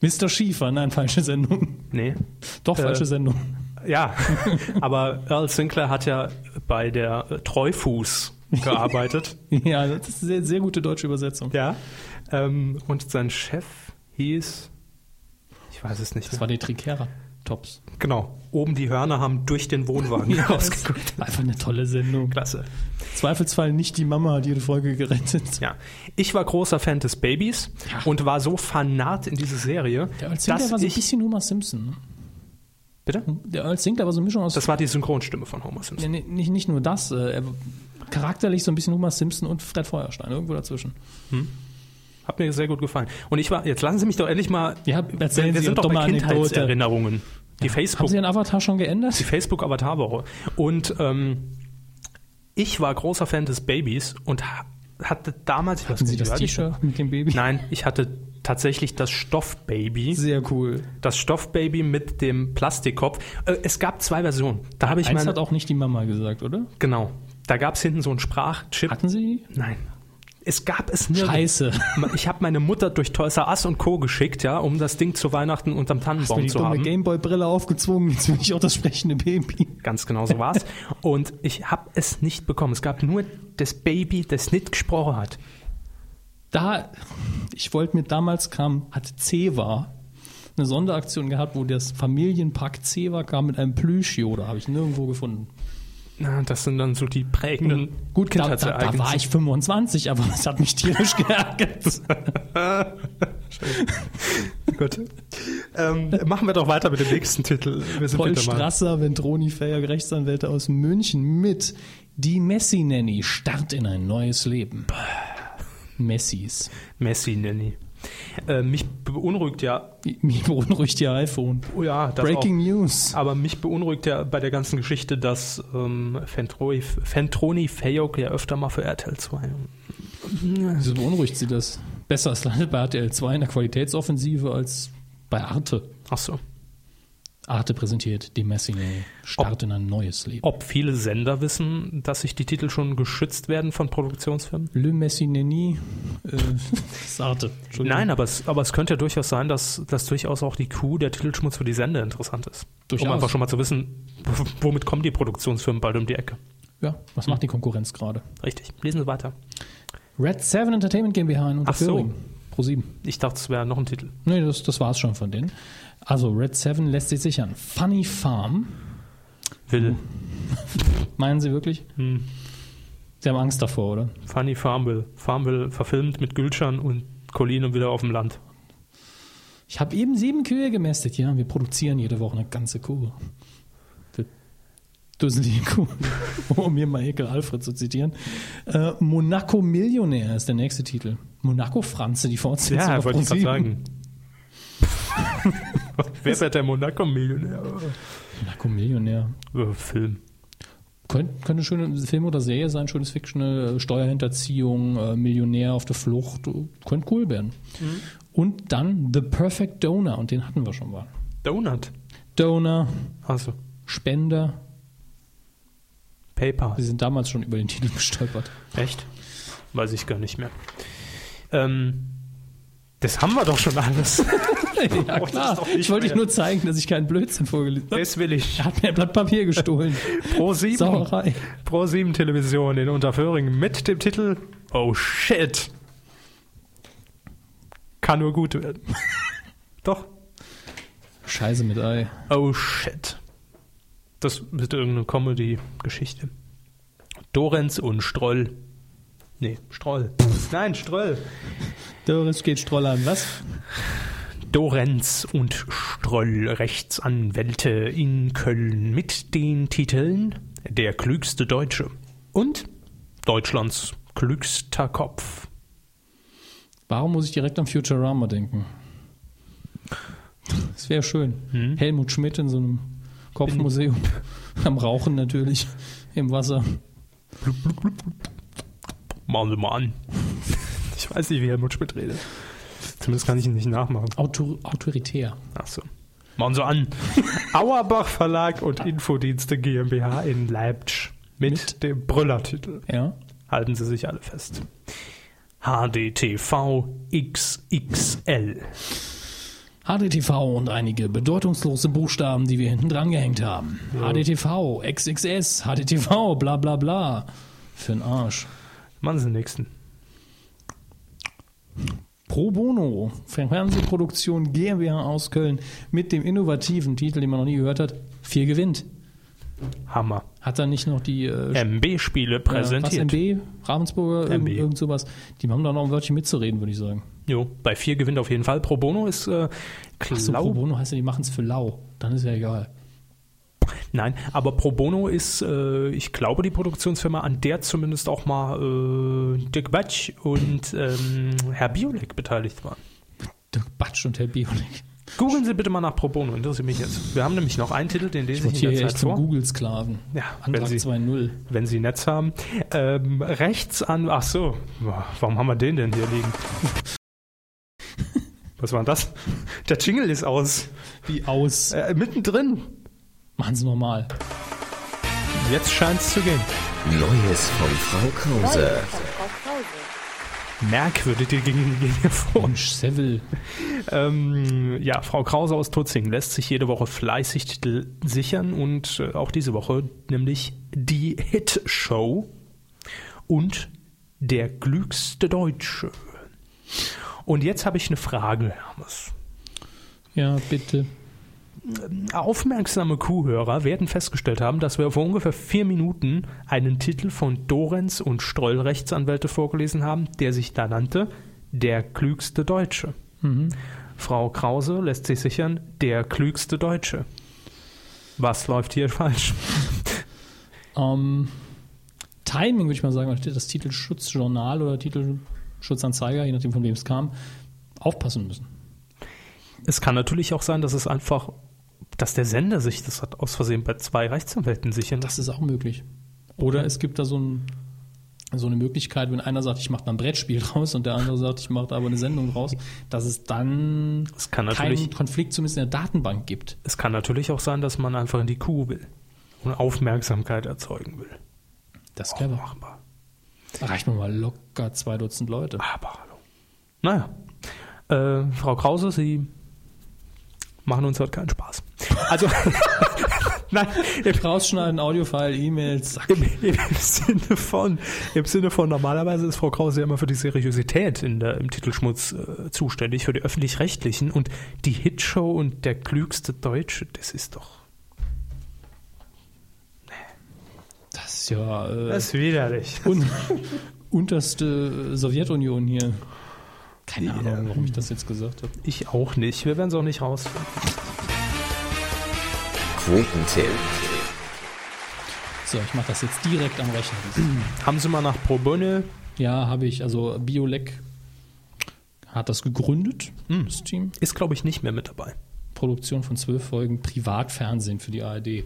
Speaker 7: Mr. Schiefer, nein, falsche Sendung.
Speaker 2: nee,
Speaker 7: Doch,
Speaker 2: Äh.
Speaker 7: falsche Sendung.
Speaker 2: ja. Aber Earl Sinclair hat ja bei der äh, Treufuß gearbeitet.
Speaker 7: Ja, das ist eine sehr, sehr gute deutsche Übersetzung.
Speaker 2: ja. Ähm, und sein Chef hieß, ich weiß es nicht
Speaker 7: Das
Speaker 2: mehr.
Speaker 7: war die Triceratops.
Speaker 2: Genau. Oben die Hörner haben durch den Wohnwagen rausgeguckt.
Speaker 7: Einfach eine tolle Sendung.
Speaker 2: Klasse.
Speaker 7: Zweifelsfall nicht die Mama hat jede Folge gerettet.
Speaker 2: Ja. Ich war großer Fan des Babys
Speaker 7: Ja.
Speaker 2: und war so fanat in diese Serie,
Speaker 7: Der Earl Sinclair
Speaker 2: dass
Speaker 7: war so ein
Speaker 2: ich...
Speaker 7: bisschen Homer Simpson. ne?
Speaker 2: Bitte?
Speaker 7: Der Earl Sinclair war so eine Mischung aus...
Speaker 2: Das war die Synchronstimme von Homer Simpson.
Speaker 7: Ja, nee, nicht, nicht nur das, äh, er, charakterlich so ein bisschen Homer Simpson und Fred Feuerstein, irgendwo dazwischen.
Speaker 2: Hat mir sehr gut gefallen. Und ich war... Jetzt lassen Sie mich doch endlich mal...
Speaker 7: Ja, erzählen
Speaker 2: wir
Speaker 7: Sie
Speaker 2: sind
Speaker 7: doch
Speaker 2: doch
Speaker 7: mal
Speaker 2: bei
Speaker 7: eine Anekdote.
Speaker 2: Kindheitserinnerungen. Die
Speaker 7: Haben
Speaker 2: Facebook...
Speaker 7: Sie den Avatar schon
Speaker 2: Die
Speaker 7: geändert?
Speaker 2: Facebook-Avatarwoche. Und ähm, ich war großer Fan des Babys und ha- hatte damals... ich weiß
Speaker 7: Hatten Sie
Speaker 2: nicht,
Speaker 7: das
Speaker 2: wie alt ich war.
Speaker 7: T-Shirt mit dem Baby?
Speaker 2: Nein, ich hatte tatsächlich das Stoffbaby.
Speaker 7: Sehr cool.
Speaker 2: Das Stoffbaby mit dem Plastikkopf. Äh, Es gab zwei Versionen. Da habe ich
Speaker 7: Eins
Speaker 2: meine.
Speaker 7: hat auch nicht die Mama gesagt, oder?
Speaker 2: genau. Da gab es hinten so einen Sprachchip.
Speaker 7: Hatten Sie?
Speaker 2: Nein. Es gab es
Speaker 7: die?
Speaker 2: nirgends.
Speaker 7: Scheiße.
Speaker 2: Ich habe meine Mutter durch Toys R Us und Co. geschickt, ja, um das Ding zu Weihnachten unterm
Speaker 7: Hast mir
Speaker 2: Tannenbaum
Speaker 7: die
Speaker 2: zu
Speaker 7: dumme
Speaker 2: haben.
Speaker 7: Gameboy-Brille aufgezwungen, jetzt bin ich auch das sprechende Baby.
Speaker 2: Ganz genau so war's. und ich habe es nicht bekommen. Es gab nur das Baby, das nicht gesprochen hat.
Speaker 7: Da, ich wollte mir damals kam, hat Ceva eine Sonderaktion gehabt, wo das Familienpack Ceva kam mit einem Plüsch-Yoda, habe ich nirgendwo gefunden.
Speaker 2: Na, das sind dann so die prägenden
Speaker 7: Hm, Gut, da, da, da war
Speaker 2: Kindheitsereignisse.
Speaker 7: ich 25, aber es hat mich tierisch geärgert.
Speaker 2: Gut. ähm, machen wir doch weiter mit dem nächsten Titel. Wir sind
Speaker 7: Paul
Speaker 2: wieder mal-
Speaker 7: Strasser, Ventroni Fähig, Rechtsanwälte aus München mit Die Messi-Nanny start in ein neues Leben. Messis.
Speaker 2: Messi Nanny. Äh, mich beunruhigt ja,
Speaker 7: Mir beunruhigt ihr iPhone.
Speaker 2: oh ja, das
Speaker 7: Breaking
Speaker 2: auch.
Speaker 7: News.
Speaker 2: Aber mich beunruhigt ja bei der ganzen Geschichte, dass ähm, Fentroni, Fentroni Fayok ja öfter mal für RTL 2.
Speaker 7: Wieso beunruhigt sie das? Besser es landet bei RTL 2 in der Qualitätsoffensive als bei Arte.
Speaker 2: Ach so.
Speaker 7: Arte präsentiert Die Messi-Nanny start in ein neues Leben.
Speaker 2: Ob viele Sender wissen, dass sich die Titel schon geschützt werden von Produktionsfirmen?
Speaker 7: Le Messi-Nanny. Äh, das ist Arte. Entschuldigung.
Speaker 2: Nein, aber es, aber es könnte ja durchaus sein, dass, dass durchaus auch die Kuh der Titelschmutz für die Sender interessant ist.
Speaker 7: Durchaus.
Speaker 2: Um einfach schon mal zu wissen, womit kommen die Produktionsfirmen bald um die Ecke.
Speaker 7: Ja, was macht die Konkurrenz gerade?
Speaker 2: Richtig. Lesen wir weiter.
Speaker 7: Red 7 Entertainment GmbH in
Speaker 2: Ach so.
Speaker 7: Unterföhring. Pro 7.
Speaker 2: Ich dachte, es wäre noch ein Titel.
Speaker 7: Nee, das, das war's schon von denen. Also Red 7 lässt sich sichern. Funny Farm.
Speaker 2: Will.
Speaker 7: Meinen Sie wirklich?
Speaker 2: Hm.
Speaker 7: Sie haben Angst davor, oder?
Speaker 2: Funny Farmville. Farmville verfilmt mit Gülschan und Colin und wieder auf dem Land.
Speaker 7: Ich habe eben sieben Kühe gemästet. Ja, wir produzieren jede Woche eine ganze Kuh. Wir Dusselige Kuh, um hier mal Ekel Alfred zu zitieren. Äh, Monaco Millionär ist der nächste Titel. Monaco Franze, die Fortsetzung.
Speaker 2: Ja,
Speaker 7: auf
Speaker 2: wollte ich gerade
Speaker 7: ProSieben.
Speaker 2: sagen. Wer wird der Monaco-Millionär?
Speaker 7: Monaco Millionär.
Speaker 2: Äh, Film.
Speaker 7: Könnt, könnte ein schöner Film oder Serie sein, schönes Fiction, äh, Steuerhinterziehung, äh, Millionär auf der Flucht. äh, Könnte cool werden.
Speaker 2: Mhm.
Speaker 7: Und dann The Perfect Donor, und den hatten wir schon mal.
Speaker 2: Donut.
Speaker 7: Donor,
Speaker 2: Also
Speaker 7: Spender.
Speaker 2: PayPal.
Speaker 7: Wir sind damals schon über den Titel gestolpert.
Speaker 2: Echt? Weiß ich gar nicht mehr. Ähm, das haben wir doch schon alles.
Speaker 7: Ja,
Speaker 2: das ist
Speaker 7: klar.
Speaker 2: doch nicht
Speaker 7: Ich wollte
Speaker 2: fair.
Speaker 7: dich nur zeigen, dass ich keinen Blödsinn vorgelesen habe.
Speaker 2: Das will ich.
Speaker 7: Er hat mir ein Blatt Papier gestohlen.
Speaker 2: Pro 7.
Speaker 7: Sauerei.
Speaker 2: Pro 7 Television in Unterföhring mit dem Titel Oh shit. Kann nur gut werden. Doch.
Speaker 7: Scheiße mit Ei.
Speaker 2: Oh shit. Das wird irgendeine Comedy-Geschichte. Dorenz und Stroll. Nee, Stroll. Nein, Stroll.
Speaker 7: Doris geht Stroll an. Was?
Speaker 2: Dorenz und Stroll Rechtsanwälte in Köln mit den Titeln Der klügste Deutsche und Deutschlands klügster Kopf.
Speaker 7: Warum muss ich direkt an Futurama denken? Das wäre schön. Helmut Schmidt in so einem Kopfmuseum. Am Rauchen natürlich. Im Wasser.
Speaker 2: Machen Sie mal an. Ich weiß nicht, wie Helmut Schmidt redet. Zumindest kann ich ihn nicht nachmachen.
Speaker 7: Autor autoritär.
Speaker 2: Ach so. Machen Sie an. Auerbach Verlag und Infodienste GmbH in Leipzig mit, dem Brüllertitel.
Speaker 7: Ja.
Speaker 2: Halten Sie sich alle fest. HDTV XXL.
Speaker 7: HDTV und einige bedeutungslose Buchstaben, die wir hinten dran gehängt haben. HDTV, XXS, HDTV, bla bla bla. Für den Arsch.
Speaker 2: Machen Sie den nächsten.
Speaker 7: Pro Bono, Fernsehproduktion GmbH aus Köln mit dem innovativen Titel, den man noch nie gehört hat. Viel gewinnt.
Speaker 2: Hammer.
Speaker 7: Hat er nicht noch die äh,
Speaker 2: MB-Spiele
Speaker 7: Äh, Was,
Speaker 2: präsentiert.
Speaker 7: MB, Ravensburger,
Speaker 2: MB.
Speaker 7: irgend, irgend sowas. Die haben da noch ein Wörtchen mitzureden, würde ich sagen.
Speaker 2: Jo, bei 4 gewinnt auf jeden Fall. Pro Bono ist äh,
Speaker 7: Ach so, Pro
Speaker 2: Klau.
Speaker 7: Bono heißt ja, die machen es für lau. Dann ist ja egal.
Speaker 2: Nein, aber Pro Bono ist, äh, ich glaube, die Produktionsfirma, an der zumindest auch mal äh, Dirk Batsch und ähm, Herr Biolek beteiligt waren.
Speaker 7: Dirk Batsch und Herr Biolik.
Speaker 2: Googeln Sie bitte mal nach Pro Bono, interessiert mich jetzt. Wir haben nämlich noch einen Titel, den lese ich,
Speaker 7: Und
Speaker 2: in
Speaker 7: hier
Speaker 2: der
Speaker 7: echt
Speaker 2: Zeit
Speaker 7: zum
Speaker 2: vor.
Speaker 7: Google-Sklaven.
Speaker 2: Ja,
Speaker 7: Antrag
Speaker 2: wenn Sie-
Speaker 7: 2.0.
Speaker 2: wenn sie Netz haben. Ähm, rechts an. Ach so, Boah, warum haben wir den denn hier liegen? Was war denn das? Der Jingle ist aus.
Speaker 7: Wie aus.
Speaker 2: Äh, mittendrin.
Speaker 7: Machen Sie normal.
Speaker 2: Jetzt scheint's zu gehen.
Speaker 6: Neues von Frau Krause.
Speaker 2: Merkwürdige gingen gehen hier vor.
Speaker 7: Und Seville.
Speaker 2: Ähm, ja, Frau Krause aus Tutzing lässt sich jede Woche fleißig Titel sichern und äh, auch diese Woche nämlich die Hit-Show und der klügste Deutsche. Und jetzt habe ich eine Frage, Hermes.
Speaker 7: Ja, bitte.
Speaker 2: Aufmerksame Kuhhörer werden festgestellt haben, dass wir vor ungefähr vier Minuten einen Titel von Dorenz und Stroll Rechtsanwälte vorgelesen haben, der sich da nannte Der klügste Deutsche. Frau Krause lässt sich sichern, der klügste Deutsche. Was läuft hier falsch?
Speaker 7: Ähm, Timing, würde ich mal sagen, oder das Titelschutzjournal oder Titelschutzanzeiger, je nachdem von wem es kam, aufpassen müssen.
Speaker 2: Es kann natürlich auch sein, dass es einfach, dass der Sender sich das hat aus Versehen bei zwei Rechtsanwälten sichern.
Speaker 7: Das ist auch möglich. Oder es gibt da so, ein, so eine Möglichkeit, wenn einer sagt, ich mache da ein Brettspiel draus und der andere sagt, ich mache da aber eine Sendung draus, dass es dann
Speaker 2: Das kann natürlich-
Speaker 7: keinen Konflikt zumindest in der Datenbank gibt.
Speaker 2: Es kann natürlich auch sein, dass man einfach in die Kuh will und Aufmerksamkeit erzeugen will.
Speaker 7: Das ist clever.
Speaker 2: Machbar.
Speaker 7: Erreicht man Oh. mal locker zwei Dutzend Leute.
Speaker 2: Aber hallo. Naja, äh, Frau Krause, Sie machen uns heute keinen Spaß. Also, nein, im,
Speaker 7: Rausschneiden, Audiofile, E-Mails, zack.
Speaker 2: im, im, Sinne von, im Sinne von, normalerweise ist Frau Krause ja immer für die Seriosität in der, im Titelschmutz äh, zuständig, für die Öffentlich-Rechtlichen und die Hitshow und der klügste Deutsche, das ist doch.
Speaker 7: Das ist ja äh,
Speaker 2: Das ist widerlich.
Speaker 7: un unterste Sowjetunion hier. Keine Ahnung, warum ich das jetzt gesagt habe.
Speaker 2: Ich auch nicht. Wir werden es auch nicht rausfinden.
Speaker 6: Quotentipp.
Speaker 7: So, ich mache das jetzt direkt am Rechner.
Speaker 2: Haben Sie mal nach Pro Bono
Speaker 7: Ja, habe ich. Also Biolek hat das gegründet, das Team.
Speaker 2: ist, glaube ich, nicht mehr mit dabei.
Speaker 7: Produktion von zwölf Folgen Privatfernsehen für die ARD.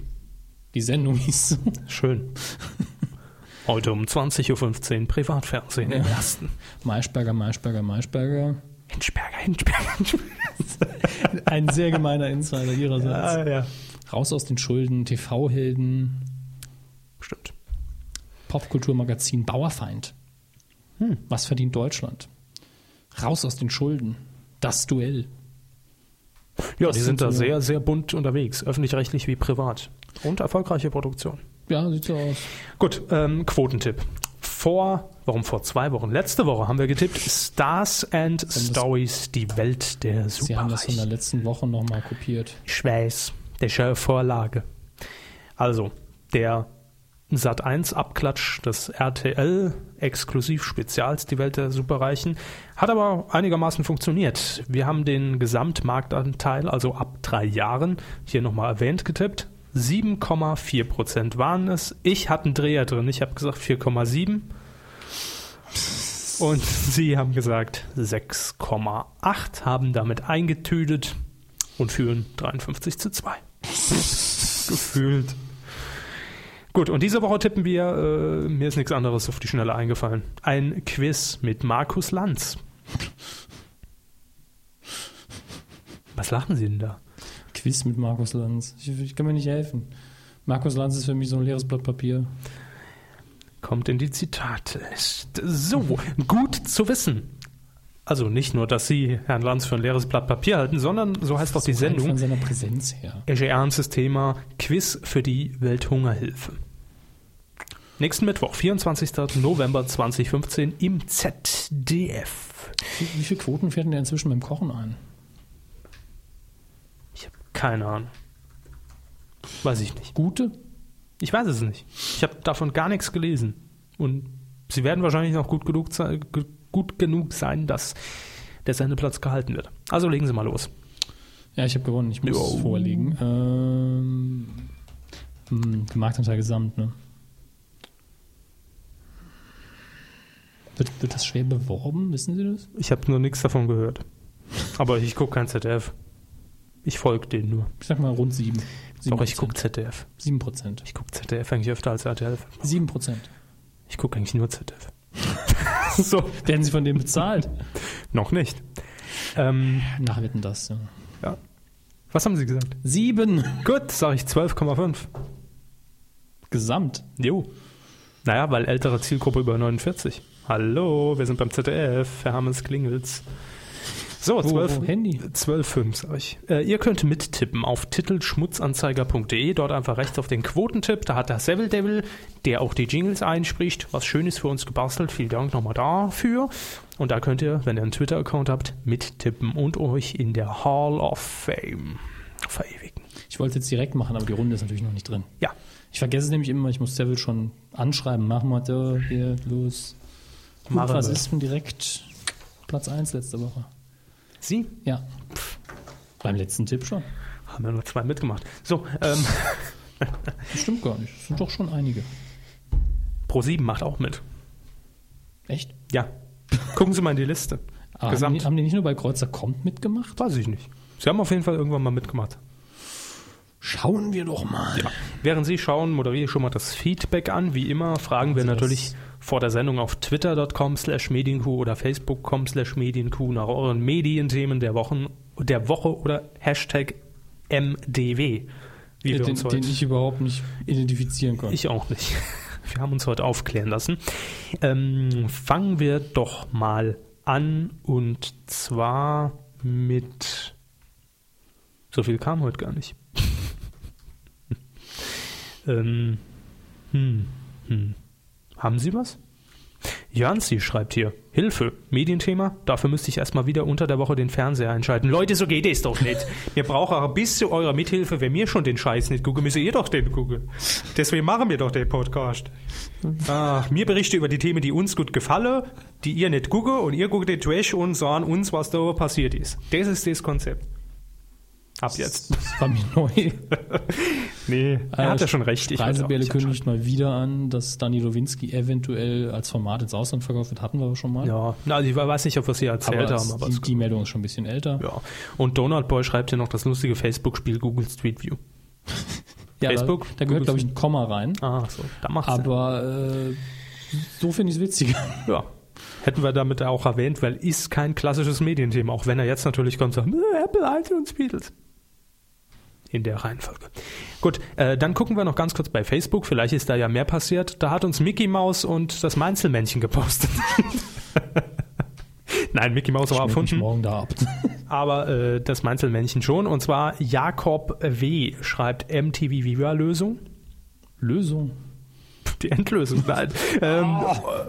Speaker 7: Die Sendung hieß so.
Speaker 2: Schön. Heute um 20.15 Uhr Privatfernsehen im
Speaker 7: Ja.
Speaker 2: ersten.
Speaker 7: Maischberger, Maischberger, Maischberger.
Speaker 2: Hinschberger, Hinschberger, Hinschberger.
Speaker 7: Ein sehr gemeiner Insider ihrerseits.
Speaker 2: Ah, ja.
Speaker 7: Raus aus den Schulden, TV-Helden,
Speaker 2: Stimmt.
Speaker 7: Popkulturmagazin Bauerfeind. Was verdient Deutschland? Raus aus den Schulden. Das Duell.
Speaker 2: Ja, die sind da
Speaker 7: so-
Speaker 2: sehr, sehr bunt unterwegs, öffentlich-rechtlich wie privat. Und erfolgreiche Produktion.
Speaker 7: Ja, sieht so aus.
Speaker 2: Gut, ähm, Quotentipp. Vor, warum vor zwei Wochen? Letzte Woche haben wir getippt Stars and Stories, die Welt der
Speaker 7: Sie haben das in der
Speaker 2: Superreichen.
Speaker 7: letzten Woche nochmal kopiert.
Speaker 2: Ich weiß, das ist ja eine Vorlage. Also, der Sat1-Abklatsch des RTL-Exklusiv-Spezials, die Welt der Superreichen, hat aber einigermaßen funktioniert. Wir haben den Gesamtmarktanteil, also ab drei Jahren, hier nochmal erwähnt getippt. 7,4 Prozent waren es. Ich hatte einen Dreher drin. Ich habe gesagt 4,7. Und Sie haben gesagt 6,8, haben damit eingetütet und führen 53 zu 2. Gefühlt. Gut, und diese Woche tippen wir, äh, mir ist nichts anderes auf die Schnelle eingefallen, ein Quiz mit Markus Lanz. Was lachen Sie denn da?
Speaker 7: Quiz mit Markus Lanz. Ich, ich kann mir nicht helfen. Markus Lanz ist für mich so ein leeres Blatt Papier.
Speaker 2: Kommt in die Zitatliste. So, gut zu wissen. Also nicht nur, dass Sie Herrn Lanz für ein leeres Blatt Papier halten, sondern so heißt doch die
Speaker 7: Allein
Speaker 2: Sendung.
Speaker 7: Von seiner Präsenz her.
Speaker 2: Ist ein ernstes Thema. Quiz für die Welthungerhilfe. Nächsten Mittwoch, 24. November 2015 im ZDF.
Speaker 7: Wie, wie viele Quoten fährt denn der inzwischen beim Kochen ein?
Speaker 2: Ich habe keine Ahnung. Weiß ich nicht.
Speaker 7: Gute?
Speaker 2: Ich weiß es nicht. Ich habe davon gar nichts gelesen. Und sie werden wahrscheinlich noch gut genug, sei- ge- gut genug sein, dass der Sendeplatz gehalten wird. Also legen Sie mal los.
Speaker 7: Ja, ich habe gewonnen. Ich muss
Speaker 2: Jo.
Speaker 7: es vorlegen. Ähm, hm, Marktanteil gesamt, ne? Wird, wird das schwer beworben? Wissen Sie das?
Speaker 2: Ich habe nur nichts davon gehört. Aber ich gucke kein ZDF. Ich folge denen nur.
Speaker 7: Ich sag mal rund sieben. Sieben
Speaker 2: Doch, ich gucke
Speaker 7: Prozent.
Speaker 2: ZDF.
Speaker 7: Sieben Prozent.
Speaker 2: Ich gucke ZDF eigentlich öfter als RTL.
Speaker 7: Sieben Prozent.
Speaker 2: Ich gucke eigentlich nur ZDF. so,
Speaker 7: Werden Sie von dem bezahlt?
Speaker 2: noch nicht. Ähm,
Speaker 7: Nachher wird denn das, ja.
Speaker 2: ja. Was haben Sie gesagt?
Speaker 7: Sieben!
Speaker 2: Gut, sage ich 12,5.
Speaker 7: Gesamt.
Speaker 2: Jo. Naja, weil ältere Zielgruppe über 49. Hallo, wir sind beim ZDF. Herr Hammes Klingels. So,
Speaker 7: Wo-
Speaker 2: 12,
Speaker 7: wo Handy?
Speaker 2: 12,5 sag ich. Äh, ihr könnt mittippen auf titelschmutzanzeiger.de. Dort einfach rechts auf den Quotentipp. Da hat der Seville Devil, der auch die Jingles einspricht, was Schönes für uns gebastelt. Vielen Dank nochmal dafür. Und da könnt ihr, wenn ihr einen Twitter-Account habt, mittippen und euch in der Hall of Fame verewigen.
Speaker 7: Ich wollte es jetzt direkt machen, aber die Runde ist natürlich noch nicht drin.
Speaker 2: Ja,
Speaker 7: Ich vergesse es nämlich immer, ich muss Seville schon anschreiben. Machen wir da, hier, los. Gut,
Speaker 2: Machen
Speaker 7: was
Speaker 2: wir.
Speaker 7: ist denn direkt Platz 1 letzte Woche?
Speaker 2: Sie
Speaker 7: Ja. Beim letzten Tipp schon.
Speaker 2: haben ja nur zwei mitgemacht. So, ähm.
Speaker 7: Das stimmt gar nicht. Es sind doch schon einige.
Speaker 2: Pro7 macht auch mit.
Speaker 7: Echt?
Speaker 2: Ja. Gucken Sie mal in die Liste.
Speaker 7: Aber Haben,
Speaker 2: Gesamt.
Speaker 7: die, haben die nicht nur bei Kreuzer kommt mitgemacht?
Speaker 2: Weiß ich nicht. Sie haben auf jeden Fall irgendwann mal mitgemacht.
Speaker 7: Schauen wir doch mal.
Speaker 2: Während Sie schauen, moderiere ich schon mal das Feedback an. Wie immer fragen wir
Speaker 7: Also das-
Speaker 2: natürlich vor der Sendung auf twitter.com slash medienkuh oder facebook.com slash medienkuh nach euren Medienthemen der, Wochen, der Woche oder Hashtag MDW. Wie wir
Speaker 7: Den,
Speaker 2: uns heute
Speaker 7: den ich überhaupt nicht identifizieren konnte.
Speaker 2: Ich auch nicht. Wir haben uns heute aufklären lassen. Ähm, fangen wir doch mal an und zwar mit. So viel kam heute gar nicht. Ähm, hm, hm. Haben Sie was? Janzi schreibt hier, Hilfe, Medienthema, dafür müsste ich erstmal wieder unter der Woche den Fernseher einschalten. Leute, so geht es doch nicht. Ihr braucht auch ein bisschen eurer Mithilfe. Wenn mir schon den Scheiß nicht gucke, müsst ihr doch den gucken. Deswegen machen wir doch den Podcast. Ach, mir berichte über die Themen, die uns gut gefallen, die ihr nicht gucke und ihr guckt den Trash und sagen uns, was da passiert ist. Das ist das Konzept. Ab jetzt.
Speaker 7: Das war mir neu.
Speaker 2: Nee, er hat ja schon recht. Ich weiß auch
Speaker 7: Reisebälle
Speaker 2: nicht, anscheinend.
Speaker 7: Äh, kündigt mal wieder an, dass Dani Lowinski eventuell als Format ins Ausland verkauft wird. Hatten wir aber schon mal.
Speaker 2: Ja, na, also ich weiß nicht, ob wir es hier
Speaker 7: aber
Speaker 2: erzählt
Speaker 7: es,
Speaker 2: haben, aber
Speaker 7: die,
Speaker 2: es
Speaker 7: die Meldung ist schon ein bisschen älter.
Speaker 2: Ja. Und Donald Boy schreibt hier noch das lustige Facebook-Spiel Google Street View.
Speaker 7: Ja,
Speaker 2: Facebook,
Speaker 7: Da, da gehört,
Speaker 2: Google
Speaker 7: glaube ich, ein Komma rein.
Speaker 2: Ah, so, da macht's Sinn.
Speaker 7: Aber äh, so finde ich es witziger.
Speaker 2: ja. Hätten wir damit auch erwähnt, weil ist kein klassisches Medienthema, auch wenn er jetzt natürlich kommt und sagt, "Äh, Apple, iTunes, Beatles. In der Reihenfolge. Gut, äh, dann gucken wir noch ganz kurz bei Facebook, vielleicht ist da ja mehr passiert. Da hat uns Mickey Mouse und das Meinzelmännchen gepostet. Nein, Mickey Mouse war
Speaker 7: Meld mich
Speaker 2: erfunden.
Speaker 7: morgen da ab.
Speaker 2: aber äh, das Meinzelmännchen schon. Und zwar Jakob W. schreibt MTV Viva Lösung.
Speaker 7: Lösung.
Speaker 2: Die Endlösung, nein. ähm,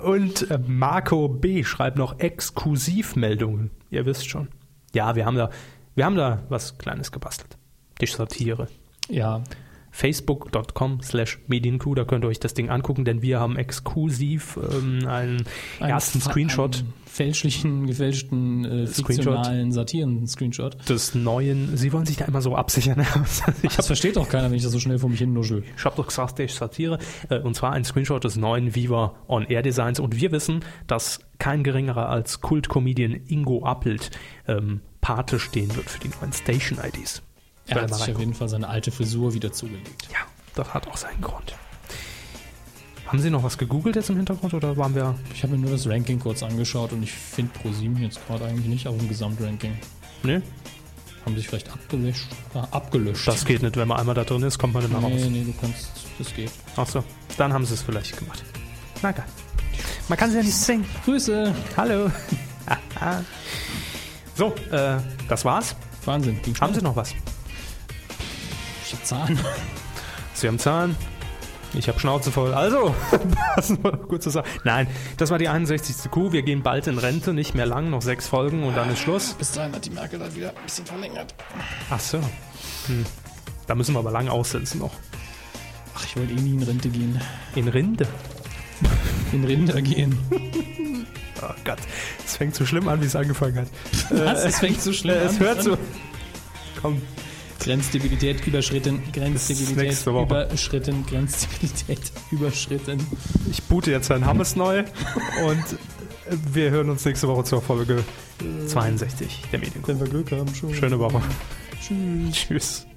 Speaker 2: und äh, Marco B. schreibt noch Exklusivmeldungen. Ihr wisst schon. Ja, wir haben da, wir haben da was Kleines gebastelt. Die Satire.
Speaker 7: Ja,
Speaker 2: Facebook.com slash Medienkuh, da könnt ihr euch das Ding angucken, denn wir haben exklusiv ähm, einen
Speaker 7: einen
Speaker 2: ersten
Speaker 7: fa-
Speaker 2: Screenshot
Speaker 7: einen fälschlichen, gefälschten, äh,
Speaker 2: Screenshot.
Speaker 7: fiktionalen Satiren-Screenshot.
Speaker 2: des neuen. Sie wollen sich da immer so absichern. ich
Speaker 7: Das versteht doch keiner, wenn ich das so schnell vor mich hin nuschel.
Speaker 2: Ich habe doch gesagt, der ist Satire. Äh, und zwar ein Screenshot des neuen Viva On Air Designs. Und wir wissen, dass kein geringerer als Kult-Comedian Ingo Appelt ähm, Pate stehen wird für die neuen Station-IDs.
Speaker 7: Er
Speaker 2: Könnt ihr
Speaker 7: hat
Speaker 2: mal
Speaker 7: sich auf
Speaker 2: reingucken.
Speaker 7: jeden Fall seine alte Frisur wieder zugelegt.
Speaker 2: Ja, das hat auch seinen Grund. Haben Sie noch was gegoogelt jetzt im Hintergrund oder waren wir.
Speaker 7: Ich habe mir nur das Ranking kurz angeschaut und ich finde ProSieben jetzt gerade eigentlich nicht auf dem Gesamtranking.
Speaker 2: Nee?
Speaker 7: Haben sich vielleicht abgelöscht? Ah, abgelöscht.
Speaker 2: Das geht nicht. Wenn man einmal da drin ist, kommt man nicht mehr
Speaker 7: nee,
Speaker 2: raus.
Speaker 7: nee, du kannst, das geht.
Speaker 2: Achso, dann haben Sie es vielleicht gemacht. Na geil. Man kann sie ja nicht singen.
Speaker 7: Grüße!
Speaker 2: Hallo. so, äh, das war's.
Speaker 7: Wahnsinn, ging
Speaker 2: Haben Sie noch was?
Speaker 7: Ich hab Zahn.
Speaker 2: Sie haben Zahlen. Ich habe Schnauze voll. Also, passen wir doch gut zusammen. Nein, das war die 61. Kuh. Wir gehen bald in Rente, nicht mehr lang, noch sechs Folgen und dann ist Schluss.
Speaker 7: Bis dahin hat die Merkel dann wieder ein bisschen verlängert.
Speaker 2: Ach so. Hm. Da müssen wir aber lang aussetzen noch.
Speaker 7: Ach, ich wollte eh nie in Rente gehen.
Speaker 2: In Rinde.
Speaker 7: In Rinder gehen.
Speaker 2: Oh Gott, es fängt so schlimm an, wie es angefangen hat.
Speaker 7: Was? Es fängt so schlimm
Speaker 2: Äh,
Speaker 7: an.
Speaker 2: es hört so. Komm,
Speaker 7: Grenzstabilität überschritten, Grenzstabilität
Speaker 2: nächste Woche.
Speaker 7: überschritten, Grenzstabilität überschritten.
Speaker 2: ich boote jetzt Herrn Hammes neu und äh, wir hören uns nächste Woche zur Folge 62 der Medienkuh.
Speaker 7: Wenn wir Glück haben, schon.
Speaker 2: Schöne Woche. Tschüss. Tschüss.